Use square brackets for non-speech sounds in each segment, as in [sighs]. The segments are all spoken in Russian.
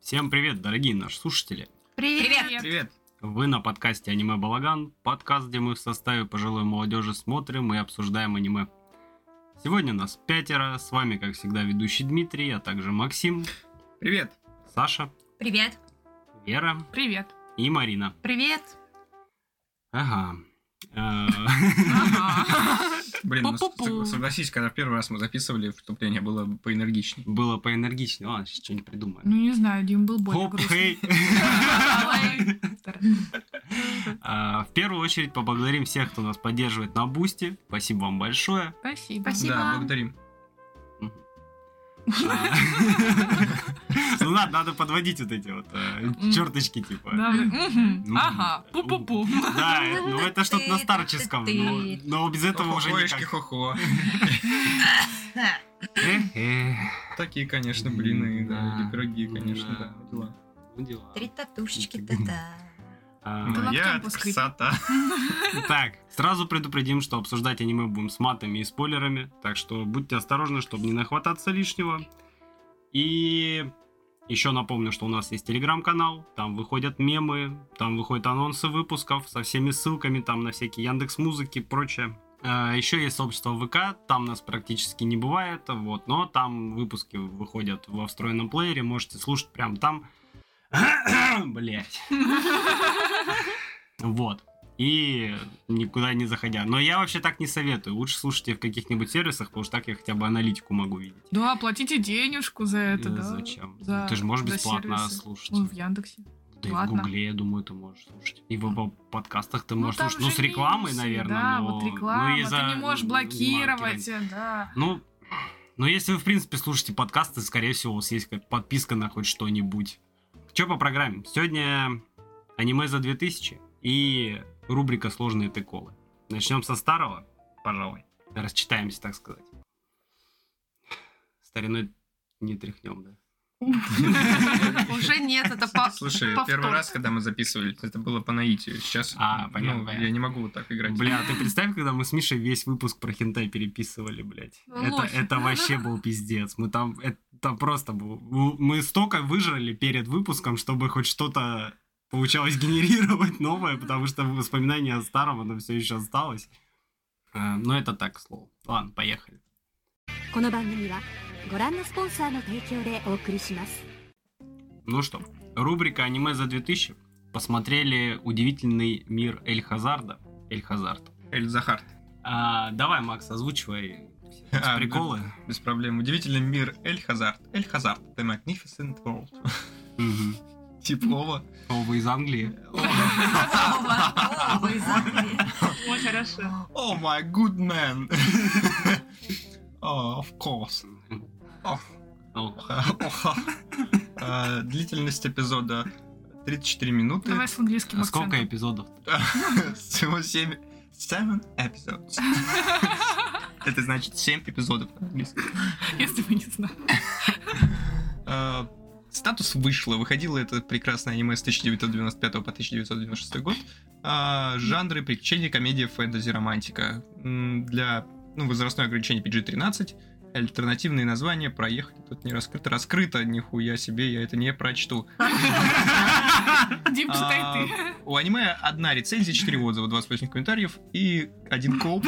Всем привет, дорогие наши слушатели! Привет! Привет! Вы на подкасте «Аниме Балаган», подкаст, где мы в составе пожилой молодежи смотрим и обсуждаем аниме. Сегодня нас пятеро, с вами, как всегда, ведущий Дмитрий, а также Максим, Привет! Саша, Привет! Вера Привет! и Марина. Привет! Ага. Э, [laughs] Блин, ну, Пу-пу-пу. сог- согласись, когда в первый раз мы записывали, вступление было поэнергичнее. Было поэнергичнее. Ладно, сейчас что-нибудь Ну, придумаем. не знаю, Дим был более Хоп, грустный. [laughs] хей. А, В первую очередь поблагодарим всех, кто нас поддерживает на Бусти. Спасибо вам большое. Спасибо. Спасибо. Да, благодарим. А, Ну надо, надо подводить вот эти вот э, черточки типа. Да, вы- мгм. Ну, Ага, пу-пу-пу. Да, ну это что-то на старческом, но, но без этого уже Хохоешки, никак. [laughs] хо-хо. Эх, эх. Такие, конечно, блин, и да, Да. или пироги, конечно, Да. да, дела. Ну, дела. Три татушечки, да-да. А, Да. Моя локтем пускай. Ну, [laughs] красота. Так, сразу предупредим, что обсуждать аниме будем с матами и спойлерами, так что будьте осторожны, чтобы не нахвататься лишнего. И еще напомню, что у нас есть телеграм-канал, там выходят мемы, там выходят анонсы выпусков со всеми ссылками, там на всякие Яндекс музыки и прочее. А, Еще есть сообщество ВК, там нас практически не бывает, вот, но там выпуски выходят во встроенном плеере, можете слушать прям там. [coughs] Блять. Вот. И никуда не заходя. Но я вообще так не советую. Лучше слушайте в каких-нибудь сервисах, потому что так я хотя бы аналитику могу видеть. Да, платите денежку за это, Э, да. Зачем? За- ты же можешь за бесплатно сервисы. слушать. Ну, в Яндексе. да и в ладно. Гугле, я думаю, ты можешь слушать. И в по- подкастах ты Ну, можешь там слушать. Ну, же с рекламой, минусы, наверное. Да, но- вот ну, и реклама. за- Ты не можешь ну, блокировать, маркетинг. да. Ну, но если вы, в принципе, слушаете подкасты, скорее всего, у вас есть как подписка на хоть что-нибудь. Че по программе? Сегодня аниме за 2000 и рубрика «Сложные тыколы». Начнем со старого, пожалуй. Расчитаемся, так сказать. Стариной не тряхнем, да? Уже нет, это по- Слушай, повтор. первый раз, когда мы записывали, это было по наитию. Сейчас А, ну, понятно, понятно. я не могу вот так играть. Бля, ты представь, когда мы с Мишей весь выпуск про хентай переписывали, блядь. Ну, Это, лохи. это вообще был пиздец. Мы там, это просто был... Мы столько выжрали перед выпуском, чтобы хоть что-то получалось генерировать новое, потому что воспоминания о старом, оно все еще осталось. Э, Но это так, к слову. Ладно, поехали. この番組はご覧のスポンサーの提供でお送りします Ну что, рубрика «Аниме за 2000». Посмотрели «Удивительный мир Эль Хазарда». Эль Хазард. Эль Захард. А, давай, Макс, озвучивай все эти А, приколы. Без проблем. Удивительный мир Эль Хазард. Эль Хазард. The Magnificent World. [laughs] Мгм. [laughs] Теплова. Оба из Англии. Ова, ова, из Англии. Ой, хорошо. О май good man. [laughs] О, of course. Of а О, Э, Длительность эпизода 34 минуты. Давай с английским А сколько акцентом. эпизодов? [laughs] Всего 7 episodes. Это значит 7 эпизодов на английском. Если вы не знали. Э, Статус вышло. Выходило это прекрасное аниме с 1995 по 1996 год. А, Жанры приключения, комедия, фэнтези, романтика. М, Для ну, возрастное ограничение PG-13. Альтернативные названия проехали. Тут не раскрыто. Раскрыто, нихуя себе, я это не прочту. Дим, читай ты. А, У аниме одна рецензия, 4 отзыва, 28 комментариев и один колб.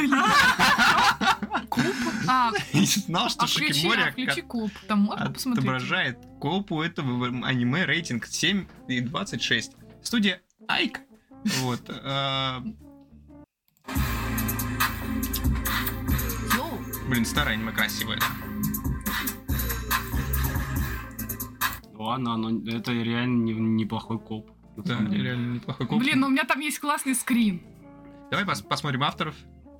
А, Не знал, что а включи, Шикимори а включи клуб. Там можно посмотреть? отображает колб у этого аниме рейтинг 7,26. Студия Айк. Вот. а, Йоу. Блин, старое аниме красивое. Ладно, оно, это реально не- неплохой коп. на Да, самом деле. реально неплохой колб. Блин, ну у меня там есть классный скрин. Давай пос- посмотрим авторов.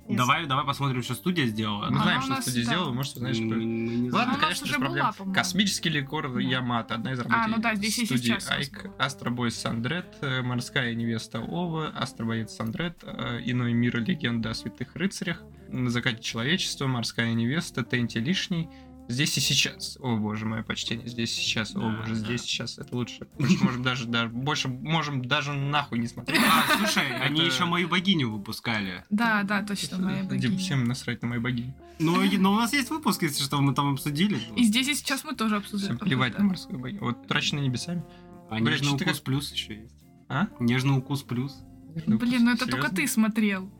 Давай, давай посмотрим, что студия сделала. Мы Она знаем, у что нас, студия да. сделала, может, ты Ну, знаешь. М, про- мы не Ладно, знаем. Она у нас конечно, без уже была, проблем. по-моему. Космический ликор Да. Ямато, одна из ну работей да, здесь и студии сейчас Айк, возможно. Астробой Сандрет, э, Морская невеста Ова, Астробоец Сандрет, э, Иной мир, Легенда о святых рыцарях, На закате человечества, Морская невеста, Тенти лишний, Здесь и сейчас. О, боже, мое почтение. Здесь и сейчас. О, Да, боже, да. здесь и сейчас. Это лучше. Больше можем даже, даже, больше можем даже нахуй [laughs] не смотреть. А, [laughs] слушай, они Это- еще мою богиню выпускали. Да, да, точно, моя Дим, богиня. Всем насрать на мои богини. Но, Ну, и- но у нас есть выпуск, если что, мы там обсудили. И здесь и сейчас мы тоже обсуждаем. Всем плевать на морскую богиню. Вот трачено небесами. А Блин, нежный что ты укус как- плюс еще есть. А? Нежный укус плюс. Блин, ну это Серьезно? только ты [laughs] смотрел.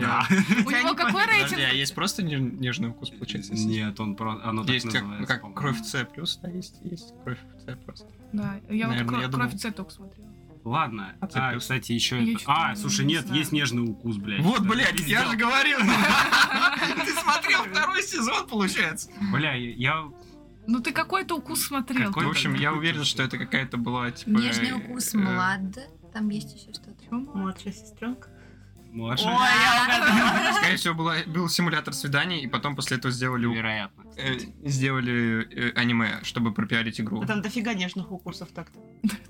Да. У него какой Подожди, а рейтинг? есть просто неж- нежный укус, [laughs] получается? если- Нет, он про... оно так Есть как, называется. как по-моему. кровь С плюс, да, есть, есть кровь С просто. Да, я вот Наверное, кро- я думал. кровь цветок смотрела. Ладно. А ты А, плюс? кстати, еще Я это. что-то А, не слушай, нет, знаю. есть нежный укус, блядь. Вот, Да, блядь, я пиздел. же [laughs] говорил! Ты смотрел второй сезон, получается. Бля, я... Ну ты какой-то укус смотрел. Какой? В общем, я уверен, что это какая-то была, типа... Нежный э, укус э, Млад. Там есть еще что-то. [laughs] Младшая сестренка. Маша, Скорее всего, была- был симулятор свиданий, и потом после этого сделали... вероятно. э, Сделали э, аниме, чтобы пропиарить игру. А там дофига нежных укусов так-то.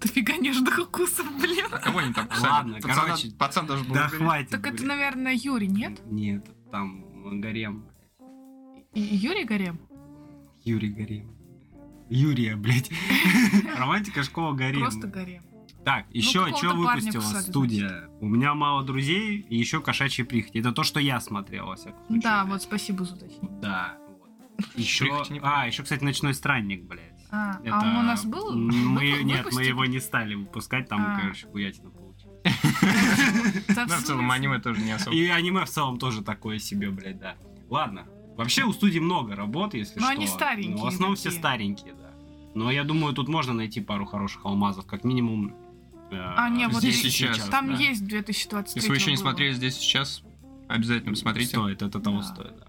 Дофига нежных укусов, блин. А Кого они там кусали? Ладно, Пацана- короче. Пацан должен был... Да умереть. хватит. Так это, блядь. наверное, Юрий, нет? Нет, там Гарем. И- Юрий Гарем? Юрий Гарем. Юрия, [laughs] блядь. Романтика школа Гарем. Просто Гарем. Ну, Так, еще какого-то что парня выпустила кусали, студия? У меня мало друзей и еще кошачьи прихоти. Это то, что я смотрел, во всяком случае. Да, вот спасибо за уточнение. Да. вот. Еще... Прихоти не помню. А, еще, кстати, «Ночной странник», блядь. А, Это- а он у нас был? М, мы- [laughs] Выпу- Нет, мы выпустили? его не стали выпускать, там, А. короче, хуятина получилась. Да, в Да, ну, в целом смысле? аниме тоже не особо. И аниме в целом тоже такое себе, блядь, да. Ладно. Вообще у студии много работ, если Но что. они старенькие Но в основном все такие. старенькие, да. Но я думаю, тут можно найти пару хороших алмазов, как минимум. э, А, не, вот Здесь и- и сейчас, Там да. есть 2023 Если вы еще не было. смотрели здесь и сейчас, обязательно посмотрите. Стоит, это того Да. стоит, да.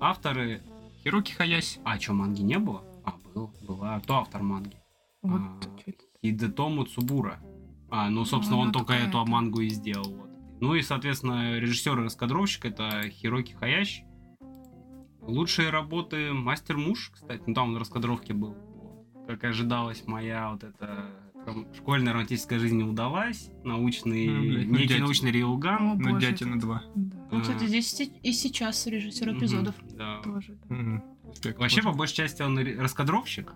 Авторы... Хируки Хаяси. А, что, манги не было? А, был, была. Кто автор манги? Вот А. ты чё- Хидетому Цубура. А, ну, собственно, Ну, он она только такая, эту да. мангу и сделал. вот. Ну и, соответственно, режиссер и раскадровщик это Хироки Хаящ. Лучшие работы Мастер Муж, кстати, ну там он в раскадровке был. Вот. Как и ожидалось, моя вот эта ром- школьная романтическая жизнь не удалась. Научный, Ну, блядь, ну, некий дядя. научный О, Риуган. Ну, боже, Дятина 2. да, Ну, кстати, здесь се- и сейчас режиссер эпизодов. Да. тоже, да. Вообще, по большей части, он ре- раскадровщик.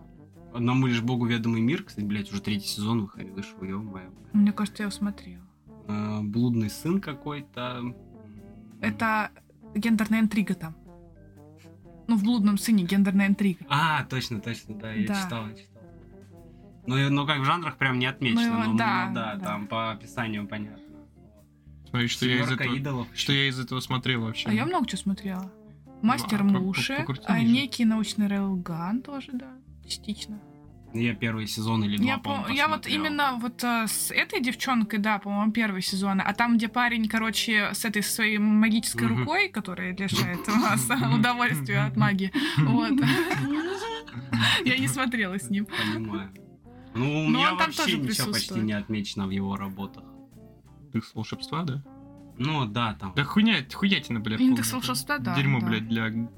Одному лишь богу ведомый мир. Кстати, блядь, уже третий сезон выходил, что ё-моё. Мне кажется, я его смотрела. А, Блудный сын какой-то. Это гендерная интрига там. Ну, в блудном сыне гендерная интрига. А, точно, точно, да, я Да. читал, я читал. Ну, и- ну, как в жанрах прям не отмечено, Ну, но, его- ну, да, да, да, да. там по описанию понятно. Смотри, что я из Семёрка этого... идолов. Что я из этого смотрел вообще? А я много чего смотрела. Ну, Мастер а, по- по- Муши, покрути а ниже. некий научный рейлган тоже, да, частично. Я первый сезон или два, Я, по-моему, по- я вот посмотрел. именно вот э, с этой девчонкой, да, по-моему, первый сезон, а там, где парень, короче, с этой своей магической Мгм. рукой, которая лишает нас [laughs] удовольствия от магии, вот. [laughs] Я не смотрела с ним. Понимаю. Ну, у Но меня он там вообще тоже ничего почти присутствует. не отмечено в его работах. Индекс волшебства, да? Ну, да, там. Да хуйня, хуятина, блядь. Индекс полная. волшебства, да, Дерьмо, да. блядь, для...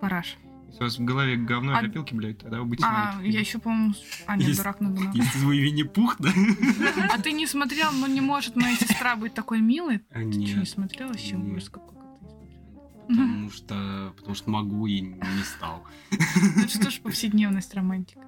Параш. Если у вас в голове говно А- и опилки, блядь, тогда вы будете А, смотреть. я еще, по-моему... с- А, нет, Есть- дурак надо. Если вы Винни-Пух, да? А ты не смотрел, но не может моя сестра быть такой милой? А, Ты что, не Нет, смотрела? С чем Нет. ужас какой ты смотрела? потому что, потому что могу и не стал. Ну что ж, повседневность романтика.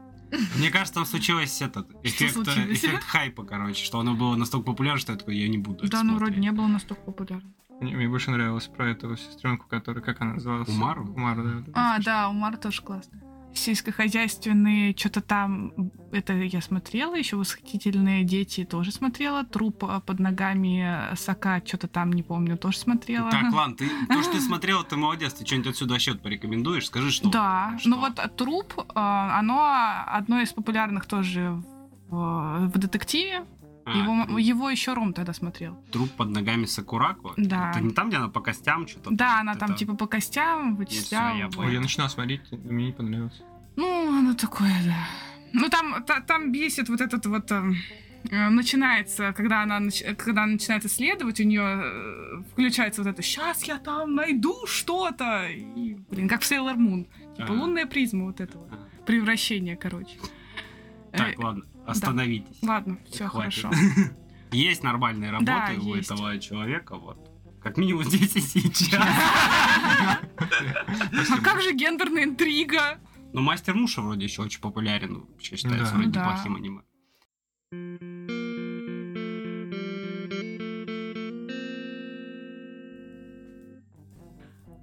Мне кажется, там случилось этот эффект, э, случилось? эффект хайпа, короче, что оно было настолько популярно, что я такой, я не буду это Да, ну вроде смотреть. не было настолько популярно. Мне, мне больше нравилось про этого сестренку, которая, как она называлась? Умару? Умару, да. вот это А, смешно. да, у Мар тоже классно. Сельскохозяйственные, что-то там, это я смотрела, еще восхитительные дети тоже смотрела, труп а, под ногами сока, что-то там, не помню, тоже смотрела. Так, ладно, [laughs] ты, то, что ты смотрел, ты молодец. Ты что-нибудь отсюда счет порекомендуешь? Скажи, что. Да, что. ну вот а, труп, а, оно одно из популярных тоже в, в детективе. А, его, его еще Ром тогда смотрел. Труп под ногами Сакурако? Да. Это не там, где она по костям что-то? да, она там это- типа по костям всё, я вычисляла. понял. Ой, я начинал смотреть, мне не понравилось. Ну, оно такое, да. Ну, там, та- там бесит вот этот вот... эм, э, Начинается, когда она, нач- э, когда она начинает исследовать, у нее включается вот это «Сейчас я там найду что-то!» И, блин, как в Sailor Moon. Типа А. лунная призма вот этого. А, Превращение, короче. Так, Э, ладно, остановитесь. Ладно, все Хватит. хорошо. Есть нормальные работы Да, у есть. этого человека, вот. Как минимум [laughs] здесь и сейчас. А как же гендерная интрига? Но Ну, мастер Муша вроде еще очень популярен, вообще считается Да. вроде Ну да. неплохим аниме.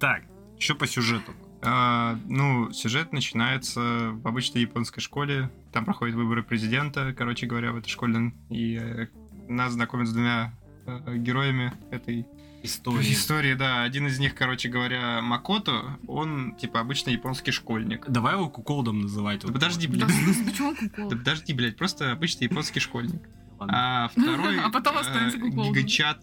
Так, еще по сюжету. А, ну, сюжет начинается в обычной японской школе. Там проходят выборы президента, короче говоря, в этой школе. И э, нас знакомят с двумя э, героями этой История. истории, да. Один из них, короче говоря, Макото. Он, типа, обычный японский школьник. Давай его куколдом называть. Да подожди, Да, блядь. [laughs] Почему Да кукол? подожди, блядь, просто обычный японский школьник. Ладно. А второй... [laughs] А потом останется э, куколдом. Гигачат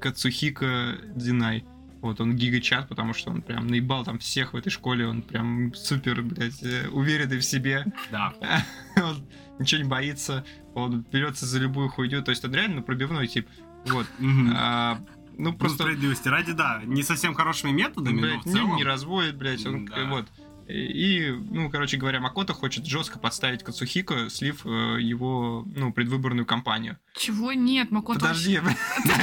Кацухика Динай. Вот он гигачат, потому что он прям наебал там всех в этой школе. Он прям супер, блядь, э, уверенный в себе. [laughs] Да. Он ничего не боится. Он берется за любую хуйню. То есть он реально пробивной тип. Вот. Мгм. А, ну, Ну, просто... справедливости ради, да. Не совсем хорошими методами, но Блядь, в не- целом... не разводит, блядь, он М-да. э, вот. И, ну, короче говоря, Макото хочет жестко подставить Кацухико, слив э, его, ну, предвыборную кампанию. Чего нет, Макото? Подожди, блядь, Ты чего?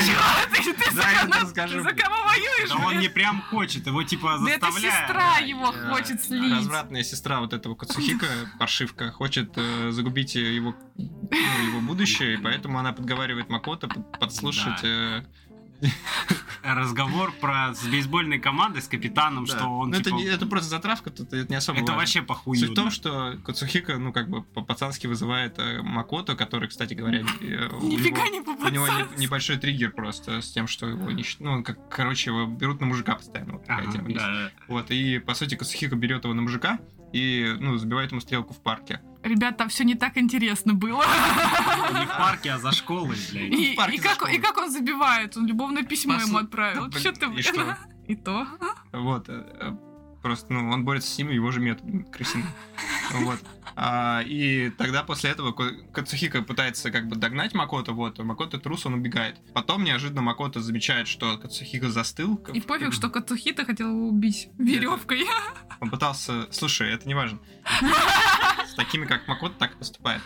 Ты- ты Да, я за- это скажу, За блядь. кого воюешь? Да он блядь? не прям хочет, его типа Да заставляет. это сестра Да, его да. А хочет слить. Э, развратная сестра вот этого Кацухико, паршивка, хочет э, загубить его, ну, его будущее, и поэтому она подговаривает Макото под- подслушать... э, Разговор про с бейсбольной командой, с капитаном, да. что он Ну, это, типа... не- это просто затравка, тут это не особо это важно. вообще похуй. Суть в том, что Кацухико, ну, как бы по-пацански вызывает э, Макото, который, кстати говоря, э, у Нифига него- не У него не- попадается. небольшой триггер просто с тем, что его не... щ- Ну, он как, короче, его берут на мужика постоянно. Вот, такая тема есть. вот и, по сути, Кацухико берет его на мужика и, ну, забивает ему стрелку в парке. Ребят, там все не так интересно [laughs] было. Не в парке, а за школой, блядь. И, в парке и как, зашкварил. и как он забивает? Он любовное письмо Посл- ему отправил. Да, Чё ты, блин, и блин? что? [laughs] И то. Вот. э, э, Просто, ну, он борется с ним его же методом крысиным. Вот. А, и тогда после этого Ко- Кацухико пытается как бы догнать Макото, вот, а Макото трус, он убегает. Потом неожиданно Макото замечает, что Кацухико застыл. И пофиг, что Кацухита хотел его убить веревкой. Он пытался... Слушай, это не важно. С такими, как Макото, так и поступает.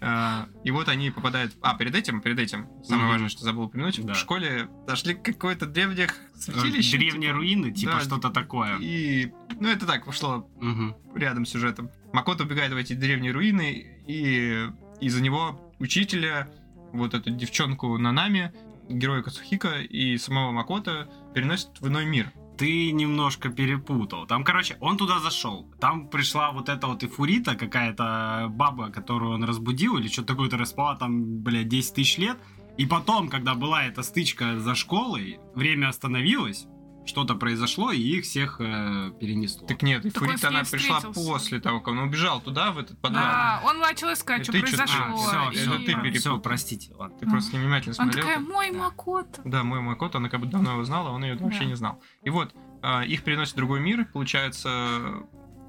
А, И вот они попадают... А, перед этим, перед этим, самое Мгм. важное, что забыл упомянуть, Да. в школе дошли к какой-то древних святилищ. Древние руины, типа Да. что-то такое. И, ну, это так, пошло Мгм. рядом с сюжетом. Макото убегает в эти древние руины, и из-за него учителя, вот эту девчонку Нанами, героя Кацухика и самого Макото переносят в иной мир. Ты немножко перепутал. Там, короче, он туда зашел. Там пришла вот эта вот эфурита, какая-то баба, которую он разбудил, или что-то такое-то распала там, блядь, 10 тысяч лет. И потом, когда была эта стычка за школой, время остановилось, что-то произошло, и их всех э, перенесло. Так нет, Так он с Фурита, ней она пришла встретился. после того, как он убежал туда, в этот подвал. Да, он начал искать, И что ты чё- произошло. А, все, всё, И- это ты пере- перепутал. простите, ладно. Ты просто невнимательно Она смотрел. такая, ты- мой Да. Макото. Да, мой Макото, она как бы давно его знала, он ее вообще Да. не знал. И вот, а, их переносят в другой мир, получается,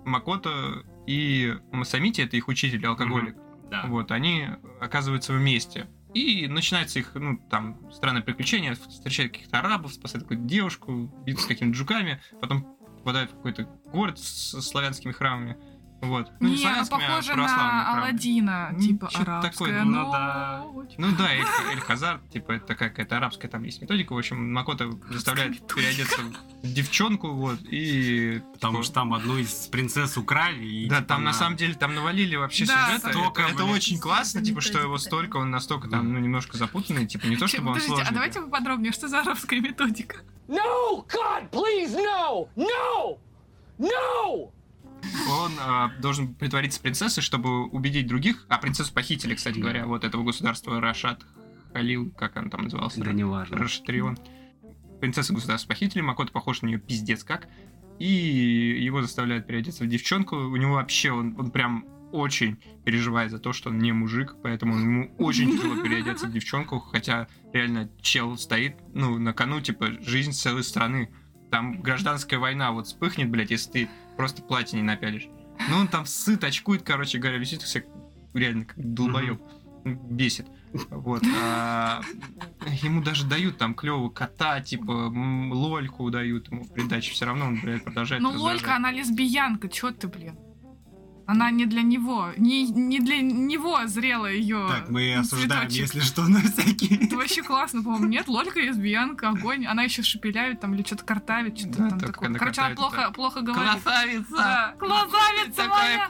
Макото и Масамити, это их учитель, алкоголик, Да. Вот, они оказываются вместе. И начинается их, ну, там, странное приключение. Встречают каких-то арабов, спасают какую-то девушку, бьются с какими-то жуками, потом попадают в какой-то город с славянскими храмами. Вот. Ну, не, Не, она славянскими, похожа а православными на храмами. Аладдина, Ну, типа чё-то такое, арабская. ну, но да. очень- Ну да, Эль, Эль Хазар, типа, это такая какая-то арабская там есть методика. В общем, Макото заставляет методика. переодеться в девчонку, вот, и... Потому типа, что там одну из принцесс украли. И, Да, типа, там на она- самом деле там навалили вообще Да, сюжета. там- Это, это Блин. очень классно, типа, что его Методика. столько, он настолько там, ну, немножко запутанный, типа, [laughs] не то Чё, чтобы он Подождите, сложный. а давайте поподробнее, что за арабская методика? No! God, please, no! No! No! Он а, должен притвориться принцессой, чтобы убедить других. А принцессу похитили, кстати говоря, вот этого государства Рашат Халил, как он там назывался? Да не важно. Рашатрион. Принцессу государства похитили, Макото похож на нее пиздец как. И его заставляют переодеться в девчонку. У него вообще, он, он прям очень переживает за то, что он не мужик, поэтому ему очень тяжело переодеться в девчонку, хотя реально чел стоит, ну, на кону, типа, жизнь целой страны. Там гражданская война вот вспыхнет, блядь, если ты просто платье не напялишь. Ну, он там сыт, очкует, короче говоря, висит все реально как долбоеб. Бесит. Вот. а, ему даже дают там клевого кота, типа, м, лольку дают ему в придаче. Все равно он, блядь, продолжает Ну, раздражать. Лолька, она лесбиянка, чё ты, блин? Она не для него. Не, не для него зрела ее. Так, мы осуждаем, цветочек. если что, на всякие. Это вообще классно, по-моему. Нет, Лолька, лесбиянка, огонь. Она еще шепеляет там или что-то картавит, что-то Да, там так такое. она Короче, она картавит, плохо, да. плохо говорит. Красавица! Да. Класавица Такая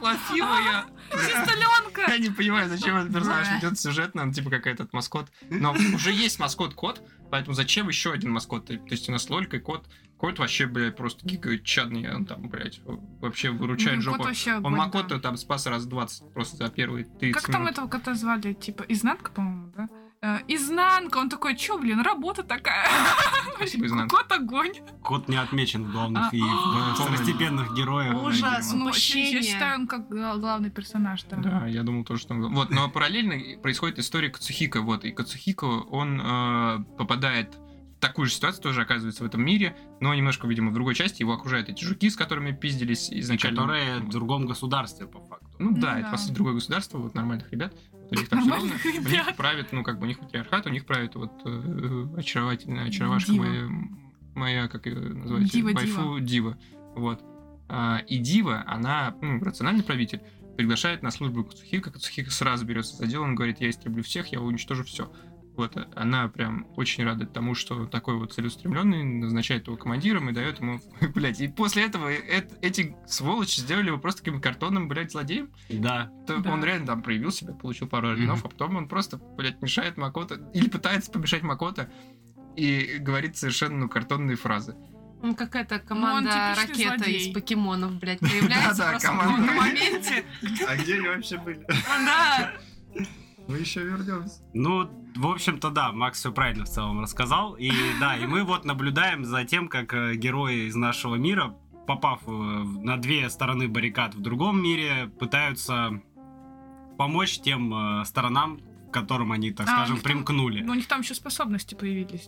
моя! [laughs] красивая! Чистоленка! Я не понимаю, зачем этот персонаж идет сюжетно, он типа какая-то маскот. Но уже есть маскот-кот, поэтому зачем еще один маскот? То есть у нас Лолька и кот. Кот вообще, блядь, просто гигачадный, он там, блядь, вообще выручает Блин, жопу. кот вообще Он огонь, да. Макото там спас раз 20 просто за первые 30 Как там минут. этого кота звали? Типа, изнанка, по-моему, да? Э, Изнанка, он такой, чё, блин, работа такая. Спасибо, Изнанка. Кот огонь. Кот не отмечен в главных и в второстепенных героях. Ужас. Ну, вообще, я Упущение. считаю, он как гла- главный персонаж, да. Да, я думал тоже, что он... Вот, но параллельно происходит история Кацухика, вот, и Кацухика, он э, попадает в такую же ситуацию, тоже оказывается в этом мире, но немножко, видимо, в другой части его окружают эти жуки, с которыми пиздились изначально. Которые в Вот. другом государстве, по факту. Ну да, Ну это, да. по сути, другое государство, вот нормальных ребят. Вот у них там всё ровно. Нормальных У ребят. них правит, ну, как бы, у них матриархат, у них правит вот э, очаровательная очаровашка Дива. моя, моя, как ее называете, Дива, Байфу Дива. Вот. А, и Дива, она, ну, рациональный правитель, приглашает на службу Кацухика. Кацухика сразу берется за дело, он говорит, я истреблю всех, я уничтожу все. Вот, она прям очень рада тому, что такой вот целеустремленный назначает его командиром и дает ему, [laughs] блядь, и после этого э- эти сволочи сделали его просто таким картонным, блядь, злодеем. Да. То Да. Он реально там проявил себя, получил пару орденов, а потом он просто, блядь, мешает Макото, или пытается помешать Макото, и говорит совершенно ну, картонные фразы. Ну, какая-то Ну, команда он типичный ракета злодей. из покемонов, [laughs] блядь, появляется Да-да, просто команда. в моменте. А где они вообще были? Да. Мы еще вернемся. Ну, в общем-то, да, Макс все правильно в целом рассказал. И да, и мы вот наблюдаем за тем, как э, герои из нашего мира, попав э, в- на две стороны баррикад в другом мире, пытаются помочь тем э, сторонам, к которым они, так А, скажем, ну, там- примкнули. Ну, у них там еще способности появились.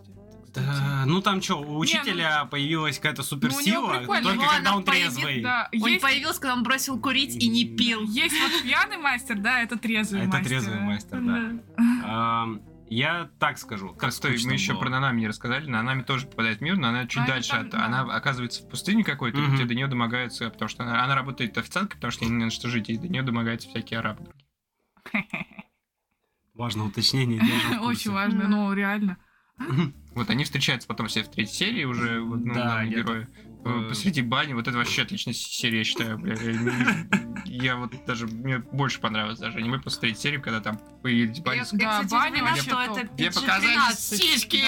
кстати. Да, ну там что, у учителя появилась какая-то суперсила, Ну, прикольно. только Ну, когда она он появит- трезвый. Да, Он есть, появился, когда он бросил курить и не пил. есть вот пьяный мастер, да, это А трезвый это мастер. трезвый да. мастер, да. Ам, Я так скажу. Как стой, скучно мы еще было. про Нанами не рассказали. Нанами тоже попадает в мир, но она чуть Она дальше. там, от- да. Она оказывается в пустыне какой-то, Мгм. где до нее домогаются, потому что она, она работает официанткой, потому что ей не на что жить, и до нее домогаются всякие арабы. Важное уточнение. держим в курсе. [laughs] Очень важно, Да. ну, реально. Вот они встречаются потом все в третьей серии уже, вот, ну, Да, главные я герои. э, Э, Посреди бани, вот это вообще отличная с- серия, я считаю, бля, я, не вижу. Я вот даже, мне больше понравилось даже аниме после третьей серии, когда там появились бани. с- Да, Я, кстати, баня удивлена, вообще что топ. это Мне показались сиськи!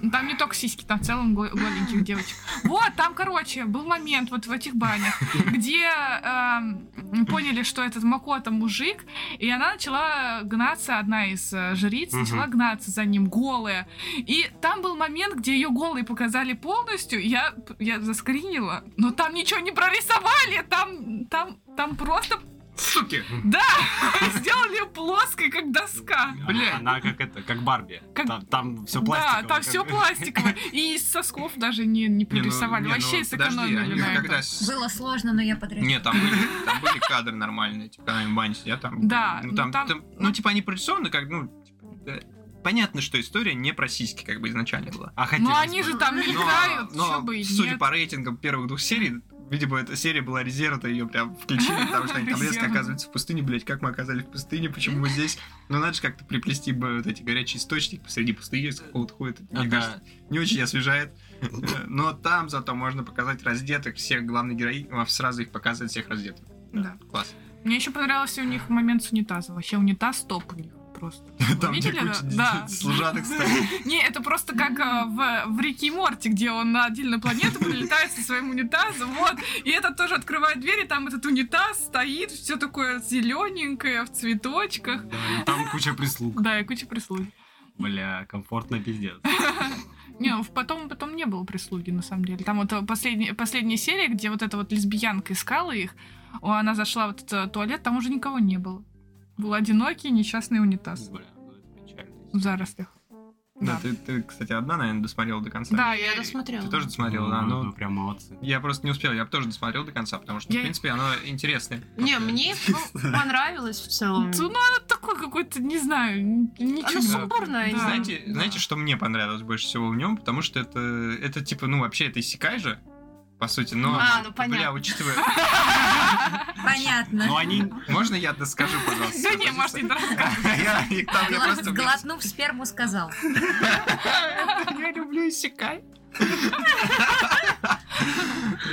Ну, Там не только сиськи, там в целом го- голеньких девочек. Вот, там, короче, был момент вот в этих банях, где эм, поняли, что этот Макота мужик, и она начала гнаться, одна из э, жриц, Мгм. начала гнаться за ним голая. И там был момент, где ее голые показали полностью, я, я заскринила, но там ничего не прорисовали, там, там, там просто [laughs] Суки! сделали плоской, как доска. Бля, она как это, как Барби. Как- Там, все пластиковое. Да, там как все бы. пластиковое. И из сосков даже не, не Не, ну, прорисовали. не, ну, Вообще подожди, сэкономили они на когда этом. с- Было сложно, но я подрезала. Не, там были, там были кадры нормальные, типа, когда они в бане сидят, там... Да, ну, ну, там, там- там- ну, типа, они прорисованы, как, ну, типа, да. понятно, что история не про сиськи, как бы, изначально была. А хотелось Ну они бы. же там не Но- играют, но, чё бы и судя нет. по рейтингам первых двух серий, видимо, эта серия была резерва, ее прям включили, потому что они там резко Резерва. оказываются в пустыне, блять, как мы оказались в пустыне, почему мы здесь? Ну, надо же как-то приплести бы вот эти горячие источники посреди пустыни, из какого-то ходит. Ага. Мне кажется, не очень освежает. Но там зато можно показать раздетых всех главных героинь, а сразу их показывать всех раздетых. Да. Класс. Мне еще понравился у них момент с унитазом. Вообще унитаз топ у них просто. Там где Видели, куча да? Да. служанок стоит. Не, это просто как э, в, в Рике и Морти, где он на отдельную планету прилетает со своим унитазом, вот. И это тоже открывает двери, там этот унитаз стоит, все такое зелененькое, в цветочках. Да, и ну, Там куча прислуг. Да, и куча прислуги. Бля, комфортно [laughs] пиздец. Не, ну, в- потом, потом не было прислуги, на самом деле. Там вот э, последняя, последняя серия, где вот эта вот лесбиянка искала их, о, она зашла в этот э, туалет, там уже никого не было. Был одинокий несчастный унитаз Бля, ну это печально. в зарослях. Да, Да. ты- ты, кстати, одна, наверное, досмотрела до конца. Да, Я я досмотрела. Ты тоже досмотрела, да? Ну, Ну, ну, прям молодцы. Я просто не успел, я бы тоже досмотрел до конца, потому что, ну, Я- в принципе, оно интересное. [laughs] Не, мне ну, понравилось в целом. Ну, она такой какой-то, не знаю, н- Она ничего. сумбурная, не Да. знаю. Знаете, знаете, что мне понравилось больше всего в нем? Потому что это, это типа, ну, вообще, это Исикай же, по сути. Но, А, ну бля, понятно. учитывая... [laughs] Понятно. Но Ну, [laughs] они... Можно я доскажу, пожалуйста? Да не, может, не дорога. [laughs] Я, я- там я просто... Глотнув сперму, сказал. Я люблю Исикай.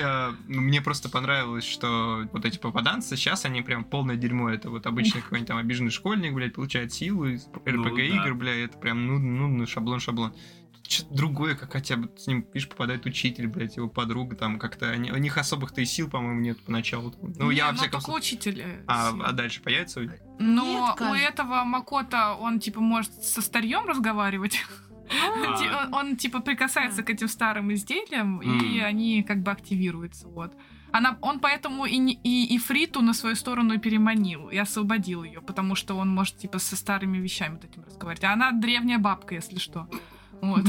Э, ну, Мне просто понравилось, что вот эти попаданцы, сейчас они прям полное дерьмо. Это вот обычный какой-нибудь там обиженный школьник, блядь, получает силу из да. РПГ-игр, бля, это прям нудно, нудно, шаблон-шаблон. Тут чё-то другое, как хотя бы с ним, видишь, попадает учитель, блядь, его подруга, там как-то... они- у них особых-то и сил, по-моему, нет поначалу. Ну, я, а во всяком случае... учитель. э, А, а дальше появится? Но у Нет, Кать. этого Макота он типа может со старьем разговаривать. Ти- а, он- Он типа прикасается А. к этим старым изделиям, и М. они как бы активируются. Вот. Она, он поэтому и, не- и, и Фриту на свою сторону и переманил, и освободил ее, потому что он может типа со старыми вещами вот этим разговаривать. А она древняя бабка, если что. [laughs] Вот.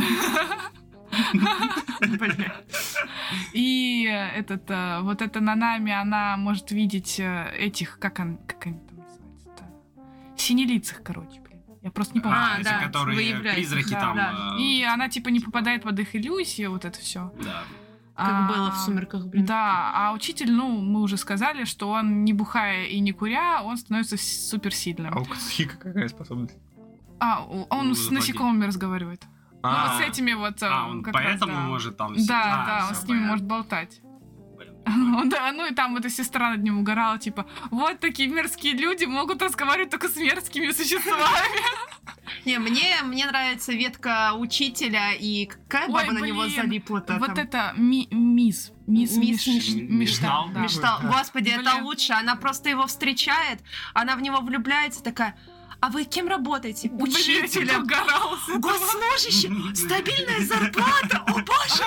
а, И этот, э, вот эта Нанами, она может видеть э, этих, как, он, как они там называются-то? Синелицых, короче, блин. Я просто не помню. а, А, эти, да, которые выявляется, призраки да, там... да. э, И она типа не попадает под их иллюзию, вот это А, все. да. Как было в «Сумерках», блин. Да, а учитель, ну, мы уже сказали, что он не бухая и не куря, он становится с- суперсильным. А у Кацухика какая способность? А, у- он Ну, с заходи. насекомыми разговаривает. Ну, вот с этими вот... э, А, он как раз, поэтому да. может там... Да, с- а, да, всё, он с ними понятно. может болтать. [laughs] Блин, Ну да, ну и там эта сестра над ним угорала, типа, вот такие мерзкие люди могут разговаривать только с [laughs] мерзкими существами. Не, мне, мне нравится ветка учителя, и какая Ой, баба на него блин, залипла-то Вот там? это ми- мисс, мисс, Мисс Миш- Миш- Миштал, Миштал. да. Мечтал. Да. Господи, это Блин. лучше. Она просто его встречает, она в него влюбляется, такая, а вы кем работаете? Блин, я Учителем. угорала с этого. Госслужащим. Стабильная зарплата. О, боже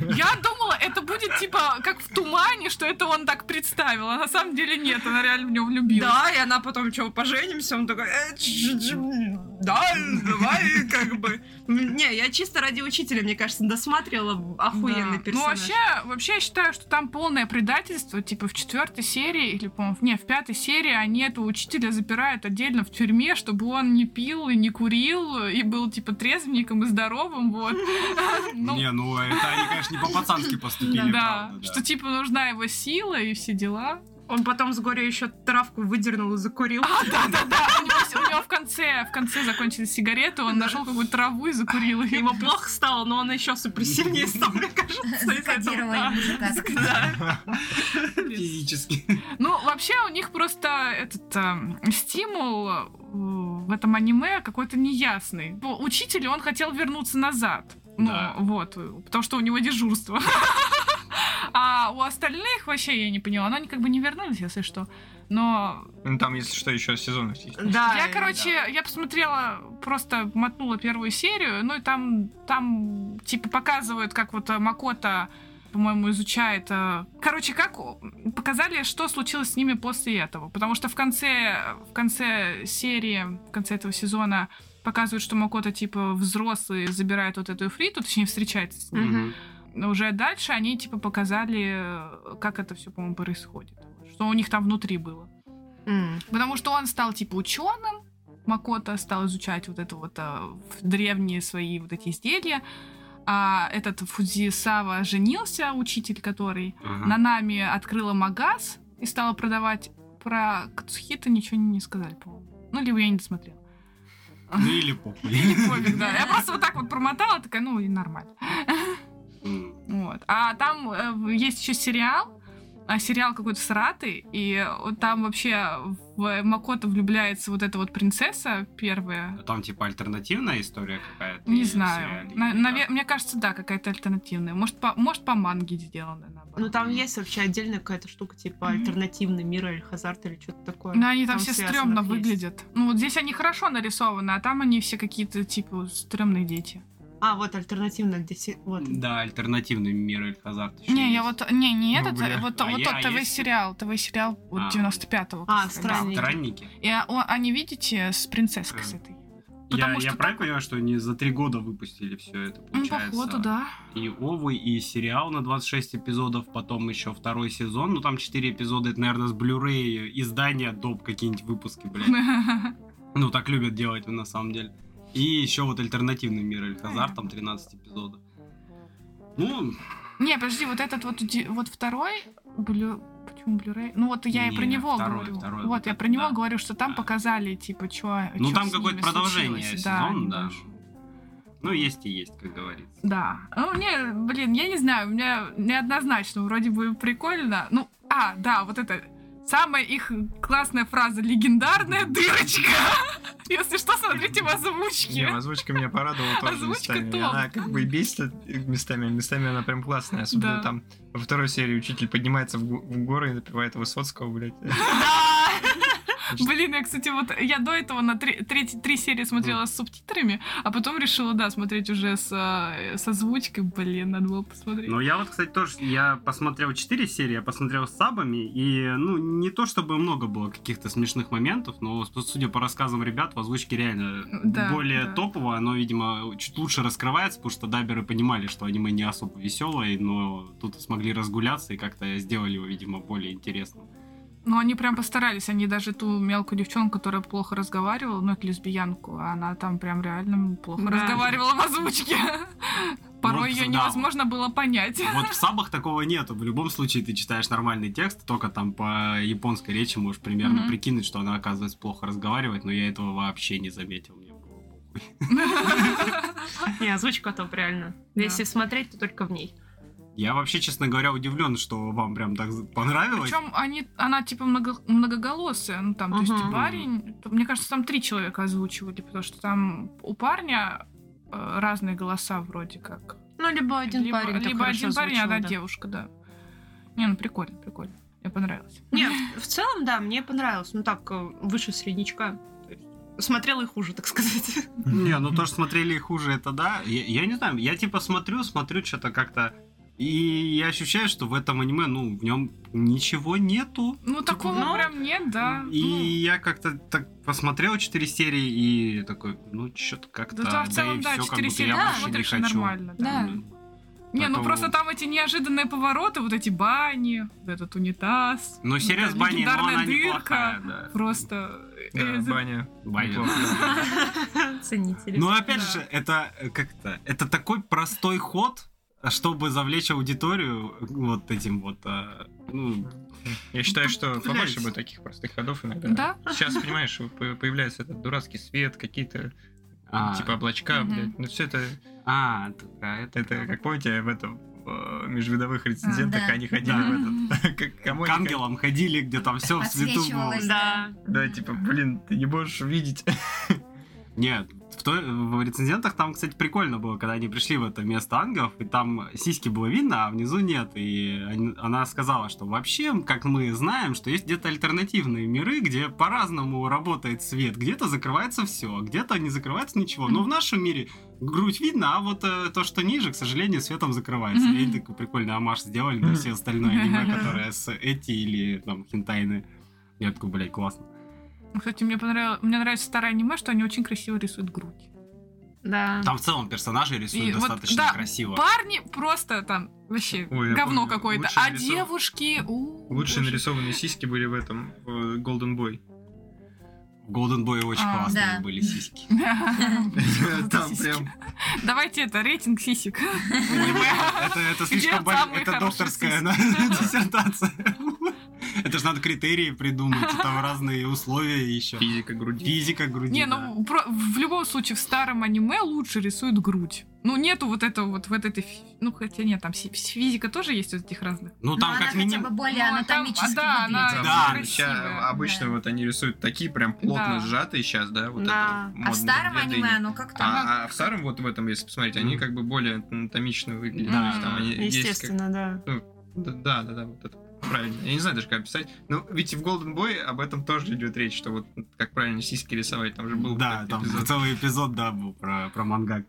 Я думала, это будет типа как в тумане, что это он так представил. А на самом деле нет, она реально в него влюбилась. [laughs] Да, и она потом, что, поженимся? Он такой, «Э, дж- дж- да, давай, как бы. Не, я чисто ради учителя, мне кажется, досматривала охуенный Да. персонаж. Ну, вообще, вообще я считаю, что там полное предательство. Типа в четвертой серии, или, по-моему, в- не, в пятой серии они этого учителя запирают отдельно в тюрьме, чтобы он не пил и не курил, и был, типа, трезвенником и здоровым, вот. Ну, Не, ну это они, конечно, не по-пацански поступили, [laughs] да, правда, да. что, типа, нужна его сила и все дела. Он потом с горя еще травку выдернул и закурил. Да, у него, у него в конце, в конце закончились сигареты, он нашел какую-то траву и закурил ее. Ему плохо стало, но он еще суперсильнее стал, мне кажется. из-за этого. Закодировали музыкант. Да. Физически. Ну, вообще у них просто этот э, стимул э, в этом аниме какой-то неясный. Ну, Учитель, он хотел вернуться назад. Ну, Да. вот, э, потому что у него дежурство. [laughs] А у остальных вообще я не поняла. Но они как бы не вернулись, если что. Но Ну, там, если что, еще сезонность есть. Да. я, короче, я посмотрела, просто мотнула первую серию, ну и там, там типа показывают, как вот э, Макота, по-моему, изучает. э, Короче, как у- показали, что случилось с ними после этого. Потому что в конце, в конце серии, в конце этого сезона показывают, что Макота, типа, взрослый забирает вот эту фриту, точнее, встречается с ней. Мгм. Но уже дальше они, типа, показали, э, как это все, по-моему, происходит. Что у них там внутри было. М. Потому что он стал типа ученым, Макота стал изучать вот это вот а, в- древние свои вот эти изделия. А этот Фудзисава женился, учитель который. Ага. На нами открыла магаз и стала продавать. Про Кацухита ничего не, не сказали, по-моему. Ну, либо я не досмотрела. Ну или попули. Не [laughs] пофиг, да. Я просто вот так вот промотала, такая, ну и нормально. М. Вот. А там э, в- есть еще сериал, а сериал какой-то сратый, и вот там вообще в Макото влюбляется вот эта вот принцесса первая. А Там типа альтернативная история какая-то? Не или знаю. сериал, На- или наве- как? Мне кажется, да, какая-то альтернативная. Может, по, может, по манге сделанная. наоборот. Ну там есть вообще отдельная какая-то штука, типа альтернативный мир или хазарт или что-то такое. Но Ну, они там, все связано стрёмно есть. выглядят. Ну, вот здесь они хорошо нарисованы, а там они все какие-то, типа, стрёмные дети. А, вот альтернативная деси- Вот. Да, альтернативный мир или хазарт. ещё Не, я есть. вот... Не, не Ну, этот, бля. вот, А вот я- тот а есть? ТВ-сериал. ТВ-сериал вот А. 95-го. как А, раз. странный. Странники. И а, о- они, видите, с принцесской с Э, этой. Я, Потому я что правильно понимаю, что они за три года выпустили все это, Ну, получается? походу, да. И Овы, и сериал на 26 эпизодов, потом еще второй сезон, ну там 4 эпизода, это, наверное, с Blu-ray, издания, доп, какие-нибудь выпуски, блядь. [laughs] Ну, так любят делать на самом деле. И еще вот альтернативный мир Эльхазар, там 13 эпизодов. Ну, Не, подожди, вот этот вот, уди- вот второй, блю... почему Blu-ray? Ну вот я и про Не, него второй, говорю. второй вот, вот я этот, про него да. говорю, что там Да. показали, типа, что Ну, там какое-то продолжение сезона, да. Ну, есть и есть, как говорится. Да. Ну, мне, блин, я не знаю, у меня неоднозначно, вроде бы прикольно. Ну, а, да, вот это самая их классная фраза «легендарная дырочка». [laughs] Если что, смотрите в Не, озвучке. озвучка меня порадовала тоже Озвучка местами. топ. Она как бы и бесит местами, местами она прям классная. Особенно Да. там во второй серии учитель поднимается в, го- в горы и напевает Высоцкого, блядь. Блин, я, кстати, вот я до этого на три, треть- три серии смотрела с субтитрами, а потом решила, да, смотреть уже с, э, с озвучкой. Блин, надо было посмотреть. Ну, я вот, кстати, тоже, я посмотрел 4 серии, я посмотрел с сабами, и, ну, не то чтобы много было каких-то смешных моментов, но, с- судя по рассказам ребят, в озвучке реально Да, более да. топово, оно, видимо, чуть лучше раскрывается, потому что даберы понимали, что аниме не особо веселое, но тут смогли разгуляться и как-то сделали его, видимо, более интересным. Но они прям постарались, они даже ту мелкую девчонку, которая плохо разговаривала, ну, это лесбиянку, она там прям реально плохо Да. разговаривала в озвучке. Порой Вот, ее Ну, да. невозможно [laughs] было понять. Вот в сабах такого нету. В любом случае ты читаешь нормальный текст, только там по японской речи можешь примерно Мгм. прикинуть, что она оказывается плохо разговаривает, но я этого вообще не заметил. Мне было похуй. Не, озвучка топ, реально. Да. Если смотреть, то только [laughs] в ней. Я вообще, честно говоря, удивлен, что вам прям так за- понравилось. Причем они, она типа много- многоголосая, ну там, то есть Мгм. и парень, то- мне кажется, там три человека озвучивали, потому что там у парня э, разные голоса вроде как. Ну, либо один либо парень. либо один парень, а одна [laughs] девушка, да. Не, ну прикольно, прикольно. Мне понравилось. Нет, в целом, да, мне понравилось. Ну так, э, выше среднячка. То есть Смотрела и хуже, так сказать. [laughs] Не, ну то, что смотрели и хуже, это да. Я, я не знаю, я типа смотрю, смотрю что-то как-то. И я ощущаю, что в этом аниме, ну, в нем ничего нету. Ну такого ну, прям нет, да. Типа, И ну. я как-то так посмотрел 4 серии и такой, ну, что-то как-то... Да, там в целом, и да, всё, как 4 будто серии я да, больше не смотришь и хочу. нормально. Да. Да. Не, ну Поэтому- просто там эти неожиданные повороты, вот эти бани, вот этот унитаз. Ну, серия да, с баней, но легендарная она дырка. неплохая, да. Просто... Да, э, за- баня. Баня. Неплохо. Ценители. Но Ну, а опять Да. же, это э, как-то... Это такой простой ход, чтобы завлечь аудиторию вот этим вот... а, ну, Я считаю, что Блядь. побольше бы таких простых ходов иногда. Да? Сейчас, понимаешь, по- появляется этот дурацкий свет, какие-то а, типа облачка, Мгм. блядь. Ну все это, А, такая, это... это как помните в этом в э, межвидовых рецензентах А, да. они ходили Да. в этот, [laughs] к- кому К они ангелам ходили, где там все в свету было. Подсвечивалось. Да. Да, типа, блин, ты не можешь видеть. Нет, в, той- в рецензентах там, кстати, прикольно было, когда они пришли в это место ангелов, и там сиськи было видно, а внизу нет. И они- она сказала, что вообще, как мы знаем, что есть где-то альтернативные миры, где по-разному работает свет. Где-то закрывается все, где-то не закрывается ничего. Но в нашем мире грудь видно, а вот э, то, что ниже, к сожалению, светом закрывается. И они такой прикольный амаш сделали на все остальные аниме, которые с эти или там хентайны. Я такой, блядь, классно. Ну, Кстати, мне понравилось... Мне нравится старое аниме, что они очень красиво рисуют грудь. Да. Там в целом персонажи И рисуют вот, достаточно да, красиво. Парни просто там вообще Ой, я говно помню, какое-то. лучше А нарисов- девушки... у, [laughs] Лучшие боже. нарисованные сиськи были в этом, в Golden Boy. В Golden Boy очень А, классные да. были сиськи. [laughs] Там Сиськи. прям... Давайте это, рейтинг сисек. Это, это слишком Где больно. самые Это хорошие докторская сиськи? на- [laughs] диссертация. Это же надо критерии придумать, и там разные условия еще. Физика груди. Физика груди. Не, да. ну про- в любом случае в старом аниме лучше рисуют грудь. Ну нету вот этого вот в этой, фи- ну хотя нет, там си- физика тоже есть вот этих разных. Ну Но там она как хотя бы минимум... более Ну, а там- анатомически да, она- выглядит. Там Да, же ща- красивая, обычно да. вот они рисуют такие прям плотно Да. сжатые сейчас, да, вот Да. А это вот в модные старом две аниме дыни. оно как-то... А, а в старом вот в этом, если посмотреть, они Мгм. как бы более анатомично выглядят. Да. То есть там они есть как- ну, Естественно, да. Да, да, да, да, вот это правильно. Я не знаю даже, как описать. Ну, ведь и в Golden Boy об этом тоже идет речь, что вот как правильно сиськи рисовать, там же был Да, этот там эпизод. целый эпизод, да, был про, про мангак.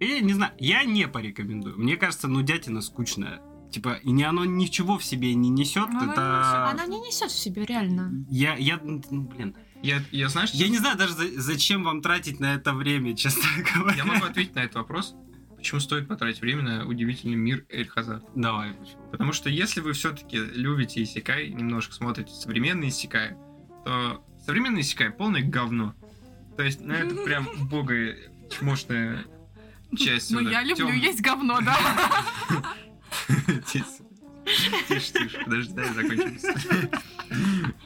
Я не знаю, я не порекомендую. Мне кажется, нудятина скучная. Типа, и не оно ничего в себе не несет. Ну, оно не это... Она не несет в себе, реально. Я, я, ну, блин, Я, я знаешь, я не знаю даже, за- зачем вам тратить на это время, честно [laughs] говоря. я могу ответить на этот вопрос. Почему стоит потратить время на удивительный мир Эль Хазарда? Давай, почему? Потому что если вы все-таки любите Исикай, немножко смотрите современные Исикай, то современный Исикай полное говно. То есть, ну, это прям убогая, чмошная часть. Ну, вот я эта, люблю тёмная. есть говно, да. Тише, тише, тише, подожди, дай закончим.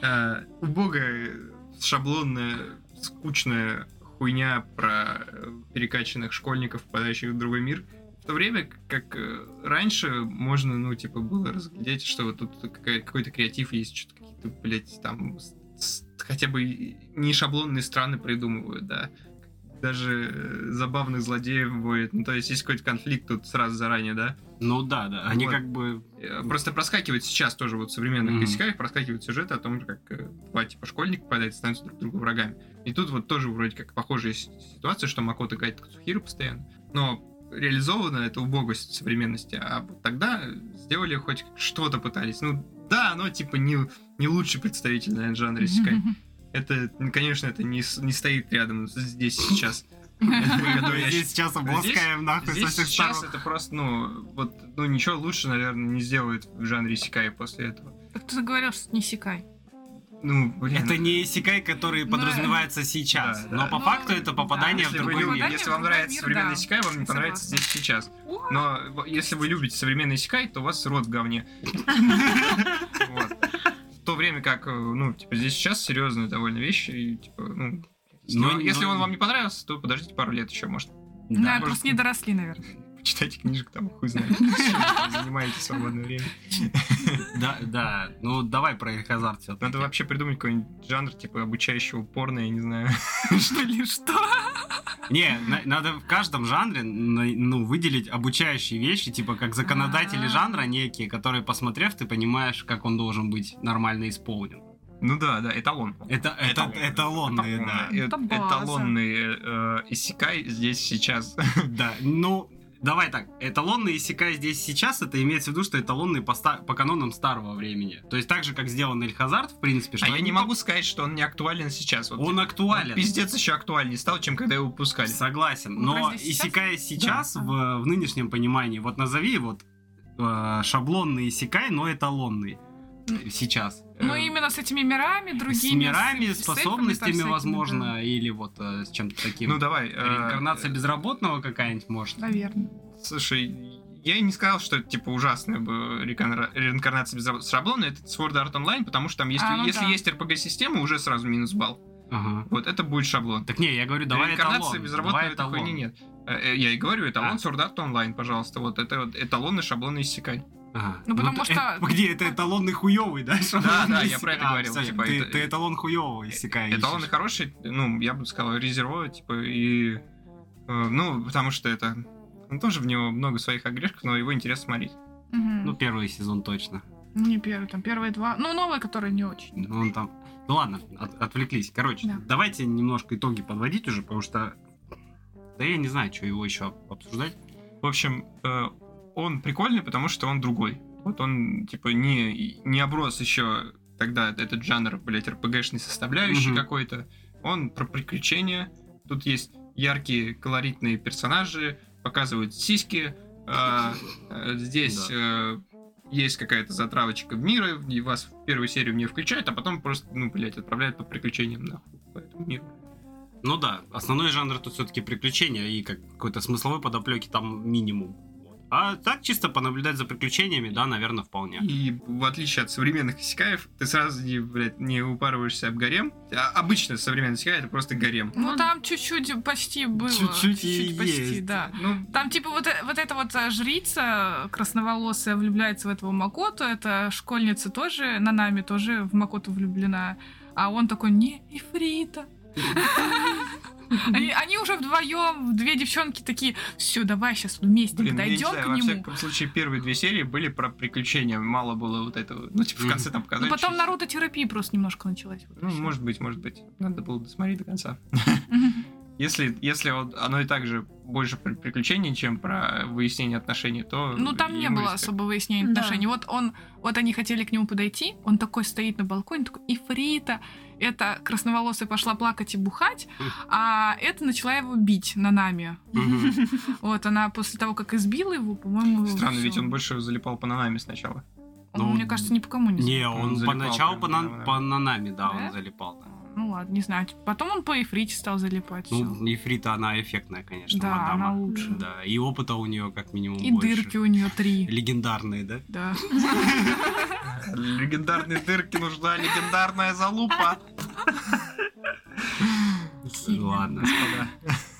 Э, Убогая, шаблонная, скучная хуйня про э, перекачанных школьников, попадающих в другой мир. В то время, как э, раньше, можно, ну, типа, было разглядеть, что вот тут какая- какой-то креатив есть, что-то какие-то, блядь, там, с- с- хотя бы и- не шаблонные страны придумывают, да. Даже э, забавных злодеев будет. Ну, то есть есть какой-то конфликт тут сразу заранее, да. Ну да, да. Они Вот. как бы Э, Просто проскакивает сейчас тоже вот в современных Мгм. косяках проскакивают сюжеты о том, как э, два типа школьника попадают и становятся друг другу врагами. И тут вот тоже вроде как похожая с- ситуация, что Макото гадит Кацухиру постоянно. Но реализовано это убогость современности. А вот тогда сделали хоть что-то пытались. Ну да, оно типа не, не лучший представитель, наверное, [laughs] жанра исекай. Это, ну, конечно, это не, с- не стоит рядом с- здесь сейчас. мы [laughs] я здесь сейчас обласкаем А нахуй со Здесь всех сейчас сторон. это просто, ну, вот, ну, ничего лучше, наверное, не сделают в жанре Сикай после этого. Ты говорил, что не секай. Ну, блин. Это не Исикай, который Ну, подразумевается сейчас. да, да. Но по Ну, факту это попадание да. в если, вы а другой любите- мир. Попадание если в вам другой нравится мир, современный да. Сикай, вам не Я понравится согласна. здесь сейчас. Но в- если вы любите современный Сикай, то у вас рот в [laughs] говне. Вот. В то время как, э, ну, типа, здесь сейчас серьезные довольно вещи, и, типа, ну, если Но- он- если но- он вам не понравился, то подождите пару лет еще, может, Да, Да. может, просто не доросли, наверное. почитайте книжек, там [laughs] хуй знает, чем вы занимаетесь в свободное время. Да, да. Ну давай про Хазард все. Надо вообще придумать какой-нибудь жанр, типа, обучающего порно, я не знаю. [laughs] Что ли, что? Не, на- надо в каждом жанре на- ну, выделить обучающие вещи, типа как законодатели А. жанра некие, которые, посмотрев, ты понимаешь, как он должен быть нормально исполнен. Ну да, да, эталон. Это, это, эталонные, да. Э- Это база. Эталонные э, иссякай [laughs] здесь сейчас. Да, ну, давай так, эталонные иссякай здесь сейчас, это имеется в виду, что эталонные по, ста- по канонам старого времени. То есть так же, как сделан Эль Хазард, в принципе, что А я они не могу сказать, что он не актуален сейчас. Вот по- Он актуален. он Пиздец еще актуальнее стал, чем когда его выпускали. Согласен, Ну, но разве сейчас? иссякай сейчас в, в нынешнем понимании, вот назови вот э, шаблонный иссякай, но эталонный э, сейчас. Ну, Э, именно с этими мирами, с другими. мирами, с- с способностями, эльфами, там, с этими, возможно, или вот э, с чем-то таким. Ну давай. э, Реинкарнация безработного какая-нибудь, может? да. Наверное. Слушай, я и не сказал, что это типа ужасная бы реконра- реинкарнация без шаблона, это Sword Art Online, потому что там, если, А, ну если да. есть RPG-система, уже сразу минус балл. Ага. Вот это будет шаблон. Так не, я говорю, давай Реинкарнация эталон. безработного Давай этой хуйни эталон. нет. а Э, э, Я и говорю, эталон А. Sword Art Online, пожалуйста. Вот это вот эталонный шаблонный иссякай. Ага. Ну, потому т- э, что- [laughs] где это эталонный хуёвый, да? шаблонный да, я иссякай. про это А, говорил, всё, типа, ты, это- э, ты эталон хуёвый иссякай Эталон ищешь. хороший, ну, я бы сказал, резервовый, типа, и... э, Ну, потому что это... Ну, тоже в него много своих огрешков, но его интересно смотреть. Мгм. Ну, первый сезон точно. Ну, не первый, там первые два. Ну, новые, которые не очень. Ну, он там... Ну ладно, от- отвлеклись. Короче, Да. давайте немножко итоги подводить уже, потому что... Да я не знаю, что его еще обсуждать. В общем, э, он прикольный, потому что он другой. Вот он, типа, не, не оброс еще тогда этот жанр, блядь, РПГшной составляющей Мгм. какой-то. Он про приключения. Тут есть яркие, колоритные персонажи, показывают сиськи. А, э, здесь э, есть какая-то затравочка в мира, и вас в первую серию в нее включают, а потом просто, ну, блядь, отправляют по приключениям нахуй по этому миру. Ну да, основной жанр тут все-таки приключения, и как какой-то смысловой подоплеки там минимум. Вот. А так чисто понаблюдать за приключениями, да, наверное, вполне. И в отличие от современных исекаев, ты сразу не, блядь, не упарываешься об гарем. А обычно современный исекай это просто гарем. Ну, там чуть-чуть почти было. Чуть-чуть и почти, есть. да. Ну, Там, типа, вот, э- вот эта вот э, жрица красноволосая влюбляется в этого Макоту, эта школьница тоже, на нами тоже в Макоту влюблена. А он такой, не, Ифрита. Они, они уже вдвоем, две девчонки такие, все, давай сейчас вместе блин, я не подойдем знаю, к во нему. Ну, всяком случае, первые две серии были про приключения, мало было вот этого. Ну, типа, в Мгм. конце там Но показали. потом чуть- народотерапия просто немножко началась. Вот и Ну, всё. может быть, может быть. Надо было досмотреть до конца. Мгм. Если, если вот оно и так же больше про приключений, чем про выяснение отношений, то... Ну, там не ему было искать. особо выяснения Да. отношений. Вот он, вот они хотели к нему подойти, он такой стоит на балконе, такой, Ифрита, эта красноволосая пошла плакать и бухать, а эта начала его бить на нами. Мгм. Вот, она после того, как избила его, по-моему... Странно, всё. ведь он больше залипал по нанами сначала. Он, Ну, мне кажется, ни по кому не... Не, Он он залипал поначалу по, прям, нан- да, да. по нанами, да, Да? он залипал. да. Ну ладно, не знаю. Потом он по эфрите стал залипать. всё. Ну, Ифрита, она эффектная, конечно, Да, мадама. она лучше. Да, и опыта у нее как минимум И больше. дырки у нее три. Легендарные, да? Да. Легендарные дырки [laughs] нужна легендарная залупа. Ладно. Господа.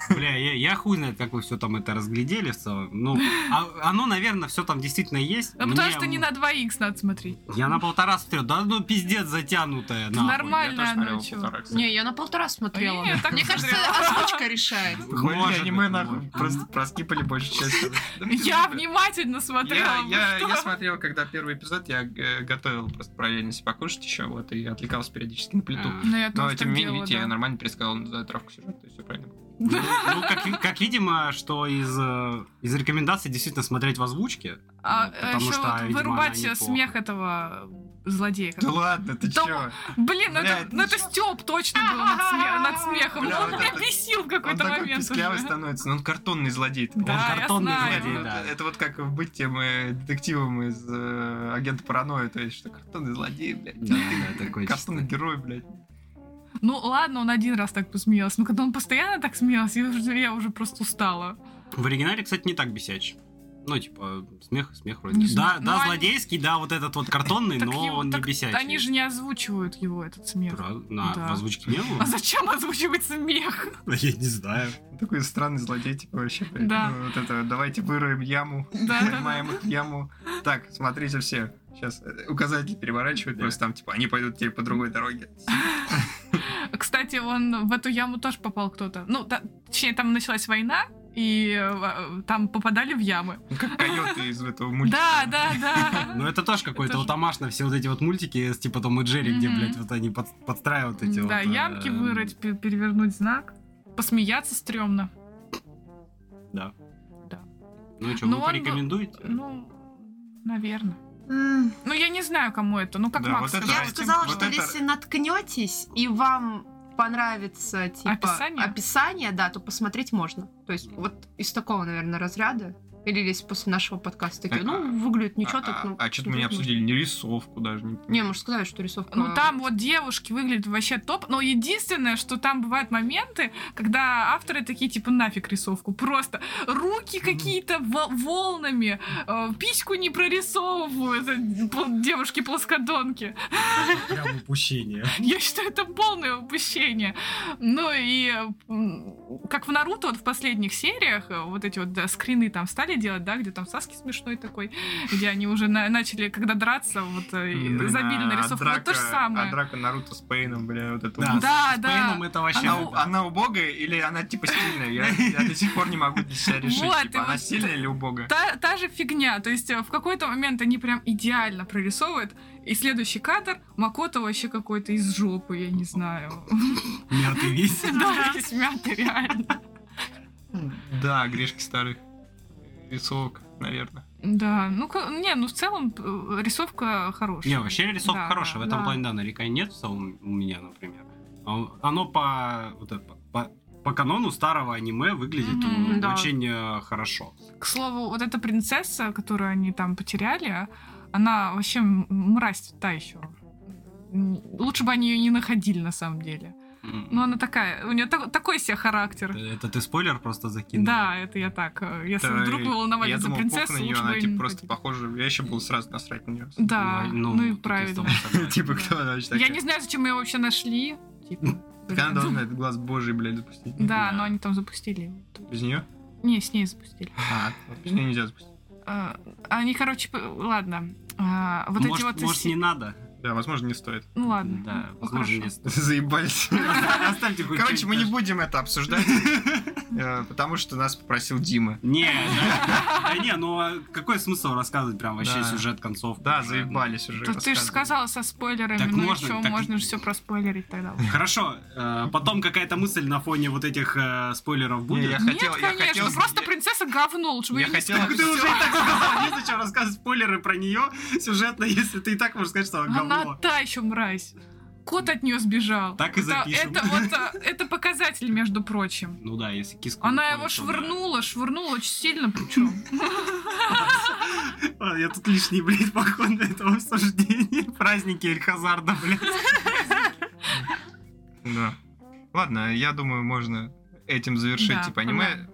Бля, я, я хуй знает, как вы все там это разглядели в целом. Ну, а- оно, наверное, все там действительно есть. Ну, потому Мне- что не на 2х надо смотреть. Я на полтора смотрел. Да ну пиздец затянутая. Да нахуй. нормально Я тоже оно, смотрел чё. полтора, кстати. Не, я на полтора смотрела. Нет, так Мне не кажется, озвучка решает. Хвали Может аниме быть, нахуй. может. Просто проскипали большую [laughs] часть. Да пизда. Я внимательно смотрела. Я, я, вы я что? смотрел, когда первый эпизод, я э, готовил просто параллельно себе покушать еще, вот, и отвлекался периодически на плиту. А. Ну, я Но тоже так тем не менее, делала, видите, я да. нормально пересказал за травку сюжета, то есть все правильно. Ну, ну, как, ви- как видимо, что из, э, из рекомендаций действительно смотреть в озвучке. А Вот, потому еще что, вот видимо, вырубать она неплохо. смех этого злодея. как Да его. ладно, ты Да чё? Блин, ну это, Блядь, ну это Степ точно был над, сме- над смехом. Бля, он вот меня это- бесил в Он какой-то такой момент. писклявый уже. становится, но он картонный злодей. ты Да, понимаешь? я картонный знаю. злодей, да. Ну, Это, это вот как быть тем э, детективом из э, агента паранойи, то есть что картонный злодей, блядь. Да, да, такой Картонный чисто. герой, блядь. Ну ладно, он один раз так посмеялся. Но когда он постоянно так смеялся, я уже, я уже просто устала. В оригинале, кстати, не так бесячий. Ну, типа, смех, смех вроде. Не да, знаю. да, Ну, они- злодейский, да, вот этот вот картонный, Так но его- он не так бесячий. Они же не озвучивают его, этот смех. Правда? На, Да. в озвучке не было? А зачем озвучивать [laughs] смех? [laughs] Я не знаю. Такой странный злодей, типа, вообще, блядь. Да. Ну, вот это, давайте выроем яму, Да, [laughs] да, поймаем их яму. Так, смотрите все. Сейчас указатель переворачивают, Да. просто там, типа, они пойдут теперь по другой дороге. Кстати, он в эту яму тоже попал кто-то. Ну, та- точнее, там началась война, и э, там попадали в ямы. Ну, Как койоты из этого мультика. Да, да, [laughs] да. Ну это тоже какой-то Это вот тамашно, все вот эти вот мультики, с типа Том и Джерри, где, Мгм. блядь, вот они под- подстраивают эти вот... Да, э, ямки вырыть, пе- перевернуть знак. Посмеяться стрёмно. Ну что, Ну, вы он- порекомендуете? Ну, наверное. Ну, я не знаю, кому это. Ну, как Да, Макс вот это Я бы сказал. этим- сказала, вот что это- если наткнетесь и вам понравится типа Описание? описание, да, то посмотреть можно. То есть вот из такого, наверное, разряда. Или если после нашего подкаста такие, А- ну, выглядит ничего, а, так, ну... а что-то мы не выглядит». обсудили, не рисовку даже. Не, Не, можно сказать, что рисовка... Ну, там вот девушки выглядят вообще топ, но единственное, что там бывают моменты, когда авторы такие, типа, нафиг рисовку, просто руки какие-то во- волнами, э, письку не прорисовывают э, пл- девушки-плоскодонки. [laughs] Прям упущение. Я считаю, это полное упущение. Ну и м, как в Наруто, вот в последних сериях, э, вот эти вот да, скрины там стали делать, да, где там Саски смешной такой, где они уже на- начали, когда драться, вот э, Блин, забили а на рисовку. Вот то же драка- самое. А драка Наруто с Пейном, бля, вот это Да, вот. Да, с да. Пейном это вообще... Она, ну, у- она убогая или она типа стильная? Я, я до сих пор не могу для себя решить, Вот, и типа, она вот стильная или убогая. та, та же фигня. То есть э, в какой-то момент они прям идеально прорисовывают. И следующий кадр Макото вообще какой-то из жопы, я не [laughs] знаю. [laughs] Мятый весь. Да, из мяты, реально. Да, грешки старых. Рисовок, наверное. Да, ну, ка- не, ну в целом э, рисовка хорошая. Не, вообще рисовка Да, хорошая. да, В этом да. плане, да, нареканий нет в целом у меня, например. А он- Оно по, вот это, по, по канону старого аниме выглядит Мгм, э, да. очень э, хорошо. К слову, вот эта принцесса, которую они там потеряли, она вообще м- мразь та еще. Лучше бы они ее не находили на самом деле. М. Но она такая, у нее такой себе характер. Это- Это ты спойлер просто закинул? Да, это я так. э, Если Да, вдруг и вы волновались я за думал, принцессу, похуй на лучше нее, бы она её типа не просто ходить. похожа. Я еще был сразу насрать на нее. Да, а, ну, и тут я с правильно. тобой [laughs] согласен. да. Типа, кто она вообще Я такая? не знаю, зачем мы его вообще нашли. Типа, Так она блин. должна этот глаз божий, блядь, запустить. Да, Да. но они там запустили. его. Без нее? Не, с ней запустили. А, без нее нельзя запустить. А, Они, короче, п- ладно. А, Вот эти Ну, Может, вот... может, все- не надо? Да, возможно, не стоит. [laughs] Ну ладно. Да, Ну, возможно, хорошо. не стоит. Заебались. Оставьте хоть Короче, мы не что-нибудь будем это обсуждать, [laughs] э, потому что нас попросил Дима. даже. Не, да. Да не, ну а какой смысл рассказывать прям вообще Да. сюжет концовку? Да, уже? заебались уже. Тут ты же рассказывать. сказала со спойлерами, Так ну можно, еще так- можно же все проспойлерить тогда. Хорошо, э, потом какая-то мысль на фоне вот этих э, спойлеров Не, будет? я Нет, хотел, я конечно, хотел... просто принцесса говно, лучше бы Я её не хотел... Так [laughs] ты уже и так сказал, незачем рассказывать спойлеры про нее сюжетно, если ты и так можешь сказать, что она Она говно. та еще мразь. Кот от нее сбежал. Так и это, запишем. это вот а, это показатель, между прочим. Ну да, если киску... Она не его помнит, то швырнула, швырнула очень сильно, причем. да. А, Я тут лишний, блядь, поход [laughs] на это обсуждение. Праздники Эльхазарда, блядь. Да. Ладно, я думаю, можно этим завершить, Да, типа, аниме.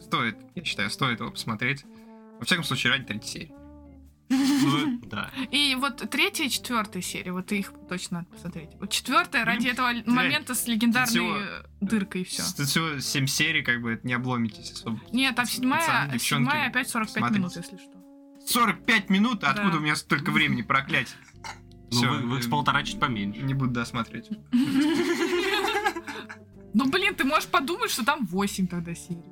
Стоит, я считаю, стоит его посмотреть. Во всяком случае, ради третьей серии. Ну, да. И вот третья и четвертая серия, вот их точно надо посмотреть. Вот четвертая ради этого л- момента с легендарной всё. э, дыркой и все. С- Всего 7 серий, как бы, это не обломитесь особо. Нет, там Пацаны, седьмая, а девчонки, седьмая опять 45 смотрите. минут, если что. 45 минут, а откуда Да. у меня столько времени, проклятие? Ну, Всё, вы- вы их э, полтора чуть поменьше. Не буду досматривать. Ну блин, ты можешь подумать, что там 8 тогда серий.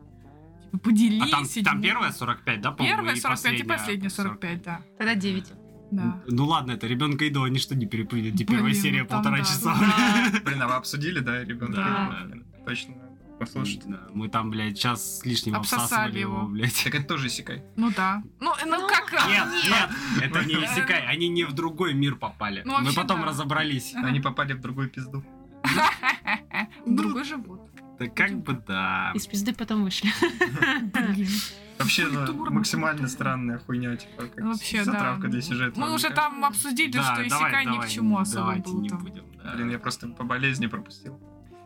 Типа подели А там, там седьмую. первая 45, да, по-моему? Первая и 45 и последняя 40. 45, да. Тогда 9. да. Ну ладно, это ребенка и до, они что не перепрыгнут, где первая Блин, серия ну там полтора да, часа. [laughs] да. Блин, а вы обсудили, да, ребенка? Да. Точно, надо послушать. Да, Мы там, блядь, час с лишним Обсосали обсасывали его. его, блядь. [laughs] Так это тоже секай. Ну да. Ну, э, ну Ну, как... э, Нет, нет, это не Э, Исекай, они не в другой мир попали. Ну, Мы вообще потом да. [laughs] разобрались. Они попали в другую пизду. [laughs] Другой живот. Да как бы да. Из пизды потом вышли. Блин. Вообще, ну, Культурно, максимально культурно. странная хуйня, типа, как Вообще, да. затравка для сюжета. Мы уже Мне там обсудили, Да, что давай, Исекай ни к давай, чему особо Давайте был не там. будем. да. кажется. Блин, я просто по болезни пропустил.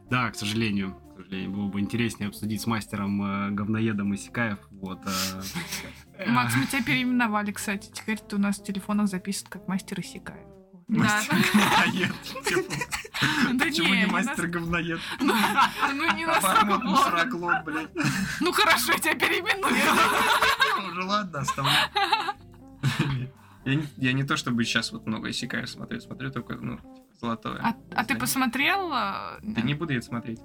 Да, к сожалению. К сожалению, было бы интереснее обсудить с мастером э, говноедом Исекаев. Вот. э. Макс, мы тебя переименовали, кстати. Теперь ты у нас в телефонах записан как мастер Исекаев. Да. Говноед. типа. Да Почему не, не не мастер говноед? [laughs] Ну ну, не настолько Формат плохо. мусороклон, блядь. Ну хорошо, я [laughs] тебя переименую. Ну, Уже ладно, оставляю. Я не- Я не то чтобы сейчас вот много Исикаев смотрю, смотрю только, ну, типа, золотое. А а ты Знаете. посмотрел? э, Да не буду я это смотреть.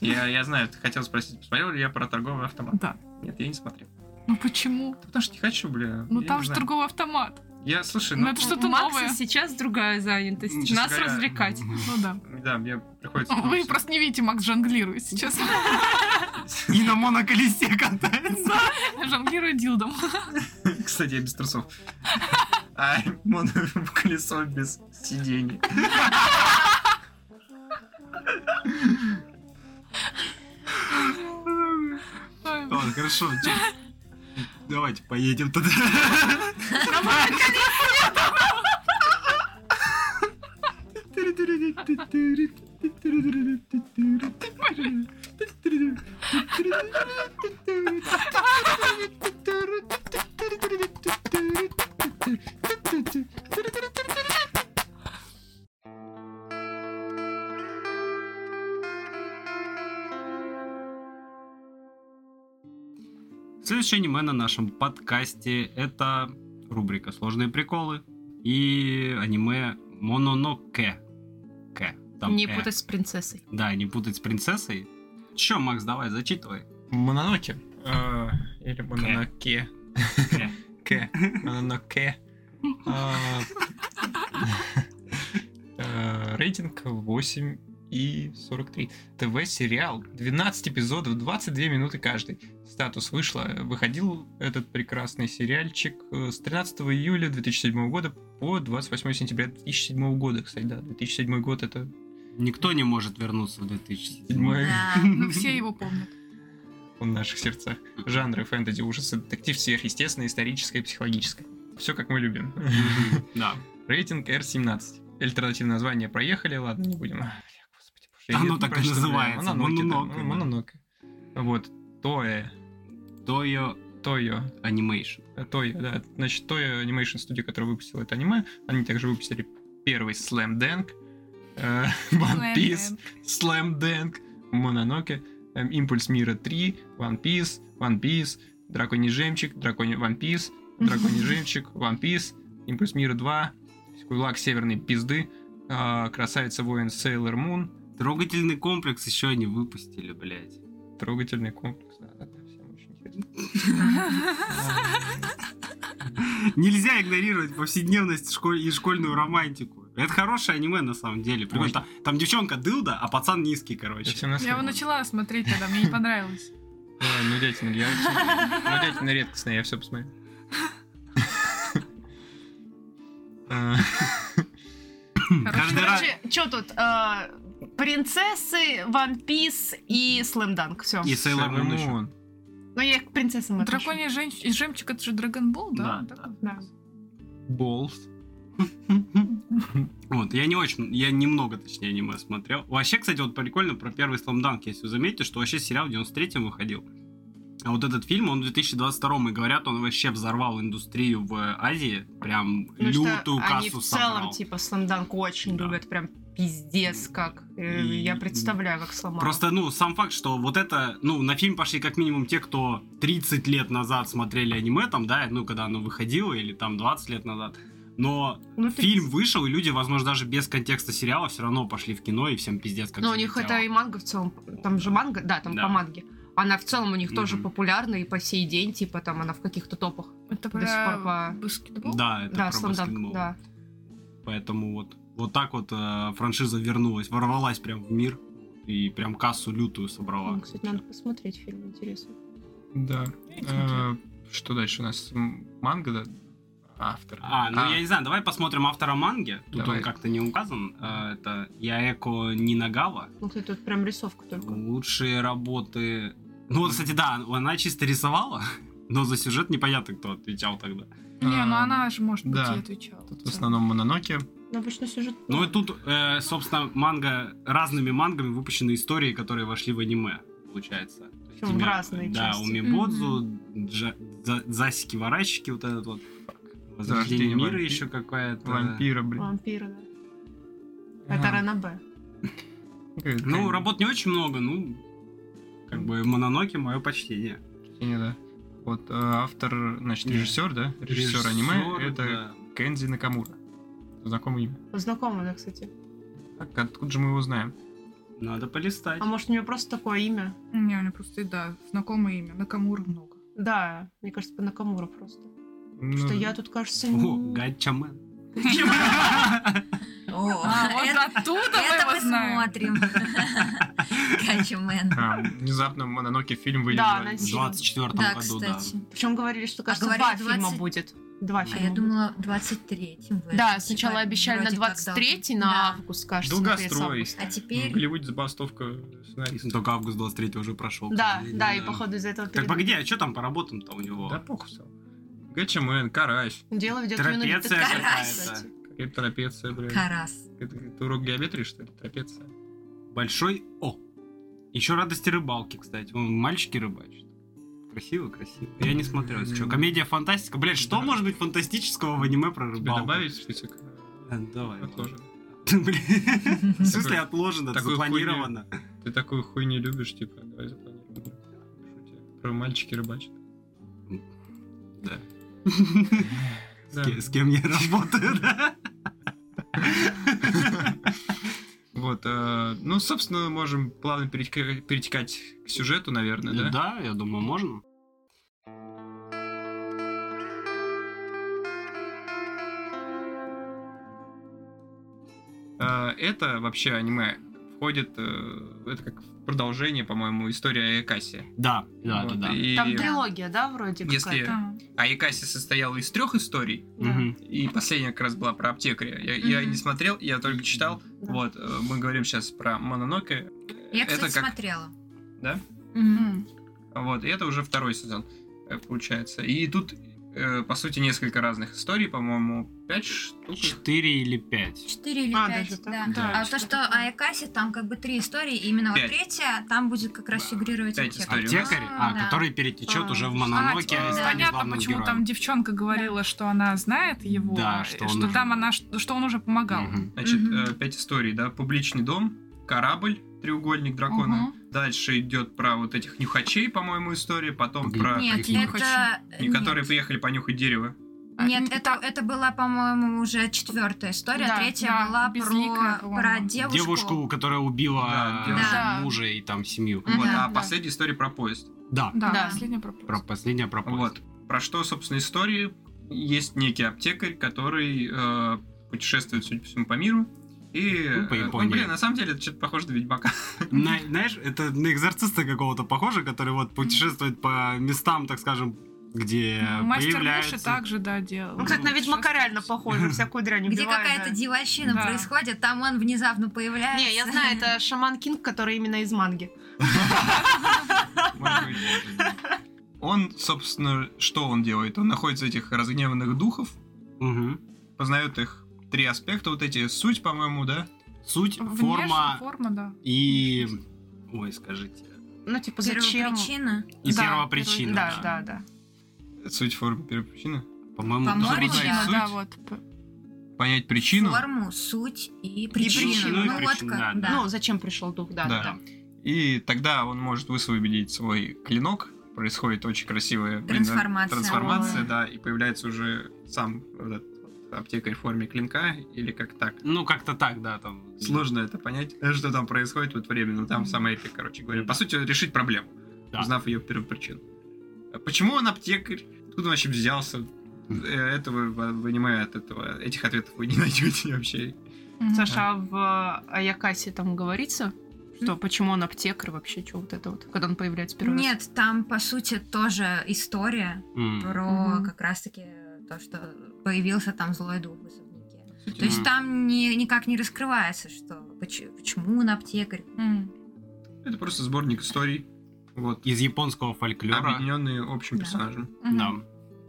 Я, я знаю, ты хотел спросить, посмотрел ли я про торговый автомат? Да. Нет, я не смотрел. Ну почему? Да потому что не хочу, бля. Ну я там не же знаю. торговый автомат. Я, слушай, Ну ну, это что-то У Макса новое. сейчас другая занятость. Честно Нас говоря, развлекать. Ну да. да, мне [laughs] приходится... Вы просто не видите, Макс жонглирует сейчас. [laughs] И на моноколесе катается. [laughs] Жонглирует дилдом. Кстати, я без трусов. А, моно [laughs] в колесо без [laughs] сидений. Ой, Ладно, хорошо. чё? Давайте поедем тогда. Следующее аниме на нашем подкасте это рубрика «Сложные приколы» и аниме «Мононоке». К. Там Не «э». путать с принцессой. Да, не путать с принцессой. Че, Макс, давай, зачитывай. Мононоке. А, Или Мононоке. К. К. Мононоке. А, [laughs] э, Рейтинг 8 и 43. ТВ-сериал. 12 эпизодов, 22 минуты каждый. Статус вышло. Выходил этот прекрасный сериальчик э, с 13 июля 2007 года по 28 сентября 2007 года. Кстати, да, 2007 год это... Никто не может вернуться Ну, в 2007 седьмой Да. Ну все его [laughs] помнят. в наших сердцах. Жанры фэнтези, ужасы, детектив, сверхъестественное, историческое, психологическое. Все как мы [laughs] любим. Мгм, [laughs] Да. Рейтинг R17. Альтернативное название проехали, ладно, не будем. Бля, господи, боже, я Оно не так и прочитал, бля, называется, Мононоке, да, Мононоке, да. Мононоке. Вот, Тое, Тойо Тойо, Анимейшн. э, Тойо, да. Значит, Тойо Animation Studio, которая выпустила это аниме, они также выпустили первый Slam Dunk, э, One Piece, Slam Dunk, Mononoke, эм, Импульс Мира 3, One Piece, One Piece, Драконий Жемчик, Драконий One Piece, Драконий Жемчик, One Piece, Импульс Мира 2, Кулак Северной Пизды, а, Красавица Воин Sailor Moon, Трогательный комплекс еще они выпустили, блядь. Трогательный комплекс. Да, да, всем очень интересно. Нельзя игнорировать повседневность школь- и школьную романтику. Это хорошее аниме на самом деле. Прикольно. Там, там девчонка дылда, а пацан низкий, Я короче. всем на Я его Sailor Moon. начала смотреть тогда, мне не [laughs] понравилось. Ой, Ну, дятина, я... Ну, дятина редкостная, я все посмотрю. А, Каждый раз. Короче, что тут? а, Принцессы, One Piece и Слэмданк. Все. И Sailor Moon еще. Moon. Ну, я их к принцессам отношу. Драконий женщ- и жемчуг это же Драгонбол, да? Да, Да. Balls. Вот, я не очень, я немного, точнее, аниме смотрел. Вообще, кстати, вот прикольно про первый Сламданк, если вы заметите, что вообще сериал в 93-м выходил. А вот этот фильм, он в 2022 и говорят, он вообще взорвал индустрию в Азии, прям Потому что лютую они кассу в целом, собрал. типа, Сламданк очень Да. любят, прям пиздец как. Э, И- Я представляю, как сломал. Просто, ну, сам факт, что вот это, ну, на фильм пошли как минимум те, кто 30 лет назад смотрели аниме, там, да, ну, когда оно выходило, или там 20 лет назад. Но ну, ты- фильм вышел, и люди, возможно, даже без контекста сериала все равно пошли в кино, и всем пиздец как Ну, у них залетело. это и манга в целом, там же манга, да, там Да. по манге. Она в целом у них тоже Мгм. популярна, и по сей день, типа, там она в каких-то топах. Это До сих пор по- про баскетбол? Да, это да, про Slam Dunk, баскетбол. да. Поэтому вот, вот так вот э, франшиза вернулась, ворвалась прям в мир и прям кассу лютую собрала. Ну, кстати, надо посмотреть фильм, интересно. Да. Я не смотрела. Э, Что дальше у нас? М, Манга, да? Автор. А, ну я не знаю, давай посмотрим автора манги. Тут Давай. он как-то не указан. Э, это Яэко Нинагава. Ну, кстати, тут прям рисовка только. Лучшие работы... Ну, вот, кстати, да, она чисто рисовала, [laughs] но за сюжет непонятно, кто отвечал тогда. Не, ну Эм, она же, может быть, да. и отвечала. Тут в целом. основном Мононоке. Ну, обычно сюжет... Ну и тут, э, собственно, манга разными мангами выпущены истории, которые вошли в аниме, получается. То есть Причём в Уми- разные Да, части. Умибодзу, Засики Варащики, вот этот вот. Возрождение Зарождение мира вампи- еще какая-то. Вампира, блин. Вампира, да. Это Ранабе. Какая-то Ну, работ не очень много, ну, как бы Мононоке мое почтение. херня, да. Вот э, автор, значит, Да. режиссер, да? Режиссер аниме. Режиссер, Это да. Кэнзи Накамура. Знакомое имя. Знакомо, да, кстати. Так, откуда же мы его знаем? Надо полистать. А может, у нее просто такое имя? Не, у меня просто, да, знакомое имя. Накамура много. Да, мне кажется, по Накамура просто. Ну, Что я тут, кажется, О, не- гатчамен. О, А, вот это- оттуда мы это его мы знаем. смотрим. Качамен. а, внезапно Мононоке фильм вылез. Да, В анонсирован. 24 Да, году, кстати. Причем говорили, что, А кажется, говорят, два 20. фильма будет. Два А фильма. я будет. думала, 23-м. в Да, этом, сначала типа, обещали на вроде как должен- 23 на Да. август, кажется. на конец Долгострой. августа. А В теперь... Голливуде забастовка да. сценаристов. Только август 23 уже прошел. Да, да, и походу из-за этого Так перед- погоди, а что там по работам-то у него? Да похуй все. ГЧМН, Карась. Дело ведет Трапеция карась, какая-то. Какая-то трапеция, блин. Карас. Это, это урок геометрии, что ли? Трапеция. Большой О. Еще радости рыбалки, кстати. Вон, мальчики рыбачат. Красиво, красиво. Я не смотрел, если что. Комедия фантастика. Блять, что Да. может быть фантастического в аниме про Тебе рыбалку? добавить в список? А, Давай. [laughs] Отложим. Блин. В смысле Такой- отложено, это такой запланировано. Ты такую хуйню не любишь, типа, давай запланируем. Шутя. Про мальчики рыбачат. Да. Да. С ке- С кем я работаю, [laughs] да? Вот, э, ну, собственно, можем плавно перетека- перетекать к сюжету, наверное, Э, да? Да, я думаю, можно. Э, Это вообще аниме входит, э, это как продолжение, по-моему, история Аякаси. Да, да, да, Вот, да. и Там трилогия, да, вроде Если- какая-то? Да. Аякаси состояла из трех историй, Да. Мгм. и последняя как раз была про аптекаря. Я, я Мгм. не смотрел, я только читал. Да. Вот, э, мы говорим сейчас про Мононоке. Я, это кстати, как... смотрела. Да? М. Вот, и это уже второй сезон, э, получается. И тут, э, по сути, несколько разных историй, по-моему, пять штук. Четыре или пять. Четыре или А, пять, даже так? да. Да, А то, что Айкаси, там как бы три истории, и именно вот Пять. третья, там будет как раз фигурировать Пять аптека. историй. Аптекарь, а, да. который перетечет А, уже в А, Мононоке теперь и да, станет понятно, главным почему героем. там девчонка говорила, что она знает его, Да, и что что, он уже- там она, ш- что он уже помогал. Мгм. Значит, Мгм. э, пять историй, да? Публичный дом, корабль, треугольник дракона. Дальше идет про вот этих нюхачей, по-моему, история. Потом Погоди, про... Нет, Каких это... э, и Которые нет. приехали понюхать дерево. А, Нет, это, это была, по-моему, уже четвертая история. Да, Третья да, была безликая, про, по-моему. про девушку. Девушку, которая убила э, Да, девушку. Да. мужа и там семью. Мгм. Вот, Да. а последняя история про поезд. Да, Да, Ну, Да. последняя пропасть. про последняя про поезд. Вот. Про что, собственно, истории? Есть некий аптекарь, который э, путешествует, судя по всему, по миру. И, Ну, по э, Японии. блин, на самом деле это что-то похоже на Ведьмака. На- знаешь, это на экзорциста какого-то похоже, который вот путешествует по местам, так скажем, где Мастер Муши появляется... также, да, делал. Ну, кстати, на Ведьмака реально похоже, всякую дрянь Где убивает, какая-то да. девощина Да. происходит, там он внезапно появляется. Не, я [laughs] знаю, это Шаман Кинг, который именно из манги. [laughs] Может быть. Он, собственно, что он делает? Он находится этих разгневанных духов, Мгм. познает их три аспекта вот эти. Суть, по-моему, да? Суть, Внешне форма форма, да. и... Ой, скажите. Ну, типа, зачем? Первопричина. И Да, первопричина. Да, да, да. Суть, форма, первопричина. По-моему, По-моему, да. Причина, Причина, Ну, суть. да, вот. П- Понять причину. Форму, суть и причину. причину, Ну, и вот причину, как, да, да. Ну, зачем пришел дух, да, Да. да. да. И тогда он может высвободить свой клинок. Происходит очень красивая блин, да, Трансформация. трансформация, Ой. да, и появляется уже сам вот этот вот аптекарь в форме клинка, или как так. Ну, как-то так, да, там. Сложно это понять, э, что там происходит в это время, но там самая эпик, короче говоря. По сути, решить проблему, Да. узнав ее первопричину. А Почему он аптекарь? Откуда он вообще взялся? Э, Этого в- в аниме от этого, этих ответов вы не [laughs] найдете вообще. Мгм. Саша, а в э, Аякасе там говорится, что почему он аптекарь вообще, что вот это вот, когда он появляется первый раз? Нет, там, по сути, тоже история М. про Мгм. как раз-таки то, что появился там злой дух в особняке. То Мгм. есть там ни- никак не раскрывается, что поч- почему он аптекарь. М. Это просто сборник историй, вот, Из японского фольклора. объединенные общим Да. персонажем. Мгм. Да.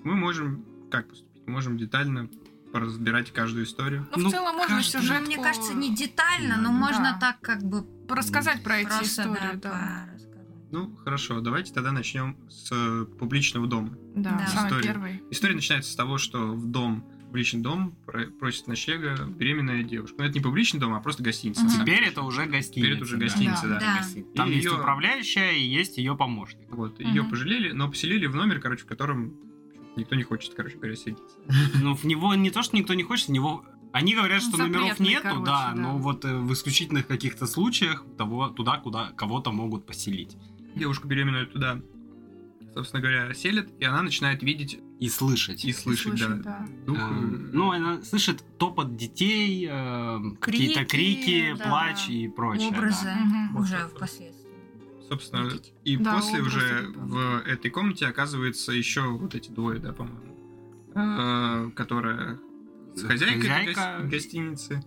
Мы можем как поступить? Можем детально поразбирать каждую историю. Ну, Ну, в целом можно каждый- сюжет. Мне кажется, не детально, но Да. можно так как бы Рассказать про эти просто истории, да. да, порассказать. Ну, хорошо, давайте тогда начнем с э, публичного дома. Да, Да. самый История. первый. История начинается с того, что в дом, в личный дом про- просит ночлега беременная девушка. Но это не публичный дом, а просто гостиница. Мгм. на самом Теперь деле. это уже гостиница. Теперь это уже гостиница, да. Да. Гостиница. Там И есть её- управляющая и есть ее помощник. Вот, ее Мгм. пожалели, но поселили в номер, короче, в котором никто не хочет, короче говоря, садиться. Ну, в него не то, что никто не хочет, в него... Они говорят, Ну, что номеров запретный, нету, короче, да, да. но вот э, в исключительных каких-то случаях того, туда, куда кого-то могут поселить. Девушку беременную туда, собственно говоря, селят, и она начинает видеть И слышать. и слышать, слышать, да, да. дух. Эм, э, Ну, она слышит топот детей, эм, какие-то Крики, крики, да. плач и прочее. да. Образы Мгм. уже Вот. Э, впоследствии. Собственно, Видеть. и Да, после образ уже ребенка. в этой комнате оказывается еще вот эти двое, да, по-моему, э, которая с хозяйкой этой Хозяйка. гос- гостиницы,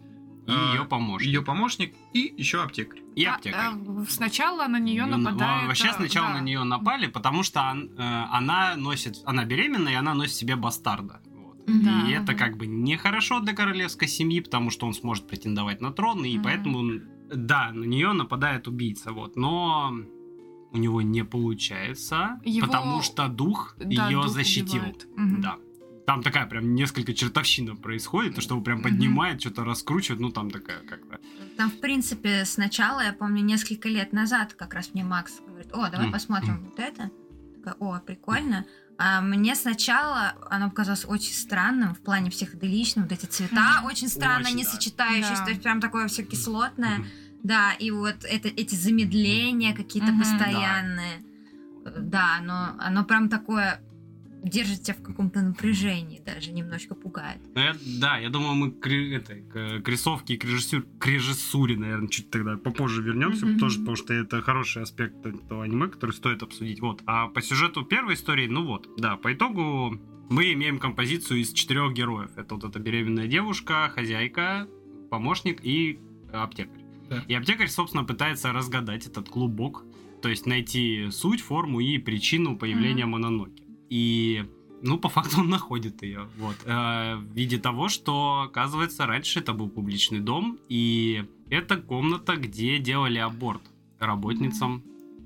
И А, ее помощник. ее помощник и еще аптекарь. И А, аптекарь. э, Сначала на нее Ну, нападает... Вообще э, сначала на да. нее напали, потому что он- э, она носит, она беременна, и она носит себе бастарда. Вот. Да. И это как бы нехорошо для королевской семьи, потому что он сможет претендовать на трон, и Мгм. поэтому, он- да, на нее нападает убийца, вот, но у него не получается, Его- потому что дух Да, ее дух защитил. убивает. Мгм. Да. Там такая прям несколько чертовщина происходит, то, что его прям Мгм. поднимает, что-то раскручивает, ну там такая как-то. Там, в принципе, сначала, я помню, несколько лет назад как раз мне Макс говорит, о, давай М, посмотрим вот это. Такая, о, прикольно. А мне сначала оно показалось очень странным в плане психоделичном, вот эти цвета Мгм. очень странно Хм, Очень, не да. сочетающиеся, Да. то есть прям такое все кислотное. Да, и вот это, эти замедления какие-то Мгм. постоянные. Э, Да, но оно прям такое держит тебя в каком-то напряжении даже, немножко пугает. Ну, я- да, я думаю, мы к, ре- этой, к, к рисовке и к, режиссю- к режиссуре, наверное, чуть тогда попозже вернемся, Мгм. тоже, потому что это хороший аспект этого аниме, который стоит обсудить. Вот. А по сюжету первой истории, ну вот, да, по итогу мы имеем композицию из четырех героев. Это вот эта беременная девушка, хозяйка, помощник и э, аптекарь. Да. И аптекарь, собственно, пытается разгадать этот клубок, то есть найти суть, форму и причину появления Мононоки. И, ну, по факту он находит ее, вот, э, в виде того, что, оказывается, раньше это был публичный дом, и это комната, где делали аборт работницам,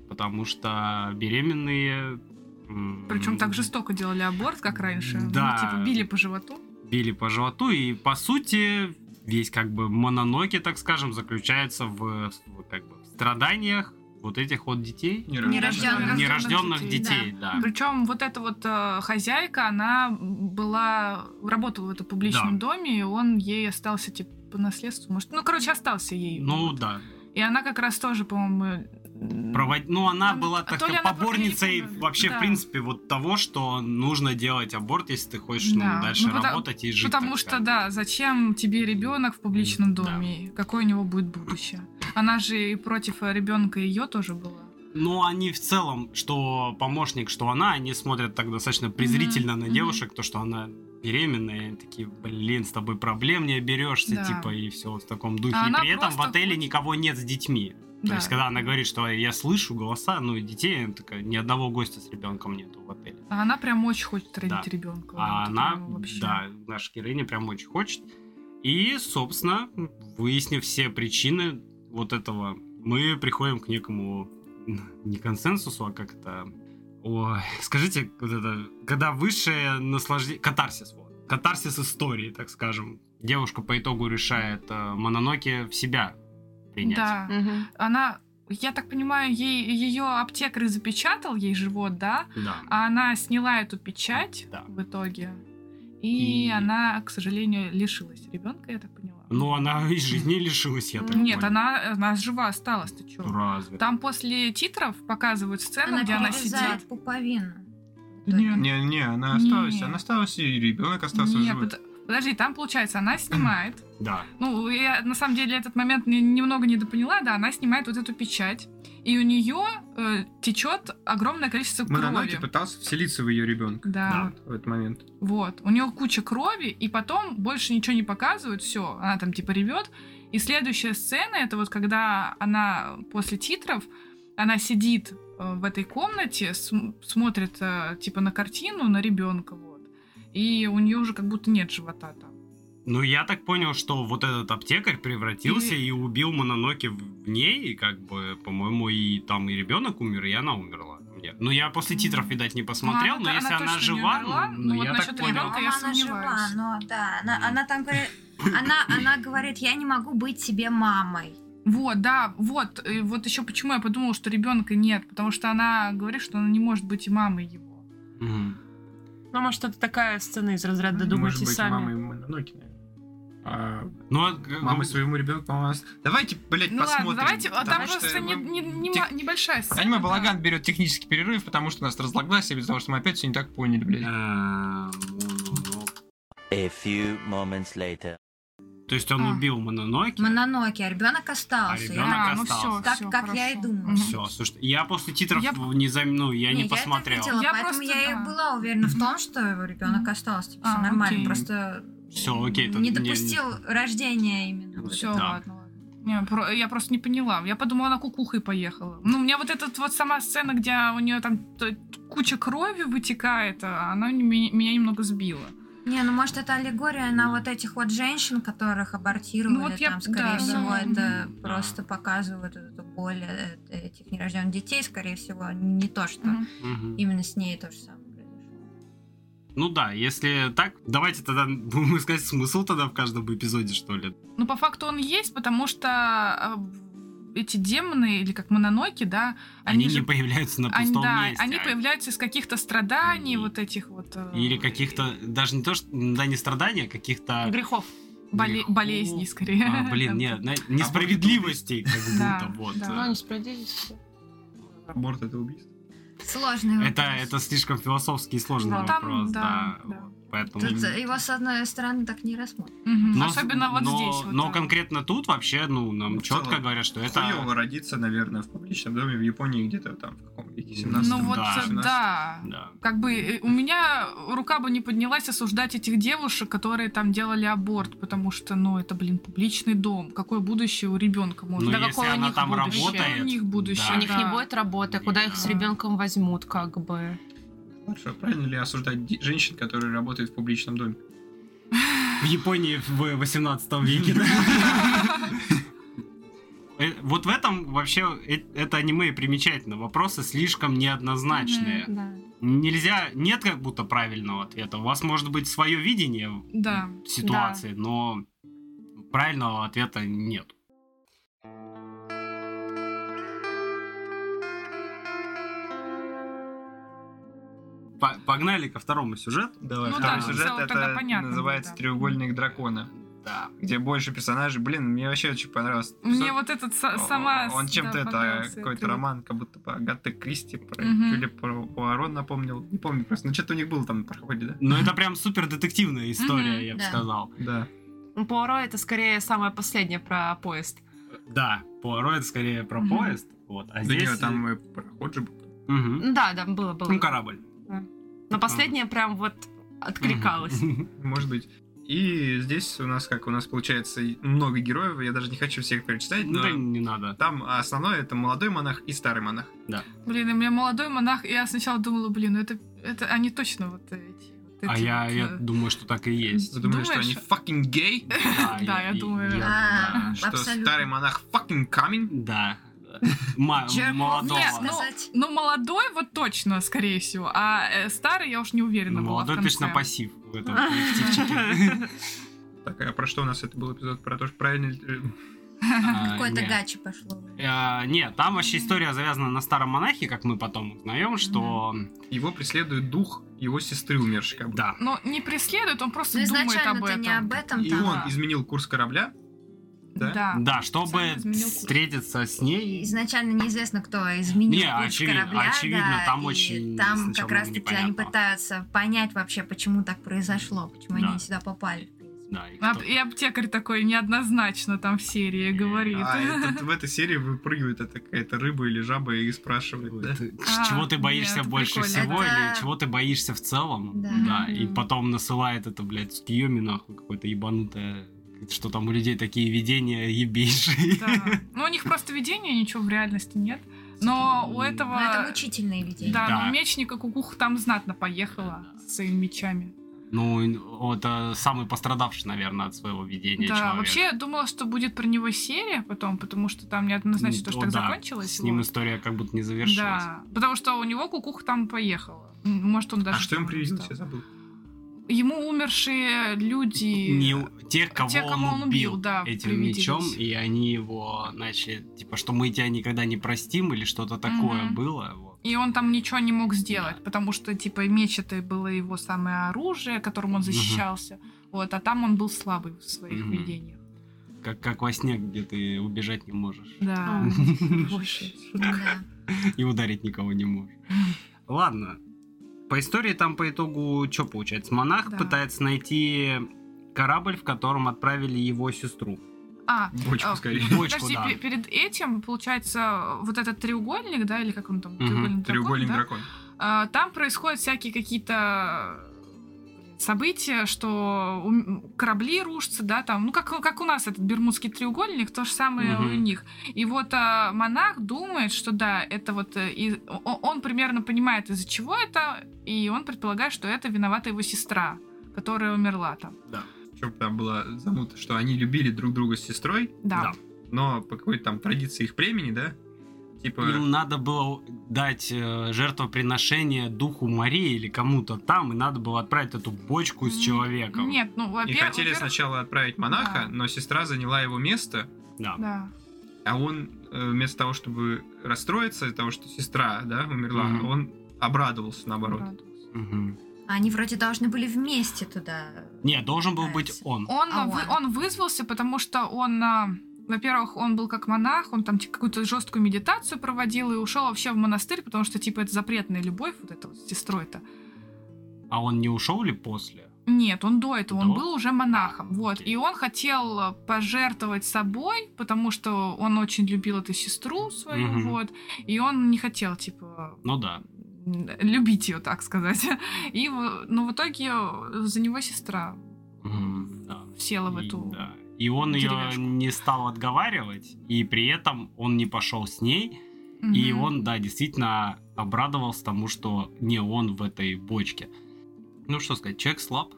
потому что беременные... м, Причем так жестоко делали аборт, как раньше. Да. Ну, типа били по животу. били по животу, и по сути весь как бы мононоки, так скажем, заключается в, в, как бы, в страданиях вот этих вот детей, Нерождённых. нерожденных детей, детей, да. Причем вот эта вот э, хозяйка, она была работала в этом публичном доме, и он ей остался типа по наследству, может, ну короче остался ей. Ну да. И она как раз тоже, по-моему, э, м, Провод... Ну, она Ну, была а то так ли она поборницей против, вообще, да. в принципе, вот того, что нужно делать аборт, если ты хочешь ну, Да. дальше Ну, пота- работать и жить. потому так что сказать. да, зачем тебе ребенок в публичном Да. доме? Какое у него будет будущее? Она же и против ребенка ее тоже была. Ну, они в целом, что помощник, что она, они смотрят так достаточно презрительно на мгм. девушек, то, что она беременная, и такие, блин, с тобой проблем не оберешься, Да. типа, и все в таком духе. А и она при этом в просто отеле хочет- никого нет с детьми. То Да. есть, когда она говорит, что я слышу голоса, ну, и детей, она такая, ни одного гостя с ребенком нету в отеле. А она прям очень хочет родить Да. ребенка. А она, да, наша героиня прям очень хочет. И, собственно, выяснив все причины вот этого, мы приходим к некому [laughs] не консенсусу, а как это... Ой, скажите, вот это, когда высшее наслаждение... Катарсис, вот. Катарсис истории, так скажем. Девушка по итогу решает э, Мононоке в себя принять. Да. Она, я так понимаю, ей ее аптекарь запечатал ей живот, да? Да. А она сняла эту печать Да. в итоге. И, И- она, к сожалению, лишилась ребенка, я так поняла. Ну, она и жизни лишилась, я так Нет, понял. она, она жива осталась, ты чё? Ну, Разве? Там после титров показывают сцену, Она где она перерезает сидит. пуповину. Нет. Не-не, она осталась. Не. Она осталась, и ребенок остался Нет, живой. под- подожди, там получается, она снимает. Да. Ну, я на самом деле этот момент не- немного недопоняла, да, она снимает вот эту печать. И у нее течет огромное количество Мононоки крови. пытался вселиться в ее ребенка Да, в этот момент. вот. У нее куча крови, и потом больше ничего не показывают, все, она там типа ревет. И следующая сцена это вот когда она после титров, она сидит э, в этой комнате, см- смотрит э, типа на картину, на ребенка, вот. И у нее уже как будто нет живота там. Ну, я так понял, что вот этот аптекарь превратился и, убил Мононоки в в ней, и как бы, по-моему, и там и ребенок умер, и она умерла. Нет. Ну, я после титров, видать, не посмотрел, Ну, она- но если она она точно не жива, умерла, ну, но вот я так насчет понял. ребенка я По-моему, она жива, сомневаюсь. но да, она, она там говорит, она, она говорит, я не могу быть себе мамой. Вот, да, вот, и вот еще почему я подумала, что ребенка нет, потому что она говорит, что она не может быть и мамой его. Мгм. Ну, может, это такая сцена из разряда «Думайте Может быть, сами». мамой Мононоки, наверное. А, Ну, а г- мамы г- своему ребенку, по-моему, нас- Давайте, блядь, Ну посмотрим. ладно, давайте, а там потому что ну, просто не- мы- не- не тех- ма- небольшая сцена. Аниме да. Балаган берет технический перерыв, потому что нас разлаглась, и потому что мы опять все не так поняли, блядь. Эм, ну, A few moments later. ну. То есть он А. убил Мононоки. Мононоки, а ребенок остался. А Я- ребенок А, ну остался. все, Так, как я и думала. Все, слушай, я после титров Я- не зам... ну, я не, это посмотрел. видела, Я поэтому просто, я да. и была уверена в том, что ребенок остался. Типа, А, все нормально. окей. Просто Всё, окей, тут не не- допустил рождения именно. вот Все, этого. Да. ладно, ладно. Не, про- я просто не поняла. Я подумала, она кукухой поехала. Ну, у меня вот эта вот сама сцена, где у нее там т- куча крови вытекает, а она не- меня, немного сбила. Не, ну может это аллегория на вот этих вот женщин, которых абортировали, Ну, вот я- там, скорее да, всего, да, это да. просто показывают вот эту боль э, этих нерожденных детей, скорее всего, не то, что Мгм. Мгм. именно с ней то же самое произошло. Ну да, если так, давайте тогда [laughs] будем искать смысл тогда в каждом эпизоде, что ли. Ну, по факту он есть, потому что э, эти демоны, или как мононоки, да, Они, они, не же- появляются на они, пустом да, месте. они а- появляются из каких-то страданий, И- вот этих вот... э, Или каких-то, даже не то, что, да, не страдания, а [laughs] каких-то... Грехов. боле- грехов. болезней, скорее. А, блин, [laughs] Там нет, как- на- несправедливостей, как Да, будто, вот. да. э, Ну, Ну, не справедливость. Аборт это убийство. Сложный Это, вопрос. это слишком философский и сложный Ну, там, вопрос, да, да. да. вот, Поэтому... Тут э, его с одной стороны так не рассмотрим. Мгм. Но- Особенно вот но- здесь. вот, но да. конкретно тут вообще, ну, нам Ну, в четко целом, говорят, что это... Это... Хуёво родиться, наверное, в публичном доме в Японии где-то там в каком веке 17 Ну вот, да. э, да. Да. Как бы э, у меня рука бы не поднялась осуждать этих девушек, которые там делали аборт, потому что, ну, это, блин, публичный дом. Какое будущее у ребенка может Ну, Да быть? какое если у она них там будущее? работает... Какое у них будущее? да. У них не Да. будет работы, куда их с Да. ребенком возьмут, как бы. Хорошо, правильно ли осуждать де- женщин, которые работают в публичном доме? В Японии в 18 веке, да? [laughs] Э, Вот в этом вообще э- это аниме и примечательно. Вопросы слишком неоднозначные. Мгм, да. Нельзя, нет как будто правильного ответа. У вас может быть свое видение Да. ситуации, но правильного ответа нет. По- Погнали ко второму сюжету. Давай, Ну второй да, в сюжет целом тогда это понятно называется будет, да. Треугольник дракона, Да. где больше персонажей. Блин, мне вообще очень понравился. Мне эпизод. вот этот са- О, сама... Он с- чем-то да, это э, понравился. какой-то Ты- роман, как будто по Агаты Кристи, про Мгм. или про Пуаро напомнил. Не помню просто. Ну что-то у них было там на проходе, да? Но это прям супер детективная история, я бы да. сказал. Да. Ну, Пуаро это скорее самое последнее про поезд. Да, Пуаро это скорее про Мгм. поезд. Вот, а Да здесь... э, не, там и проход же был. Мгм. Ну Да, да, было, было. Ну, корабль. Но последнее прям вот откликалось. Мгм. Может быть. И здесь у нас, как у нас получается, и много героев, я даже не хочу всех перечитать, Ну, Да но не надо. там основное это молодой монах и старый монах. Блин, и у меня молодой монах, и я сначала думала, блин, ну это, это они точно вот эти... вот А я, я думаю, что так и есть. [laughs] Ты думаешь, что Думаешь? они fucking gay? Да, я и- думаю. я- А, да. а- Что Абсолютно. старый монах fucking coming? Да. [laughs] Ма- Джермов, Молодого. Нет, Дома. ну, Сказать. ну, молодой вот точно, скорее всего, а э, старый я уж не уверена Ну, была в Молодой конце. точно пассив в [laughs] этом коллективчике. Так, а про что у нас это был эпизод? Про то, что правильно... э, ли- А, Какое-то нет. гачи пошло. А, Нет, там вообще история завязана на старом монахе, как мы потом узнаем, что... Его преследует дух его сестры умершей. как бы. Да. Но не преследует, он просто Ну, думает об изначально-то этом. не об этом И там. он изменил курс корабля. Да? Да. Да, чтобы Специально изменил курс. встретиться с ней, Изначально неизвестно, кто изменил Не, курс очевидно, корабля. очевидно, да, там и очень Там сначала как было раз таки они непонятно. пытаются понять вообще, почему так произошло, почему Да. они сюда попали. да, и А- кто- И аптекарь такой неоднозначно там в серии говорит. А этот- в этой серии выпрыгивает это какая-то рыба или жаба и спрашивает, да? Ты- А, чего ты нет, боишься это больше прикольно. всего Это- или чего ты боишься в целом? Да. и потом насылает это, блядь, Цукиоми, нахуй, какое-то ебанутое, что там у людей такие видения ебейшие. [laughs] Да. Ну, у них просто видения, ничего в реальности нет. Но Ну, у этого... Но Ну, это мучительное видение. А, Да, Да. но у мечника кукуха там знатно поехала Да. с своими мечами. [laughs] Ну, и- о, это самый пострадавший, наверное, от своего видения да, человек. вообще я думала, что будет про него серия потом, потому что там неоднозначно то, Ну, что так да, закончилось. С ним вот. история как будто не завершилась. Да, потому что у него кукуха там поехала. М, Может, он даже... А что им там привиделось, стал. я забыл. Ему умершие люди... Не у- тех, кого, те, кого он убил, да, этим привиделись. мечом, и они его начали, типа, что мы тебя никогда не простим или что-то такое Мгм. было. вот. И он там ничего не мог сделать, потому что, типа, меч это было его самое оружие, которым он защищался. Вот, а там он был слабый в своих Мгм. видениях. Как, как во сне, где ты убежать не можешь. Да. [laughs] Да. И ударить никого не можешь. Ладно. По истории там по итогу что получается? Монах Да. пытается найти корабль, в котором отправили его сестру. А, Бочку А, скорее. Дочку, подожди, да. пе- перед этим, получается, вот этот треугольник, да, или как он там, Мгм, треугольник, дракон, Треугольник да? дракон. А, там происходят всякие какие-то события, что у- корабли рушатся, да, там, ну как, как у нас этот бермудский треугольник, то же самое Мгм. у них. И вот а, монах думает, что да, это вот, э, и о- он, примерно понимает, из-за чего это, и он предполагает, что это виновата его сестра, которая умерла там. Что там было замута, что они любили друг друга с сестрой, Да. но по какой-то там традиции их племени, да? Типа, Ну, Им надо было дать э, жертвоприношение духу Марии или кому-то там, и надо было отправить эту бочку с М, человеком. Нет, ну, и во-первых... хотели сначала отправить монаха, Да. но сестра заняла его место, Да. Да. а он э, вместо того, чтобы расстроиться из-за того, что сестра, да, умерла, Мгм. он обрадовался наоборот. обрадовался. Мгм. Они вроде должны были вместе туда. Не, должен был быть отправиться. он. Он, А вы- он? он вызвался, потому что он, а, во-первых, он был как монах, он там типа, какую-то жесткую медитацию проводил и ушел вообще в монастырь, потому что типа это запретная любовь, вот эта вот с сестрой-то. А он не ушел ли после? Нет, он до этого, он До? А, был уже монахом. Вот. Окей. И он хотел э, пожертвовать собой, потому что он очень любил эту сестру свою, Мгм. вот. И он не хотел, типа, Ну да. м, любить ее, так сказать. [laughs] И, в- ну, в итоге э, за него сестра Мгм, да. села в И- эту... да. И он ее деревяшку. не стал отговаривать, и при этом он не пошел с ней, и Мгм. он, да, действительно обрадовался тому, что не он в этой бочке. Ну что сказать, человек слаб.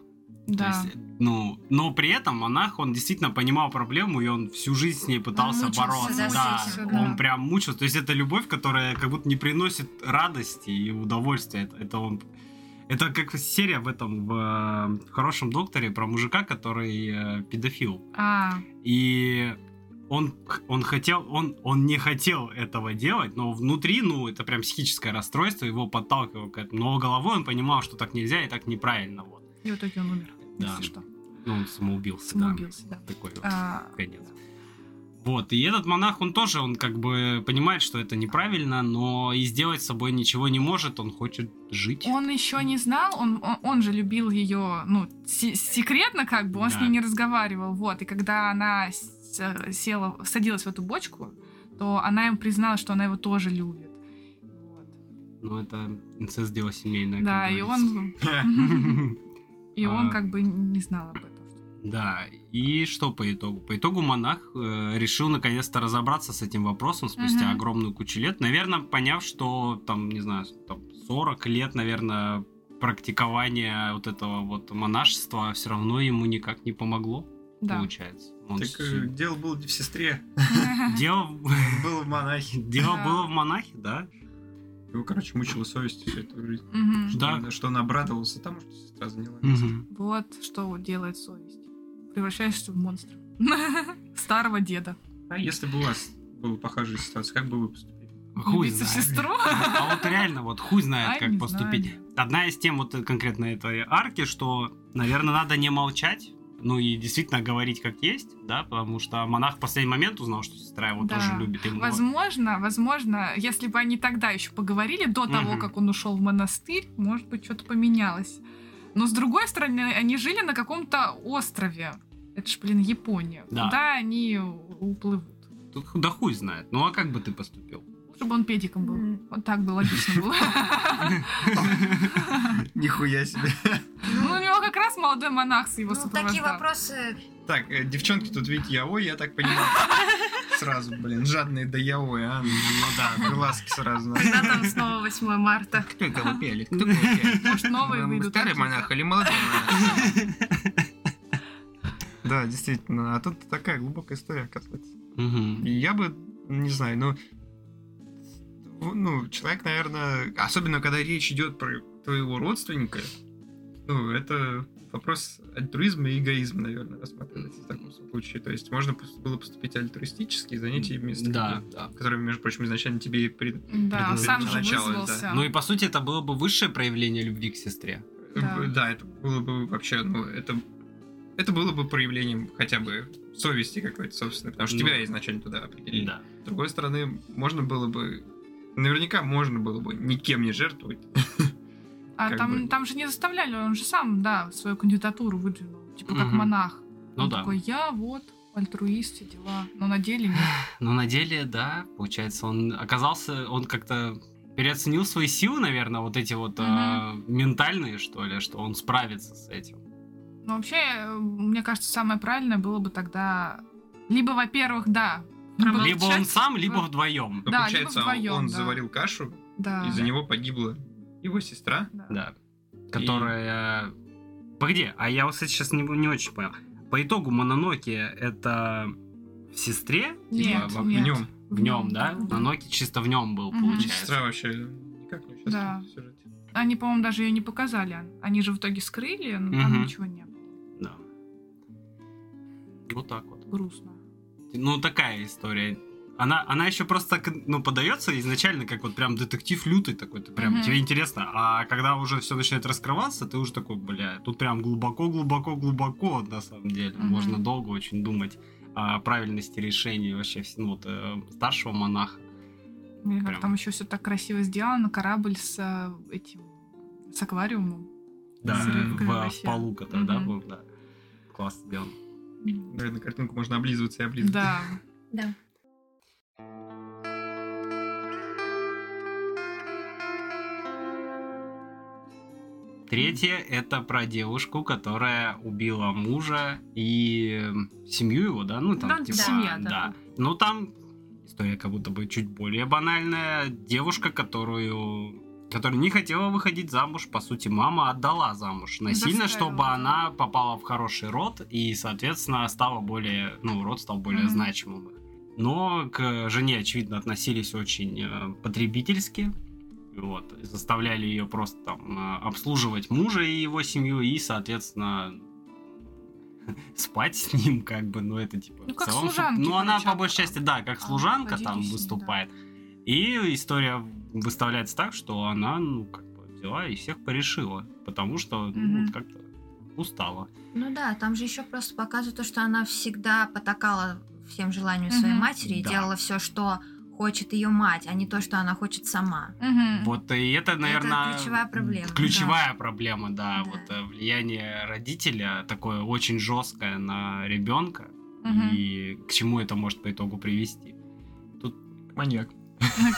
Да. То есть, ну, но при этом монах, он действительно понимал проблему, и он всю жизнь с ней пытался мучился, бороться. да, Да, с этим, он да. прям мучился. То есть это любовь, которая как будто не приносит радости и удовольствия. Это, это он... Это как серия в этом, в, э, «Хорошем докторе» про мужика, который э, педофил. А, И он, х- он хотел, он, он не хотел этого делать, но внутри, ну, это прям психическое расстройство, его подталкивало к этому. Но головой он понимал, что так нельзя и так неправильно. Вот. и в итоге он умер. Да. Если что. Ну, он самоубился, да. Самоубился, да. Такой вот А, конец. Вот, и этот монах, он тоже, он как бы понимает, что это неправильно, но и сделать с собой ничего не может, он хочет жить. Он еще не знал, он, он, он же любил ее, ну, се- секретно как бы, он с Да. ней не разговаривал, вот. И когда она с- села, садилась в эту бочку, то она им призналась, что она его тоже любит. Вот. Но Ну, это инцест дело семейное. как Да, и говорится. он, [laughs] и он [laughs] А. как бы не знал об этом. что- Да, и что по итогу? По итогу монах э, решил наконец-то разобраться с этим вопросом спустя Мгм. огромную кучу лет. Наверное, поняв, что там, не знаю, там 40 лет, наверное, практикование вот этого вот монашества все равно ему никак не помогло, Да. получается. Он Так э, с- дело было не в сестре, Дело, было в монахе. [laughs] дело Да. было в монахе, да? Его, короче, мучила совесть всю эту жизнь. Мгм. Да. На что он обрадовался тому, что сестра заняла место. Мгм. Вот что вот делает совесть. Превращаешься в монстра. [laughs] Старого деда. А если бы у вас была похожая ситуация, как бы вы поступили? Хуй Убийца знает. сестру. [laughs] А вот реально, вот хуй знает, Ай, как не поступить. Одна из тем вот э, конкретно этой арки, что, наверное, надо не молчать, ну и действительно говорить как есть, да, потому что монах в последний момент узнал, что сестра его Да. тоже любит. и его- Возможно, возможно, если бы они тогда еще поговорили до того, Мгм. как он ушел в монастырь, может быть, что-то поменялось. Но с другой стороны, они жили на каком-то острове. Это ж, блин, Япония. Да. Куда они у- уплывут? Тут ху- Да хуй знает. Ну а как бы ты поступил? Чтобы он педиком был. Вот так бы логично было. Нихуя себе. Ну, у него как раз молодой монах с его Ну, такие сопровождал. вопросы... Так, э, девчонки тут, видите, яой, я [laughs] так понимаю. Сразу, блин, жадные до яой, а? Ну [laughs] да, глазки сразу. надо. Когда там снова 8 марта? Кто это пели? Кто кого пели? Может, новые выйдут. Старый а? монах или молодой монах? [laughs] Да, действительно. А тут такая глубокая история, оказывается. Мгм. Я бы, не знаю, ну... в- Ну, человек, наверное... Особенно, когда речь идет про твоего родственника, ну, это вопрос альтруизма и эгоизма, наверное, рассматривается в таком случае. То есть можно пос- было поступить альтруистически и занять и место, Да, которое- да. которое, между прочим, изначально тебе и пред- Да, Предложили сам же начало, да. вызвался. Ну и по сути это было бы высшее проявление любви к сестре. Да. Э, Да, это было бы вообще, ну, это, это было бы проявлением хотя бы совести какой-то, собственно, потому что Ну. тебя изначально туда определили. С другой стороны, можно было бы, наверняка можно было бы никем не жертвовать. А как там, бы- там же не заставляли, он же сам, да, свою кандидатуру выдвинул. Типа как Мгм. монах. Ну он да. такой, я вот, альтруист, все дела. Но на [sighs] деле нет. Но на деле, да, получается, он оказался, он как-то переоценил свои силы, наверное, вот эти вот а, ментальные, что ли, что он справится с этим. Но вообще, э, мне кажется, самое правильное было бы тогда... Либо, во-первых, да, Промолчать. Либо он сам, либо вдвоем. Но Да, получается, либо вдвоем, он да. заварил кашу, да. и за него погибла его сестра. да. Да. Которая... Погоди, а я вот, кстати, сейчас не, не очень понял. По итогу Мононоки это в сестре? Нет, Типа, во- нет. В нем. В нем, да? Да. Мононоки чисто в нем был, Мгм. получается. Сестра вообще никак не участвует Да. в сюжете. Они, по-моему, даже ее не показали. Они же в итоге скрыли, но там Мгм. ничего не было. Да. Вот так вот. Грустно. Ну, такая история. Она, она еще просто так, ну, подается изначально, как вот прям детектив лютый такой. Ты прям, Мгм. тебе интересно. А когда уже все начинает раскрываться, ты уже такой, бля, тут прям глубоко-глубоко-глубоко, на самом деле. Мгм. Можно долго очень думать о правильности решений вообще вс- ну, вот, э, старшего монаха. Мне как Прям. там еще все так красиво сделано. Корабль с э, этим... с аквариумом. Да, С в, рыбкой в вообще. полу, который, да, Мгм. был, да. Классно сделан. Наверное, картинку можно облизываться и облизывать. Да. Да. Третье — это про девушку, которая убила мужа и э, семью его, да? Ну, там, Да, типа, семья, да. Ну, там история как будто бы чуть более банальная. Девушка, которую которая не хотела выходить замуж, по сути, мама отдала замуж насильно, Заставила, чтобы да. она попала в хороший род и, соответственно, стала более, ну, род стал более Мгм. значимым. Но к жене, очевидно, относились очень э, потребительски. Вот, и заставляли ее просто там э, обслуживать мужа и его семью, и, соответственно, [laughs] спать с ним, как бы, ну, это типа... Ну, в как целом, чтоб- служанки, Ну, она, по короче, большей а- части, да, как а, служанка там водитель, да. выступает. И история выставляется так, что она, ну, как бы, взяла и всех порешила, потому что, ну, Мгм. вот как-то устала. Ну да, там же еще просто показывают то, что она всегда потакала всем желанию своей Мгм. матери и Да. делала все, что хочет ее мать, а не то, что она хочет сама. Мгм. Вот и это, наверное, ключевая проблема, Ключевая проблема, да, Да. вот э, влияние родителя такое очень жесткое на ребенка Мгм. [laughs] и к чему это может по итогу привести. Маньяк.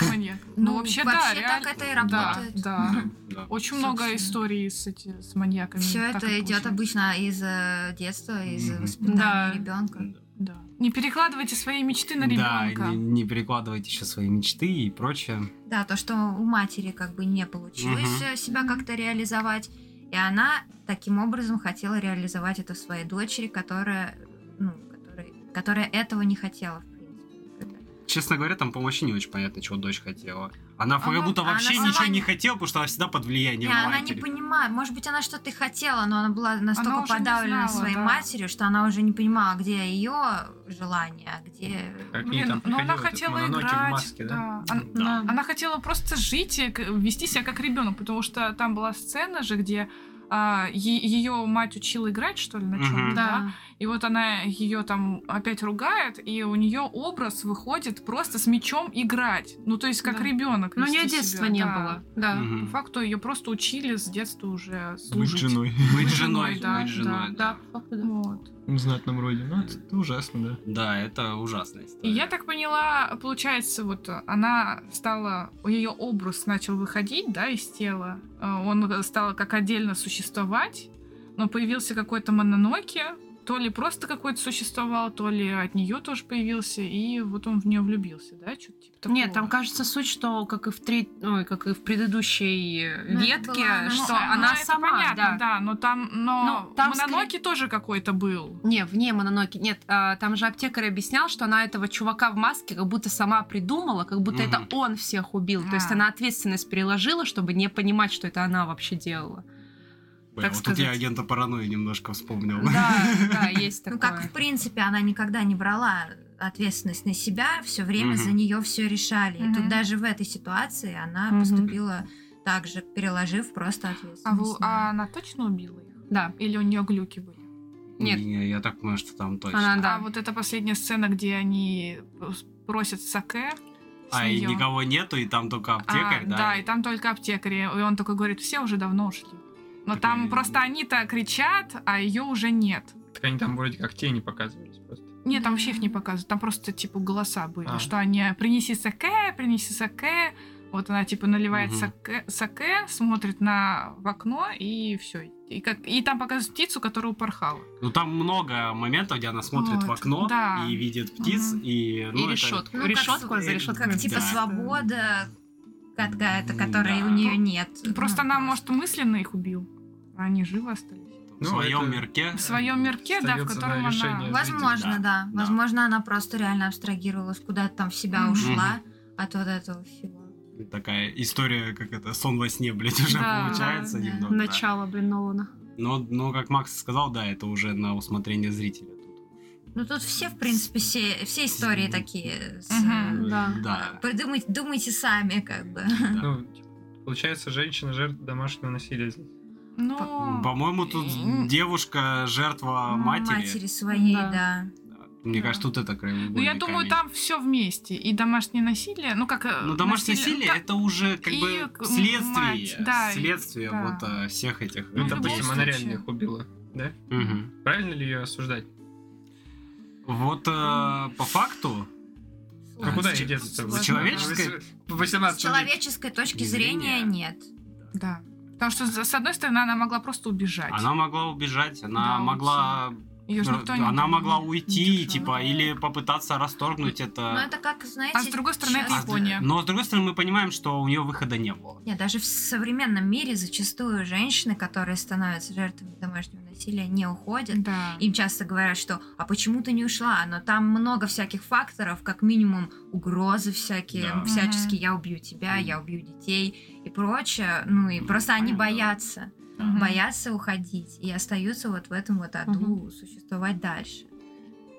Маньяк. Ну, Ну, вообще, да, вообще реально. так это и Да, работает. да. Да. Очень Собственно. много историй с, эти, с маньяками. Все Так это и идет получается. обычно из э, детства, из Мгм. воспитания Да. ребенка. Да. Да. Не перекладывайте свои мечты на Да, ребенка. не, не перекладывайте еще свои мечты и прочее. Да, то, что у матери как бы не получилось Мгм. э, себя как-то реализовать. И она таким образом хотела реализовать это в своей дочери, которая, ну, которой- которая этого не хотела, в принципе. Честно говоря, там, по-моему, вообще не очень понятно, чего дочь хотела. Она Она- как будто она вообще сама ничего не не- хотела, потому что она всегда под влиянием Не, она не матери. понимает. Может быть, она что-то и хотела, но она была настолько Она уже не подавлена знала, своей да. матерью, что она уже не понимала, где ее желание, а где... Как они Блин, там ну она проходили, этот хотела Мононоке в играть. маске, да? Она, Да. она хотела просто жить и к- вести себя как ребенок, потому что там была сцена же, где ее мать учила играть, что ли, на Мгм. чем да. Да. И вот она ее там опять ругает, и у нее образ выходит просто с мечом играть. Ну, то есть, как Да. ребенок. Но у вести нее себя, детства не да. было. Да. Мгм. По факту ее просто учили с детства уже Быть служить. женой. [laughs] Быть женой, да, быть женой. Да, по факту, да. Вот. В знатном роде. Ну, это это ужасно, да. Да, это ужасная И история. я так поняла, получается, вот э, она стала, ее образ начал выходить, да, из тела. Э, Он э, стал как отдельно существовать, но появился какой-то Мононоки, то ли просто какой-то существовал, то ли от нее тоже появился, и вот он в нее влюбился, да, что-то типа такого. Нет, там кажется суть, что как и в треть, ой, как и в предыдущей э, Ну, это ветке, была она Ну, что а- ну, она это сама, понятно, да. да. но там, но Ну, там Мононоки тоже какой-то был. Не, вне Мононоки. Нет, а, там же аптекарь объяснял, что она этого чувака в маске как будто сама придумала, как будто Мгм. это он всех убил. А. То есть она ответственность переложила, чтобы не понимать, что это она вообще делала. Блин, так вот тут я сказать. агента паранойи немножко вспомнил. Да, [laughs] да, есть такое. Ну, как, в принципе, она никогда не брала ответственность на себя, все время Мгм. за нее все решали. И тут Мгм. даже в этой ситуации она Мгм. поступила так же, переложив просто А, вы- ответственность. а на- она точно убила их? Да. Или у нее глюки были? Нет. Не, я так понимаю, что там точно. Она, Да, да. А вот эта последняя сцена, где они э, просят саке. с а и неё. никого нету, и там только аптекарь, А, да? и там только аптекарь. И он такой говорит, все уже давно ушли. Но Блин. там просто они-то кричат, а ее уже нет. Так они там вроде как тени показывались просто. Нет, там вообще их не показывают. Там просто, типа, голоса были, А. что они э, «принеси саке, принеси саке». Вот она, типа, наливает Мгм. саке, саке, смотрит на в окно, и все. И, как, и там показывают птицу, которая упорхала. Ну там много моментов, где она смотрит в Вот, окно да. и видит птиц, Мгм. и... И это- решетку. Ну, как- решетку а за э, решетку. Как типа Да. свобода какая-то, которой Да. у нее нет. Просто Ну, она, может, мысленно их убил, а они живы остались. В Ну, своем это- мирке. В своем мирке, да, в Остаётся, да, котором решение. она... Возможно, жизни, да. да. Возможно, она просто реально абстрагировалась, куда-то там в себя Мгм. ушла от вот этого всего. Такая история, как это, сон во сне, блядь, уже Да, получается да, да. немного. да. Начало, блин, Нолана. Но, но, как Макс сказал, да, это уже на усмотрение зрителя. Ну тут все, в принципе, все, все истории такие. с, Мгм. Да. Да. Придумайте, думайте сами, как бы. да. Ну, получается, женщина жертва домашнего насилия здесь. Ну, По-моему, тут М. девушка жертва А матери. Матери своей, Да. да. Да. Мне Да. кажется, тут это краеугольный Ну, я думаю, камень. там все вместе. И домашнее насилие, ну как... э, Ну, домашнее насилие ну, это уже как и бы к- м, следствие. мать, да, и- следствие да. вот э, всех этих. Ну, в допустим, любом она случае. реально их убила. Да? Мгм. Правильно ли ее осуждать? Вот э, по факту, Ну, куда ей деться? с человеческой- В 18 С человеческой точки зрения зрения. нет. Да. Потому что, с с одной стороны, она могла просто убежать. она могла убежать, она Да, могла, Её же никто не- она могла не уйти, держал. типа, или попытаться расторгнуть Но это. Ну, это как, знаете... А с другой стороны, это сейчас- А, Япония. Но с другой стороны, мы понимаем, что у нее выхода не было. Нет, даже в современном мире зачастую женщины, которые становятся жертвами домашнего насилия, не уходят. Да. Им часто говорят, что «а почему ты не ушла?» Но там много всяких факторов, как минимум угрозы всякие, Да. всяческие «я убью тебя», Мгм. «я убью детей» и прочее. Ну и Ну, просто они понятно. боятся, Мгм. боятся уходить и остаются вот в этом вот аду Мгм. существовать дальше.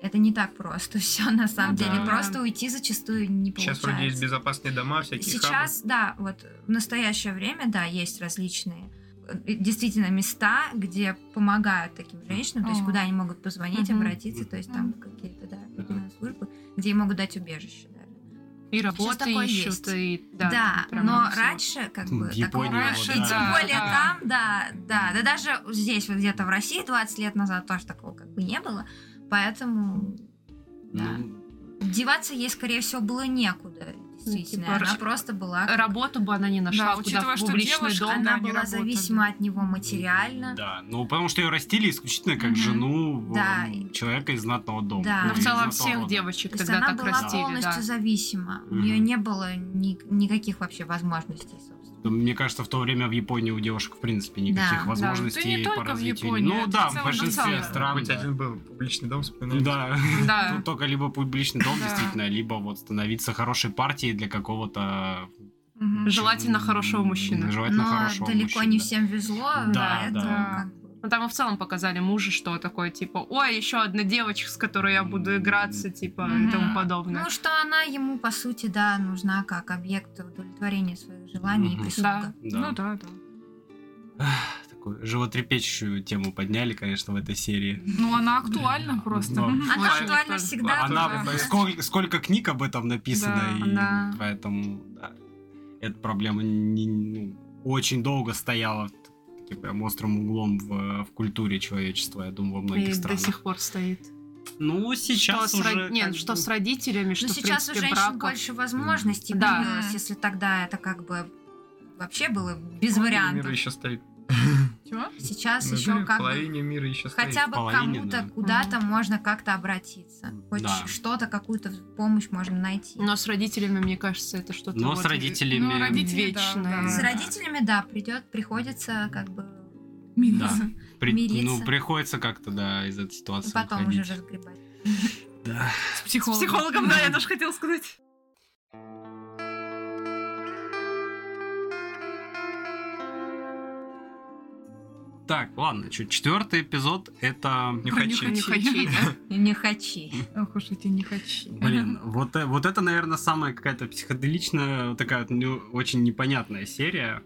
Это не так просто [laughs] все на самом Ну деле. да. Просто уйти зачастую не получается. Сейчас вроде есть безопасные дома, всякие хабы. Сейчас, да, вот в настоящее время, да, есть различные э, действительно места, где помогают таким женщинам, то есть О. куда они могут позвонить, Мгм. обратиться, то есть там какие-то, да, э, службы, где им могут дать убежище. даже. И работа такое ищут, есть. и... Да, прям но всё. раньше, как бы, Ну, В Японии такого- вот, и да. тем более Да. там, да, да, да даже здесь, вот где-то в России 20 лет назад тоже такого как бы не было, поэтому, да, Ну, деваться ей, скорее всего, было некуда, действительно. Типа, она ра- просто была... Работу бы она не нашла, Да, куда учитывая, в что публичный девушка, дом. Ну, да, она не была работает. зависима от него материально. Да, ну потому что ее растили исключительно как Мгм. жену э, Да, и- человека из знатного дома. Да. ну, Но в из целом знатного всех рода. девочек То есть тогда она так была растили, полностью да. зависима. У Мгм. нее не было ни- никаких вообще возможностей, собственно. Мне кажется, в то время в Японии у девушек в принципе никаких Да, возможностей да и не по только в развитию. Японии, ну это да, в в целом, большинстве в целом. стран. Хоть да. один был публичный дом, вспоминали. Ну Да. Да. Тут только либо публичный дом, Да. действительно, либо вот становиться хорошей партией для какого-то... Мгм. Желательно хорошего мужчины. Желательно Но хорошего далеко мужчины, не да. всем везло, Да, поэтому да. как бы- Ну там и в целом показали мужа, что такое, типа, ой, еще одна девочка, с которой я буду играться, типа, и тому Мгм. подобное. Ну, что она ему, по сути, да, нужна как объект удовлетворения своих желаний Мгм. и прислуга. Да. Ну да, да. Ах, Такую животрепещущую тему подняли, конечно, в этой серии. Ну она актуальна просто. Да. Мгм. Она Очень актуальна актуально. всегда. Она... потому что- Сколько, сколько книг об этом написано, Да, и да. поэтому да, эта проблема не- ну, очень долго стояла таким прям острым углом в, в культуре человечества, я думаю, во многих И до странах. сих пор стоит. Ну, сейчас что с, уже... род- нет, как что бы- с родителями, что Но в Ну, сейчас у принципе, женщин браков. больше возможностей Да. появилось, если тогда это как бы вообще было без вариантов. еще стоит. Чего? Сейчас Ну, еще говорю, как бы половине мира еще хотя бы к половине, кому-то да. куда-то можно как-то обратиться. Хоть Да. что-то, какую-то помощь можно найти. Но с родителями, мне кажется, это что-то Но вот с родителями... Ну, родители, да, вечное. да. С родителями, да, придет, приходится как бы Да. Минус. При- мириться. Ну, приходится как-то, да, из этой ситуации [laughs] потом выходить. уже разгребать. Да. С С психологом. психологом, да, я тоже хотела сказать. Так, ладно, чё, четвертый эпизод это... Нюхачи. Нюхачи, да. Не хочу. Ох уж эти не хочу. Блин, вот, э- вот это, наверное, самая какая-то психоделичная, вот такая вот ну, очень непонятная серия.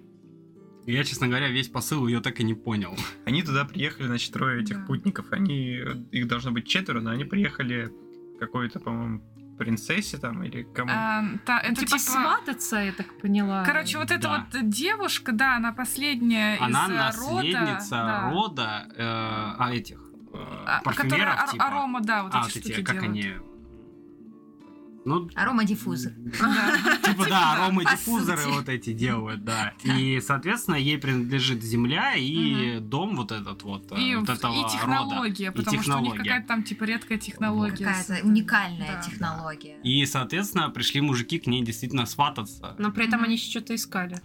И Я, честно говоря, весь посыл ее так и не понял. Они туда приехали, значит, трое этих Да. путников. Они, э, их должно быть четверо, но они приехали к какой-то, по-моему, принцессе там или к кому. А, та- Ну, Это типа... Типа свататься, я так поняла. Короче, вот эта Да. вот девушка, да, она последняя Она из э, наследница рода. да. рода э, а этих э, А, которая парфюмеров ар- типа. арома, да, вот а, эти эти, штуки как делают. они? Ну, [laughs] Аромадиффузор. Типа, да, По аромадиффузоры сути. вот эти делают, да. [laughs] И, соответственно, ей принадлежит земля и дом вот этот вот, [laughs] э, И, вот в- и этого рода. технология, и потому что у них технология. какая-то там типа редкая технология. Какая-то уникальная Да. технология. И, соответственно, пришли мужики к ней действительно свататься. Ну, Но при этом они еще что-то искали.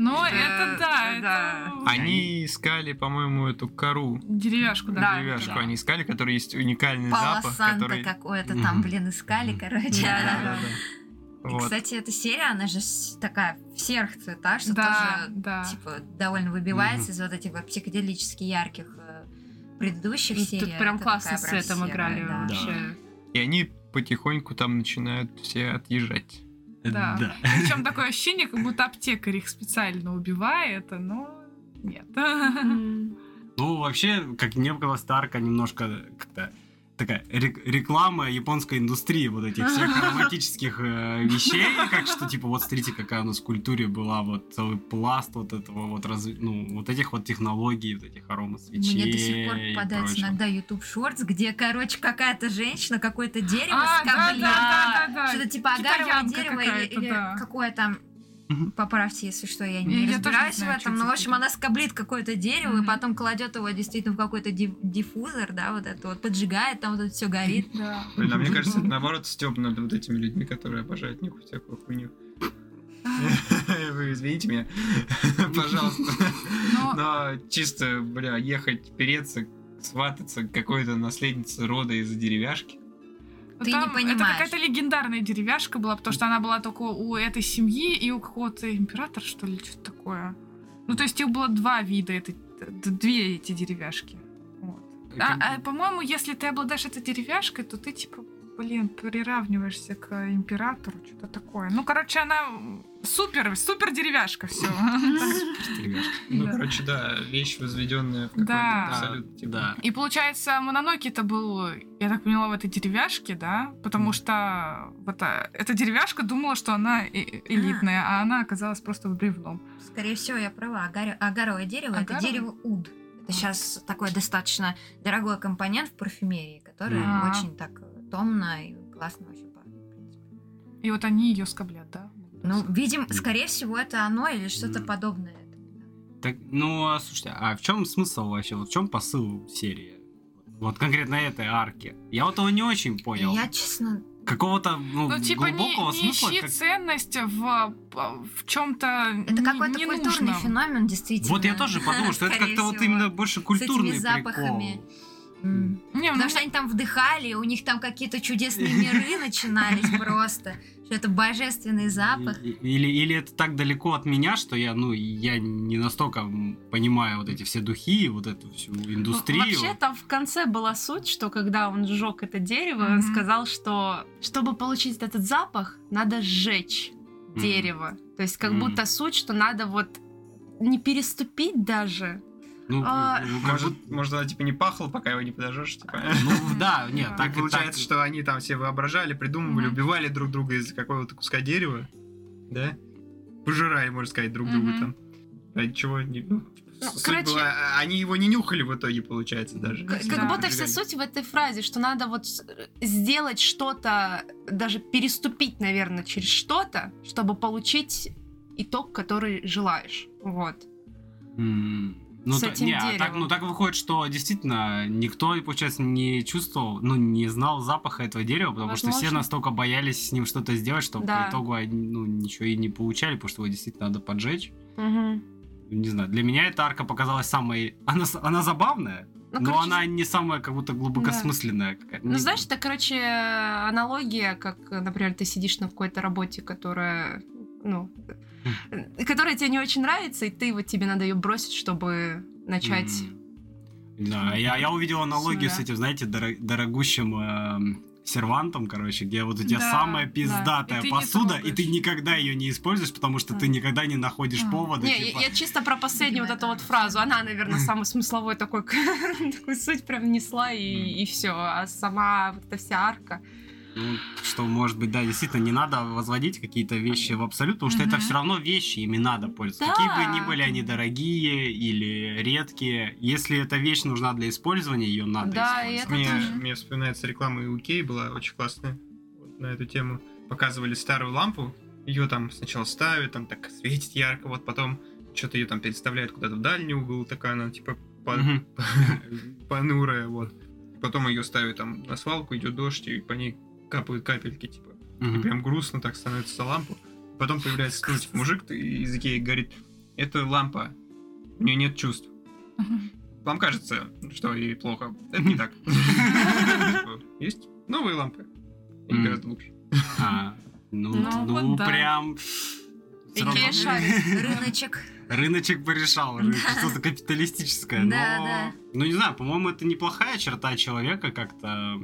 Но Да, это да, да. А это Они искали, по-моему, эту кору. деревяшку, да. Деревяшку Да. они искали, который есть уникальный запах, Полосанка который... какое-то там, Мгм. блин, искали, Мгм. короче. Да-да-да. И, Вот. кстати, эта серия, она же с- такая в серых цветах, что Да, тоже, да. типа, довольно выбивается из вот этих вот психоделически ярких э, предыдущих Ну, серий. Ну, Тут прям Это классно такая с прям цветом серая, играли да. вообще. И они потихоньку там начинают все отъезжать. Да. [laughs] Да. Причем такое ощущение, как будто аптекарь их специально убивает, а, но нет. М. Ну, вообще, как мне показалось, Тарка немножко как-то такая рек- реклама японской индустрии вот этих всех [laughs] ароматических э, вещей, как что, типа, вот смотрите, какая у нас в культуре была, вот целый пласт вот этого вот, раз- ну, вот этих вот технологий, вот этих аромасвечей Мне до сих пор и попадается прочего. иногда YouTube Shorts, где, короче, какая-то женщина, какое-то дерево [laughs] А, с да, камней. да, да, да, да. Что-то типа агаровое китаянка дерево или, какая-то, или да. какое там... Мгм. Поправьте, если что, я Я- я не тоже не разбираюсь знаю, в что этом. это Но, в общем, такое. она скоблит какое-то дерево Мгм. и потом кладет его действительно в какой-то диф- диффузор, да, вот это вот, поджигает, там вот это все горит. Да. Блин, а [laughs] мне кажется, это, наоборот, стёб над вот этими людьми, которые обожают нюхать всякую хуйню. А. [laughs] Вы [laughs] извините меня, пожалуйста. Но- Но чисто, бля, ехать, переться, свататься к какой-то наследнице рода из-за деревяшки. Ну, Ты не там Это понимаешь. какая-то легендарная деревяшка была, потому что она была только у этой семьи и у какого-то императора, что ли, что-то такое. Ну, то есть их было два вида, этой- д- две эти деревяшки. Вот. А- а, по-моему, если ты обладаешь этой деревяшкой, то ты, типа, блин, приравниваешься к императору, что-то такое. Ну, короче, она супер, супер деревяшка, все. [laughs] Ну, Да. короче, да, вещь, возведенная в какой-то Да. абсолют. типа, Да. И получается, Мононоки-то был, я так поняла, в этой деревяшке, да? Потому что вот а, эта деревяшка думала, что она э- элитная, а она оказалась просто в бревном. Скорее всего, я права. Агар- Агаровое дерево Агаровое? это дерево уд. Это сейчас такой достаточно дорогой компонент в парфюмерии, который Мгм. А. очень так э, томно и классно вообще пахнет. в принципе. И вот они ее скоблят, да? Ну, видим, скорее всего, это оно или что-то Мгм. подобное. Так, ну, а слушайте, а в чем смысл вообще? Вот в чем посыл серии? Вот конкретно этой арки. Я вот его не очень понял. Я, честно, Какого-то ну, Ну, типа, не, глубокого не смысла. ищи как- ценность в, а, в чем-то это какой-то культурный феномен, действительно. Вот я тоже подумал, что это Скорее как-то вот всего. именно больше культурный запахами. прикол. М. Не, ну, Потому что они там вдыхали, у них там какие-то [laughs] чудесные миры начинались просто. Что это божественный запах. И- и- Или, или это так далеко от меня, что я, ну, я не настолько м, понимаю вот эти все духи, вот эту всю Ну, индустрию. Ну, Вообще там в конце была суть, что когда он сжег это дерево, он Мгм. сказал, что чтобы получить этот запах, надо сжечь Мгм. дерево. То есть как Мгм. будто суть, что надо вот не переступить даже. Ну, а, ну, как Может, будто- может, она типа не пахла, пока его не подожжешь, типа. ну, да, нет, так [laughs] Так и получается, так. что они там все воображали, придумывали, Мгм. убивали друг друга из-за какого-то куска дерева, да? Пожирали, можно сказать, друг друга Мгм. там. Ради чего не... ну, Ну, суть короче- была, а, они его не нюхали в итоге, получается, даже. К- если Как Да. будто вся поджигали. суть в этой фразе, что надо вот с- э, сделать что-то, даже переступить, наверное, через что-то, чтобы получить итог, который желаешь. Вот. М, Ну, С та- этим не, а так, деревом. ну так выходит, что действительно никто, получается, не чувствовал, ну, не знал запаха этого дерева, потому что все Возможно. настолько боялись с ним что-то сделать, что Да. по итогу они, ну, ничего и не получали, потому что его действительно надо поджечь. Ну, Не знаю, для меня эта арка показалась самой... Она, с- она забавная, Ну, но короче, она не самая как будто глубокосмысленная. какая-то. Ну, Не- знаешь, это, короче, аналогия, как, например, ты сидишь на какой-то работе, которая, ну, Хм. э, которая тебе не очень нравится, и ты вот тебе надо ее бросить, чтобы начать. М. Не знаю, я, я увидел аналогию с Сюда. этим, знаете, доро- дорогущим эм, сервантом, короче, где вот у тебя Да, самая да. пиздатая И ты не посуда, и трогаешь. ты никогда ее не используешь, потому что ты Да. никогда не находишь Да. повода. Не, типа, я, я чисто про последнюю вот Видимо, эту да. вот фразу. Она, наверное, самый смысловой такой, [laughs] такую суть прям внесла, и, Мгм. и все. А сама вот эта вся арка. ну, что, может быть, да, действительно, не надо возводить какие-то вещи в абсолют, потому что это Мгм. все равно вещи, ими надо пользоваться. Да. Какие бы ни были они дорогие или редкие, если эта вещь нужна для использования, ее надо Да, и использовать. это Мне, тоже. мне вспоминается реклама UK была очень классная вот на эту тему. Показывали старую лампу, ее там сначала ставят, там так светит ярко, вот потом что-то ее там переставляют куда-то в дальний угол, такая она типа по- Мгм. [laughs] понурая, вот. Потом ее ставят там на свалку, идет дождь, и по ней капают капельки, типа. И Мгм. прям грустно так становится за лампу. Потом появляется ну, типа, мужик из Икеи и говорит, это лампа, у нее нет чувств. Вам кажется, что ей плохо. Это [laughs] не так. Типа, Есть новые лампы. Они Мгм. гораздо лучше. А, ну, Ну, ну, вот да. прям... Всё равно Икея шарит. Рыночек. Э, Рыночек порешал, ры- что-то капиталистическое. Да, но- да. Ну, не знаю, по-моему, это неплохая черта человека как-то.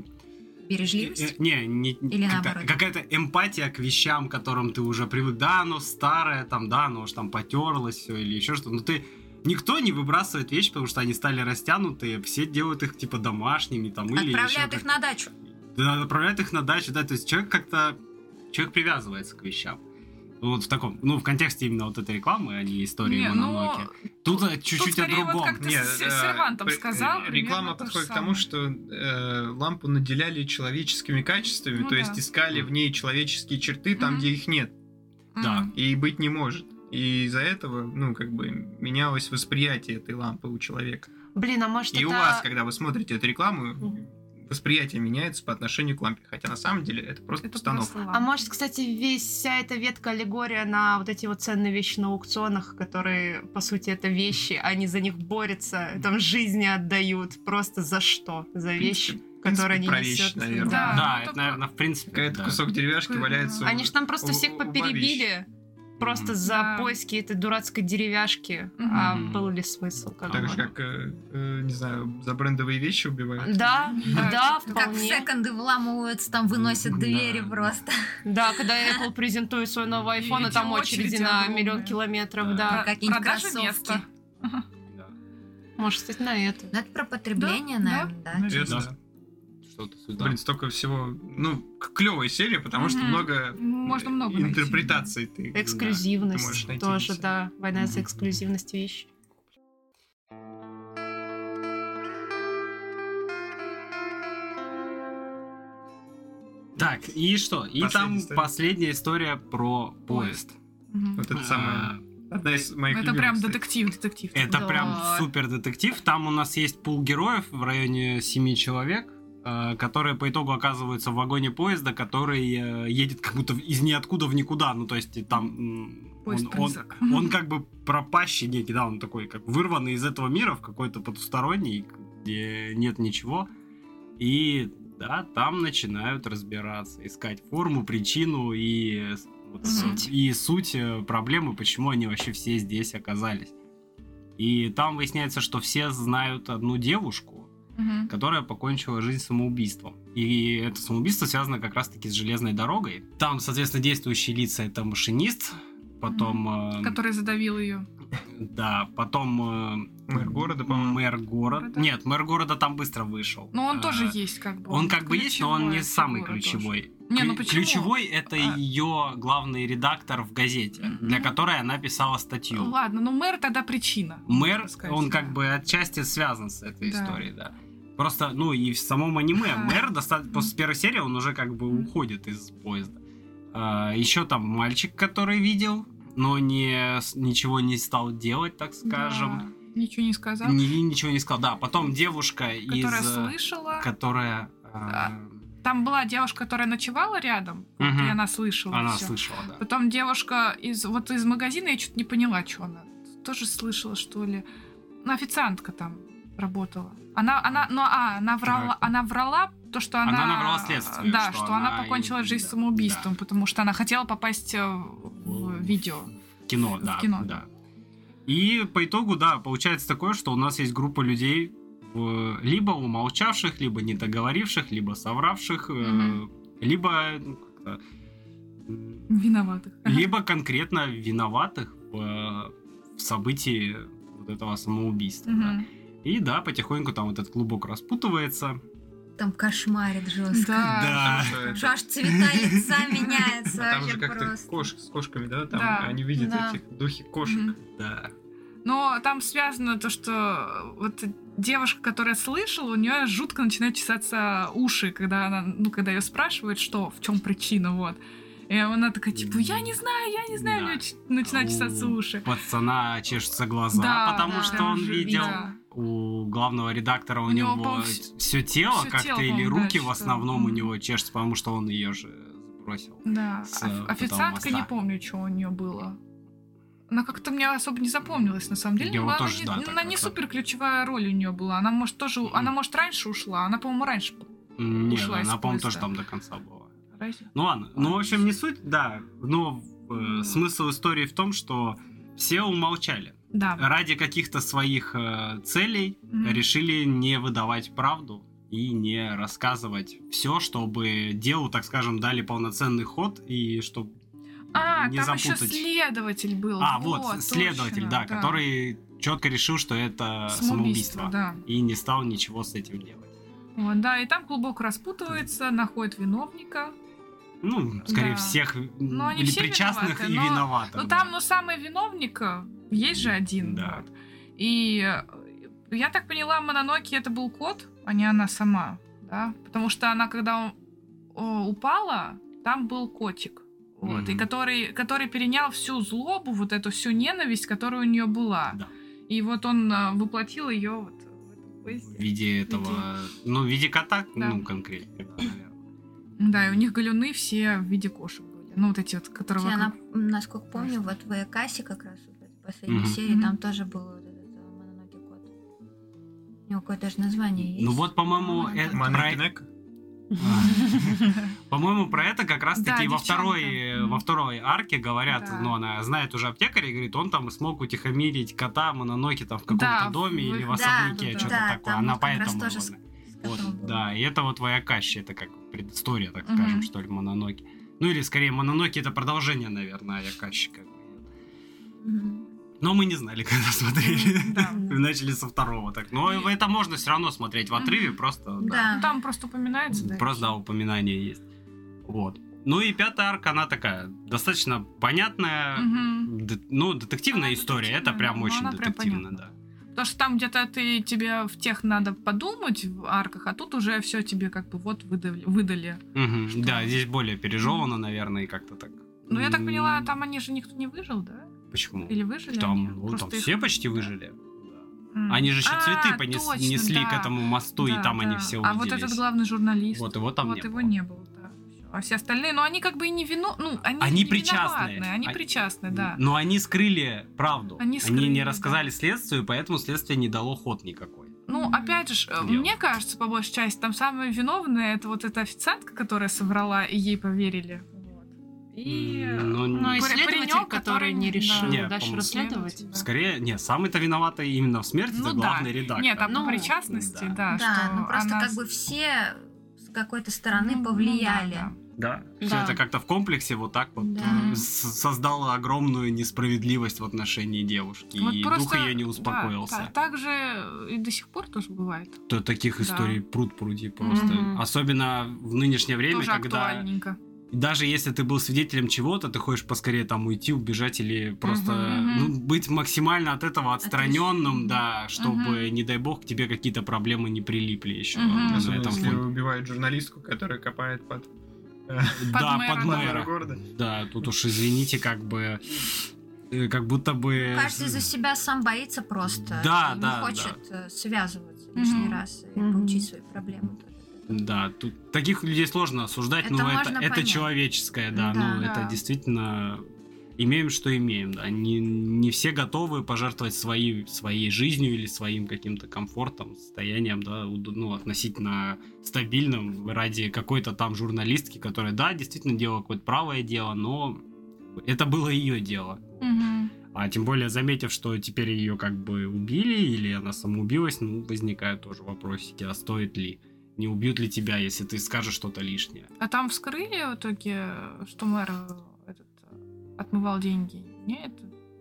Бережливость. Э, Не, не- не- Или как-то- наоборот. Какая-то эмпатия к вещам, к которым ты уже привык. Да, оно старое, там, да, оно уж там потерлось все или еще что-то. Но ты Никто не выбрасывает вещи, потому что они стали растянутые, все делают их типа домашними там или Отправляют ещё их на дачу. да, отправляют их на дачу, да, то есть человек как-то, человек привязывается к вещам. Вот в таком, ну, в контексте именно вот этой рекламы, а не истории Не, ну, Мононоке. Тут э, чуть-чуть о скорее вот другом. как-то с- э, Сервантом пр- сказал, э, примерно Реклама то же подходит к тому, что э, лампу наделяли человеческими качествами, Ну то да. есть искали в ней человеческие черты там, Мгм. где их нет, Да. и быть не может. И из-за этого, ну, как бы, менялось восприятие этой лампы у человека. Блин, а может И это... у вас, когда вы смотрите эту рекламу, восприятие меняется по отношению к лампе. Хотя на самом деле это просто Это постановка. просто ладно. А может, кстати, весь вся эта ветка аллегория на вот эти вот ценные вещи на аукционах, которые, по сути, это вещи, они за них борются, там жизни отдают. Просто за что? За вещи, В принципе, которые они про вещи, несут. наверное. Да, Да, ну, это, это- наверное, в принципе. Какой-то да. кусок деревяшки Да. валяется. Они же там просто у- всех у поперебили. Просто Мгм. за Да. поиски этой дурацкой деревяшки. Мгм. А был ли смысл? Как Так же, бы? как, э, э, не знаю, за брендовые вещи убивают. Да, Да, типа да, Как в вполне. секонды вламываются, там выносят Да. двери просто. Да, когда Apple презентует свой новый И iPhone, и эти там очереди очереди на огромные. миллион километров, Да. да. Какие-нибудь А, Продажа кроссовки. места. Да. Может, кстати, на это. Ну, это про потребление, Да, наверное, да. наверное. Это Да. да. Что-то сюда. Блин, столько всего. Ну, клевая серия, потому что Мгм. много э, Можно много найти. интерпретаций ты. ты можешь Эксклюзивность найти тоже, везде. да. Война за Мгм. эксклюзивность вещи. Так, и что? И Последняя там история. последняя история про поезд. Мгм. Вот это самое. Одна из моих Это любимых прям историй. детектив, детектив. А, Это Да. прям супер детектив. Там у нас есть пул героев в районе семи человек, э, которые по итогу оказываются в вагоне поезда, который э, едет как будто из ниоткуда в никуда. Ну, то есть и там м, он, он- Поезд-призрак. он как бы пропащий некий, да, он такой как вырванный из этого мира в какой-то потусторонний, где нет ничего. И да, там начинают разбираться, искать форму, причину и э, вот, Суть. и суть э, проблемы, почему они вообще все здесь оказались. И там выясняется, что все знают одну девушку, Мгм. которая покончила жизнь самоубийством. И это самоубийство связано как раз-таки с железной дорогой. Там, соответственно, действующие лица это машинист, потом... э, Который задавил ее. Да, потом... э, Мэр города, по-моему. Мэр города. Города. Нет, мэр города там быстро вышел. Но Ну, он А, тоже есть, как бы. Он как бы есть, но он не ключевая самый фигура тоже. ключевой. Не, ну Клю- почему? Ключевой это А. ее главный редактор в газете, Мгм. для которой она писала статью. Ладно, но мэр тогда причина. Мэр, можно сказать, он да. как бы отчасти связан с этой Да. историей, да. Просто, ну и в самом аниме А. мэр доста- после первой серии он уже как бы уходит из поезда. еще там мальчик, который видел, но не с- ничего не стал делать, так скажем. Да. Ничего не сказал. Ни- ничего не сказал. Да, потом девушка Которая из, э, слышала. которая э, Да. Там была девушка, которая ночевала рядом, Мгм. и она слышала. она А, всё. слышала, да. Потом девушка из вот из магазина, я что-то не поняла, что она. Тоже слышала, что ли. Ну, официантка там работала. Она, она, ну, а, она врала, она врала то, что она... Она наврала следствию, Да, что что, она, она покончила и- жизнь да, самоубийством, потому что она хотела попасть э, в видео. кино, В да, кино. да. И по итогу, да, получается такое, что у нас есть группа людей, э, либо умолчавших, либо не договоривших, либо совравших, э, Мгм. либо, ну, как-то, м, Виноватых. либо конкретно виноватых в, э, в событии вот этого самоубийства. да. Мгм. И да, потихоньку там вот этот клубок распутывается. Там кошмарит жестко. Да. Да. Потому что это- Что Аж цвета [laughs] лица меняются. А Там же вообще как-то просто. кош- с кошками, да? Там Да. они видят Да. этих духи кошек. Мгм. Да. Но там связано то, что э, вот девушка, которая слышала, у нее жутко начинают чесаться уши, когда она, ну, когда ее спрашивают, что, в чем причина, вот. И она такая, типа, я не знаю, я не знаю, Да. у неё ч- начинают чесаться У уши. Пацана чешутся глаза, Да, потому да, что прям он же видел. видно. у главного редактора у, У него, него, по-моему, все тело всё как-то тело, или по-моему, руки да, в что-то. основном у Мгм. него чешется, потому что он ее же бросил. Да, с, оф- э, вот официантка, этого моста. не помню, что у нее было. Она как-то мне особо не запомнилась, на самом деле. Я но вот она тоже, не, да, она так не как-то. супер ключевая роль у нее была. Она может тоже, Мгм. она может раньше ушла. Она, по-моему, раньше. М, Не, Ушла из она, по-моему, поезда. тоже там до конца была. Разве? Ну ладно, ну в общем не суть, да, но э, смысл истории в том, что все умолчали. Да. Ради каких-то своих э, целей Мгм. решили не выдавать правду и не рассказывать все, чтобы делу, так скажем, дали полноценный ход и чтобы А, не там еще запутать. следователь был. А, вот, следователь, точно, да, который четко решил, что это самоубийство. Да. И не стал ничего с этим делать. Вот, да, и там клубок распутывается, находит виновника. Ну, скорее Да. всех м, Ну, они или все причастных виноваты, и но- виноватых. Ну да. там, ну, самый виновник, э, есть же один. Да. вот. И э, я так поняла, Мононоки это был кот, а не она сама, да? Потому что она, когда он, о, упала, там был котик. Вот, и Мгм. который, который перенял всю злобу, вот эту всю ненависть, которая у нее была. Да. И вот он э, воплотил ее вот в этом В поезде. виде этого... Ну, в виде кота, Да. ну, конкретно. да, [laughs] наверное. Да, и у них галюны все в виде кошек были. Ну, вот эти вот, которые... Я, вокруг. а на- насколько помню, вот в Экасе как раз вот в последней Мгм. серии Мгм. там тоже был вот этот э, мононогий кот. У него какое-то даже название есть. Ну вот, по-моему, Мгм. э, Манеки про- Нек. по-моему, про это как Да, раз-таки во девчонка. второй э, во Мгм. второй арке говорят, Да. ну, она знает уже аптекаря и говорит, он там смог утихомирить кота Мононоки там в каком-то Да, доме в- или в да, особняке, да, что-то да, такое. там Она вот как раз поэтому... тоже его, с- да. С Вот, котом был. да, и это вот Ваякащи, это как предыстория, так Мгм. скажем, что ли, Мононоки. Ну или скорее Мононоки это продолжение, наверное, Аякащи. Как бы. Мгм. Но мы не знали, [laughs] когда смотрели. М, да. Мы Начали со второго так. Но И- это можно все равно смотреть в отрыве, Мгм. просто... Да. Ну, там просто упоминается, да? Просто, да, упоминание есть. Вот. Ну и пятая арка, она такая, достаточно понятная, Мгм. де- ну, детективная Она история, это детективная, прям да, но очень она прям детективно, да. понятна. Потому что там где-то ты тебе в тех надо подумать в арках, а тут уже все тебе как бы вот выдали. выдали. Мгм, Да, здесь более пережевано, наверное, и как-то так. Ну, я так М, поняла, там они же никто не выжил, да? Почему? Или выжили они? Там, ну, Просто там их- все почти выжили. М. Они же еще А, цветы понес- точно, несли да. к этому мосту, Да, и там они да. все А вот этот увиделись. главный журналист. Вот его там вот не его было. не было, да. Всё. А все остальные, ну они как бы и не вину, ну они, Они не причастны. виноватны, они А- причастны, да. Но они скрыли правду. Они Они, скрыли, не да. рассказали следствию, поэтому следствие не дало ход никакой. Ну опять же, э, Дело. мне кажется, по большей части, там самая виновная это вот эта официантка, которая соврала и ей поверили. Вот. И М, ну, э, Ну, парень- исследователь, паренёк, который не решил Нет, дальше по-моему, расследовать. да. Скорее, нет, самый-то виноватый именно в смерти, Ну это да. главный редактор. Нет, там Ну, по причастности, да. Да, что ну просто она как с- бы все с какой-то стороны Ну, ну да, повлияли. да. Да. Все Да. это как-то в комплексе вот так вот Да. э, с- создало огромную несправедливость в отношении девушки. Вот и дух просто- ее не да, успокоился. та- так же э, и до сих пор тоже бывает. То таких Да. историй пруд пруди просто. Мгм. Особенно в нынешнее время, тоже когда актуальненько. даже если ты был свидетелем чего-то, ты хочешь поскорее там уйти, убежать или просто Мгм, мгм. ну, быть максимально от этого отстраненным, Отлично. да, чтобы, не дай бог, к тебе какие-то проблемы не прилипли еще. Мгм. на Особенно этом если фоне. убивают журналистку, которая копает под Да, мэра, под да. мэра. города. Да, тут уж извините, как бы. э, Как будто бы. Каждый за себя сам боится просто. Да, и не да, хочет э, связываться лишний Мгм. раз и Мгм. получить свои проблемы тоже. Да, тут таких людей сложно осуждать, Это но это, можно это понять. человеческое, да, Да. ну это Да. действительно имеем, что имеем, да, не, не все готовы пожертвовать своей, своей жизнью или своим каким-то комфортом, состоянием, да, уд- ну, относительно стабильным ради какой-то там журналистки, которая, да, действительно делала какое-то правое дело, но это было ее дело. Мгм. А тем более, заметив, что теперь ее как бы убили или она самоубилась, ну, возникают тоже вопросики, а стоит ли? Не убьют ли тебя, если ты скажешь что-то лишнее? А там вскрыли в итоге, что мэр э, этот, э, отмывал деньги? Нет,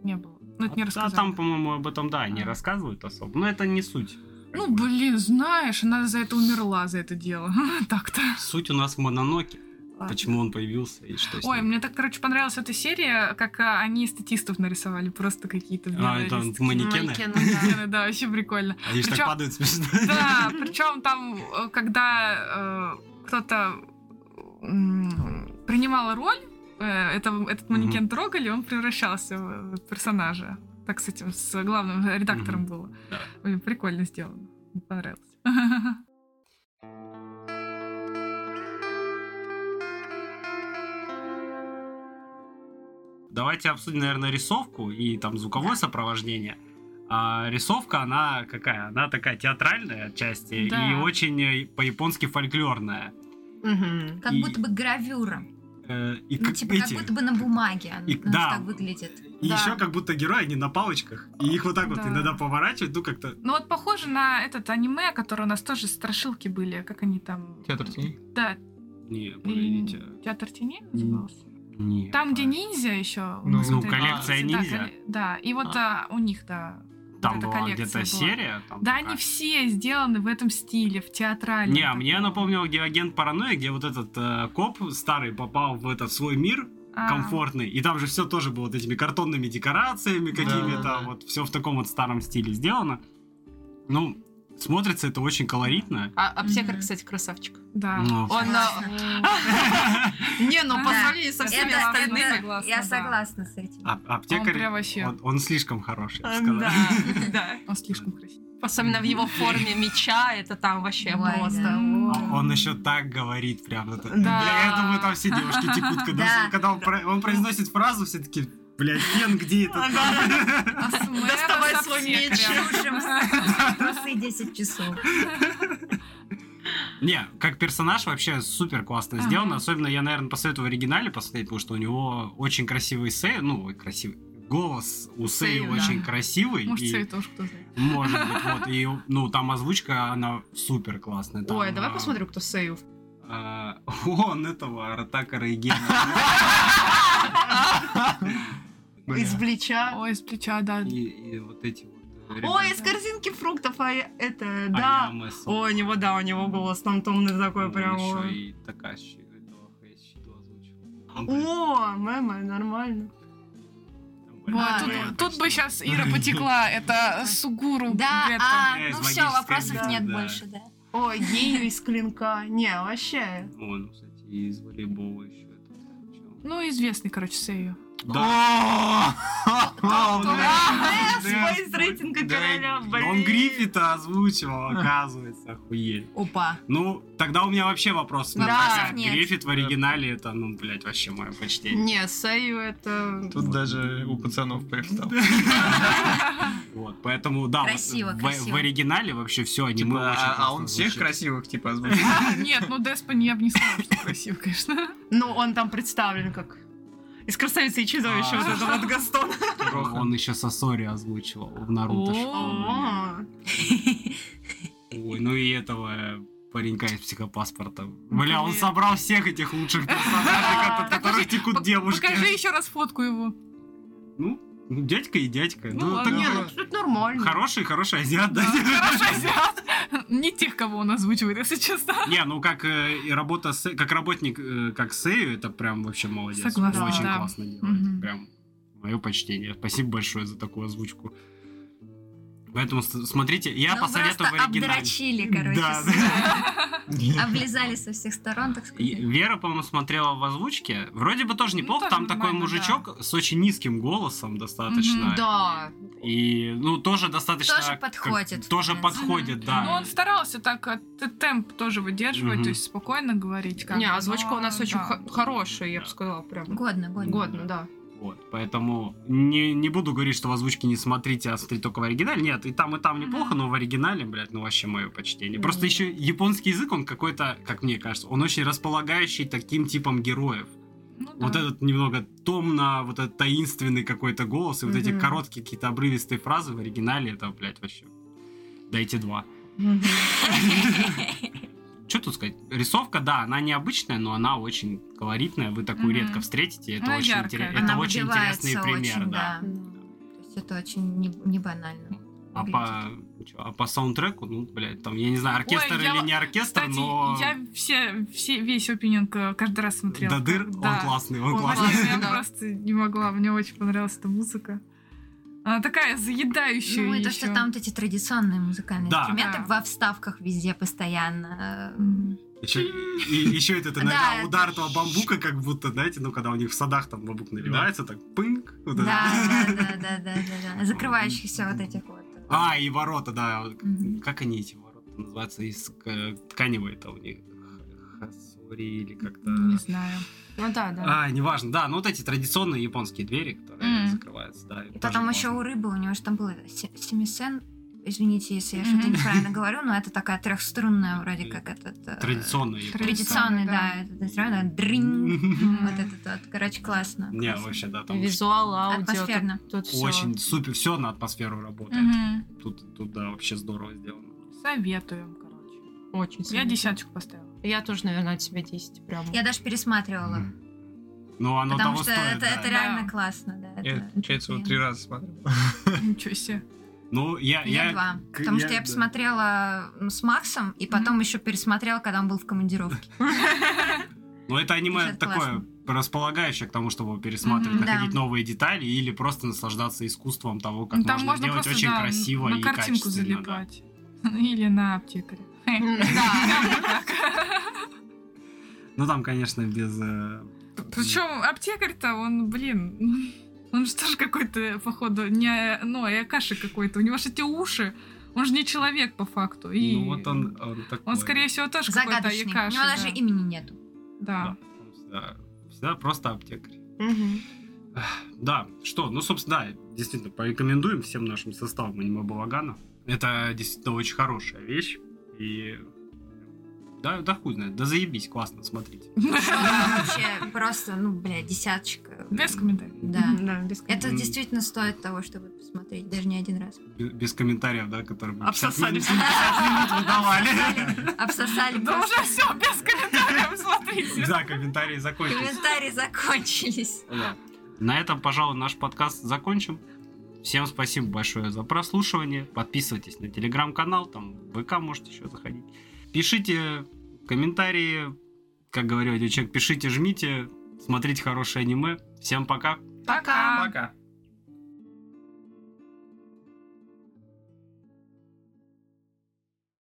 не было. Ну, это не А- а рассказали. там, по-моему, об этом, да, не А. рассказывают особо. Но это не суть. Ну, блин, знаешь, она за это умерла, за это дело. [laughs] Так-то. Суть у нас в Мононоке. Ладно. Почему он появился и что с Ой, ним. мне так, короче, понравилась эта серия, как а, они статистов нарисовали, просто какие-то А, белые это листы. манекены? Манекены, да. Манекены, Да, вообще [laughs] прикольно. Они же так Причём- падают смешно. [laughs] Да, причем там, э, когда э, кто-то м, принимал роль, э, это- этот манекен трогали, он превращался в персонажа. Так с этим, с главным редактором Мгм. было. Да. Блин, прикольно сделано. Мне понравилось. Давайте обсудим, наверное, рисовку и там звуковое сопровождение. А рисовка, она какая? Она такая театральная отчасти Да. и очень э, по-японски фольклорная. Мгм. Как И- будто бы гравюра. Э, и Ну, как типа, эти- как будто бы на бумаге она и- у нас да. так выглядит. И Да. еще как будто герои, они на палочках. И их вот так вот Да. иногда поворачивают, ну как-то... Ну вот похоже на этот аниме, который у нас тоже страшилки были, как они там... Театр теней? Да, Не, или погодите. театр теней назывался? Не, Там, где а, ниндзя еще. Ну, ну, коллекция ниндзя. Да, и вот а, у них, да. вот Там эта была коллекция где-то была. серия. там Да, такая. они все сделаны в этом стиле, в театральном. Не, а таком. мне напомнил, где агент паранойи, где вот этот э, коп старый попал в этот свой мир А, комфортный, и там же все тоже было вот этими картонными декорациями какими-то, Да-да-да. вот все в таком вот старом стиле сделано. Ну, смотрится это очень [laughs] колоритно. А аптекарь, Мгм. кстати, красавчик. Да. Ну, Он... э, Не, ну по Да. сравнению со всеми Это- остальными... это- согласна, я да. согласна с этим. а- аптекарь, Он прям вообще- он, он слишком хороший, я бы сказал. Да, [laughs] да. Он [laughs] слишком красивый. Особенно в его форме меча, это там вообще Ой, да. просто... А Он еще так говорит, прям это. Да. Бля, я думаю, там все девушки текут, когда, Да. когда он, про- он произносит фразу, все таки блядь, Ген, где это? А с мэром Доставай с свой аптекарем. меч. Чужим [laughs] с- трусы 10 часов. [laughs] Не, как персонаж вообще супер классно Ага. сделан. Особенно я, наверное, посоветую в оригинале посмотреть, потому что у него очень красивый сей, ну, ой, красивый. Голос у Сэй Сэй, да. очень красивый. Может, и- Сэй тоже кто знает. [laughs] Может быть, вот. И, ну, там озвучка, она супер классная. Ой, а давай посмотрим, кто сейв. А, [laughs] он этого Аратакара и Гена. [laughs] Из плеча. Ой, с плеча, да. И, и вот эти вот. э, Ой, из корзинки фруктов, а я- это, да. да. О, у него, да, у него голос там томный такой прям. Еще ой. Ну, и Такаши этого Хэйчиду озвучивал. Он, блин, О, мама, нормально. там думали. Вот, а, Мы тут, это тут бы А, точно. сейчас Ира потекла, это Ну, Сугуру Да, Гетто. а, Э, из ну все, магической вопросов игры, нет да. больше, да. О, гею из клинка. Не, вообще. О, ну, кстати, и из волейбола еще это. чё? Ну, известный, короче, Сею. Да. [laughs] Да, да. с из рейтинга Да, короля, блин. Он Гриффита озвучивал, оказывается, охуеть. Опа. Ну, тогда у меня вообще вопрос. Да. Вопросов нет. Гриффит в оригинале это, ну, блядь, вообще мое почтение. Не, Саю это... Тут даже у пацанов привстал. Вот, поэтому, да, вот Красиво, в, красиво. в оригинале вообще все аниме Типа, очень а- а классно он всех звучит. [laughs] красивых, типа, озвучил. Нет, ну Деспа не- я бы не сказала, что красиво, конечно. Ну, он там представлен как... Из красавицы и чудовища А. вот это вот Гастон. [laughs] Он- Он еще Сосори озвучивал в Наруто. что О, ли. Ой, ну и этого э, паренька из психопаспорта. Бля, он блин. собрал всех этих лучших персонажей, от Ну, [laughs] А, Покажи- которых текут пок- девушки. Покажи еще раз фотку его. Ну, ну, дядька и дядька. Ну Ну, ладно. так Не, было. ну тут нормально. Хороший, хороший азиат, [laughs] да. Хорошо, азиат. Не тех, кого он озвучивает, если честно. Не, ну как э, и работа с, как работник, э, как Сею, это прям вообще молодец. Согласна, Очень да. классно делает. Мгм. Прям мое почтение. Спасибо большое за такую озвучку. Поэтому с- смотрите, я Ну, посоветую в просто оригинале. обдрочили, короче. Да, с- [laughs] Облизали со всех сторон, так И сказать. Вера, по-моему, смотрела в озвучке. Вроде бы тоже неплохо. тоже Там такой нормально, мужичок с очень низким голосом достаточно. Да. И, ну, тоже достаточно... Тоже как- подходит, в Тоже принципе. подходит, да. Но он старался так э, т- темп тоже выдерживать, Мгм. то есть спокойно говорить. как Не, бы, озвучка но а у нас очень да. хо- хорошая, я бы сказала, прям. Годно, годно. Годно, да. Вот, поэтому не, не буду говорить, что в озвучке не смотрите, а смотрите только в оригинале. Нет, и там, и там неплохо, но в оригинале, блядь, ну вообще мое почтение. Просто Мгм. еще японский язык, он какой-то, как мне кажется, он очень располагающий таким типом героев. Ну Вот да. этот немного томно, вот этот таинственный какой-то голос, и вот эти Мгм. короткие какие-то обрывистые фразы в оригинале, это, блядь, вообще... Дайте два. Что тут сказать? Рисовка, да, она необычная, но она очень колоритная. Вы такую Мгм. редко встретите. Это Она очень, яркая. интерес- Она это очень выбивается интересный пример, очень, да. То есть это очень не, не банально. А по, чё, а по саундтреку, ну, блядь, там, я не знаю, оркестр Ой, я или вот- не оркестр, Кстати, но... я все, все, весь опенинг э, каждый раз смотрела. До дыр, Да. он классный, он, Он классный. классный, я Да. просто не могла, мне очень понравилась эта музыка. Она такая заедающая Ну и то, ещё. что там вот эти традиционные музыкальные Да. инструменты Да. во вставках везде постоянно. э, м. Еще, этот иногда Да, удар это этого бамбука, как будто, знаете, ну, когда у них в садах там бамбук набивается, так пынк. вот это. [laughs] Да, да, да, да, да, да, да. Закрывающихся вот этих вот. А, и ворота, да. вот как- Мгм. Как они эти ворота называются? Из э, тканевой-то у них. Х- Хасори или как-то... Не знаю. Ну да, да. А, неважно, да, ну вот эти традиционные японские двери, которые Мгм. закрываются, да. И потом еще у рыбы, у него же там было се- семисен. Извините, если я что-то Мгм. [laughs] неправильно говорю, но это такая трехструнная вроде как этот... э, Традиционные Традиционный, Традиционный, да. это- это странно, дрынь. [laughs] [laughs] Мгм. Вот этот вот. Короче, классно. Не, классно. вообще, да, там Визуал, аудио, тут- Атмосферно. тут все. очень супер, все на атмосферу работает. Мгм. Тут, тут, да, вообще здорово сделано. Советуем, короче. Очень Я сильно. десяточку поставила. Я тоже, наверное, от себя 10 прям. Я даже пересматривала. Ну, оно потому того что стоит, это, да. это реально классно, да. Я, это- получается, вот это три раза смотрел. [laughs] Ничего себе. Ну, я... Я, я... два. к- Потому я- что я да. посмотрела м, с Максом и потом еще пересмотрела, когда он был в командировке. Ну, это аниме Это такое располагающее к тому, чтобы пересматривать, Мгм, да. находить новые детали или просто наслаждаться искусством того, как Ну, Там можно, можно сделать просто очень да, красиво на и картинку качественно. да. залипать. [laughs] Ну, Или на аптекаря. [laughs] Да. Ну, там, конечно, без... э, Причем аптекарь-то, он, блин, [laughs] он же тоже какой-то, походу, не, ну, Акаши какой-то. У него же эти уши. Он же не человек, по факту. И Ну, вот он, он такой. Он, скорее всего, тоже какой-то Загадочный. У него Якаши. даже да. имени нету. [laughs] Да. Да, он всегда, всегда просто аптекарь. Мгм. Да, что, ну, собственно, да, действительно, порекомендуем всем нашим составам аниме Балагана. Это действительно очень хорошая вещь. И... Да, да хуй знает, да заебись, классно, смотрите. Вообще просто, ну, бля, десяточка. Без комментариев. Да. Да, без Это Мгм. действительно стоит того, чтобы посмотреть, даже не один раз. Б- Без комментариев, да, которые мы 50 Обсосали минут- все. 50 минут выдавали. Обсосали, обсосали Да просто. уже все, без комментариев, [laughs] смотрите. Да, комментарии закончились. Комментарии закончились. Да. На этом, пожалуй, наш подкаст закончим. Всем спасибо большое за прослушивание. Подписывайтесь на телеграм-канал, там в ВК можете еще заходить. Пишите комментарии, как говорил один человек, пишите, жмите, смотрите хорошее аниме. Всем пока. Пока. Пока.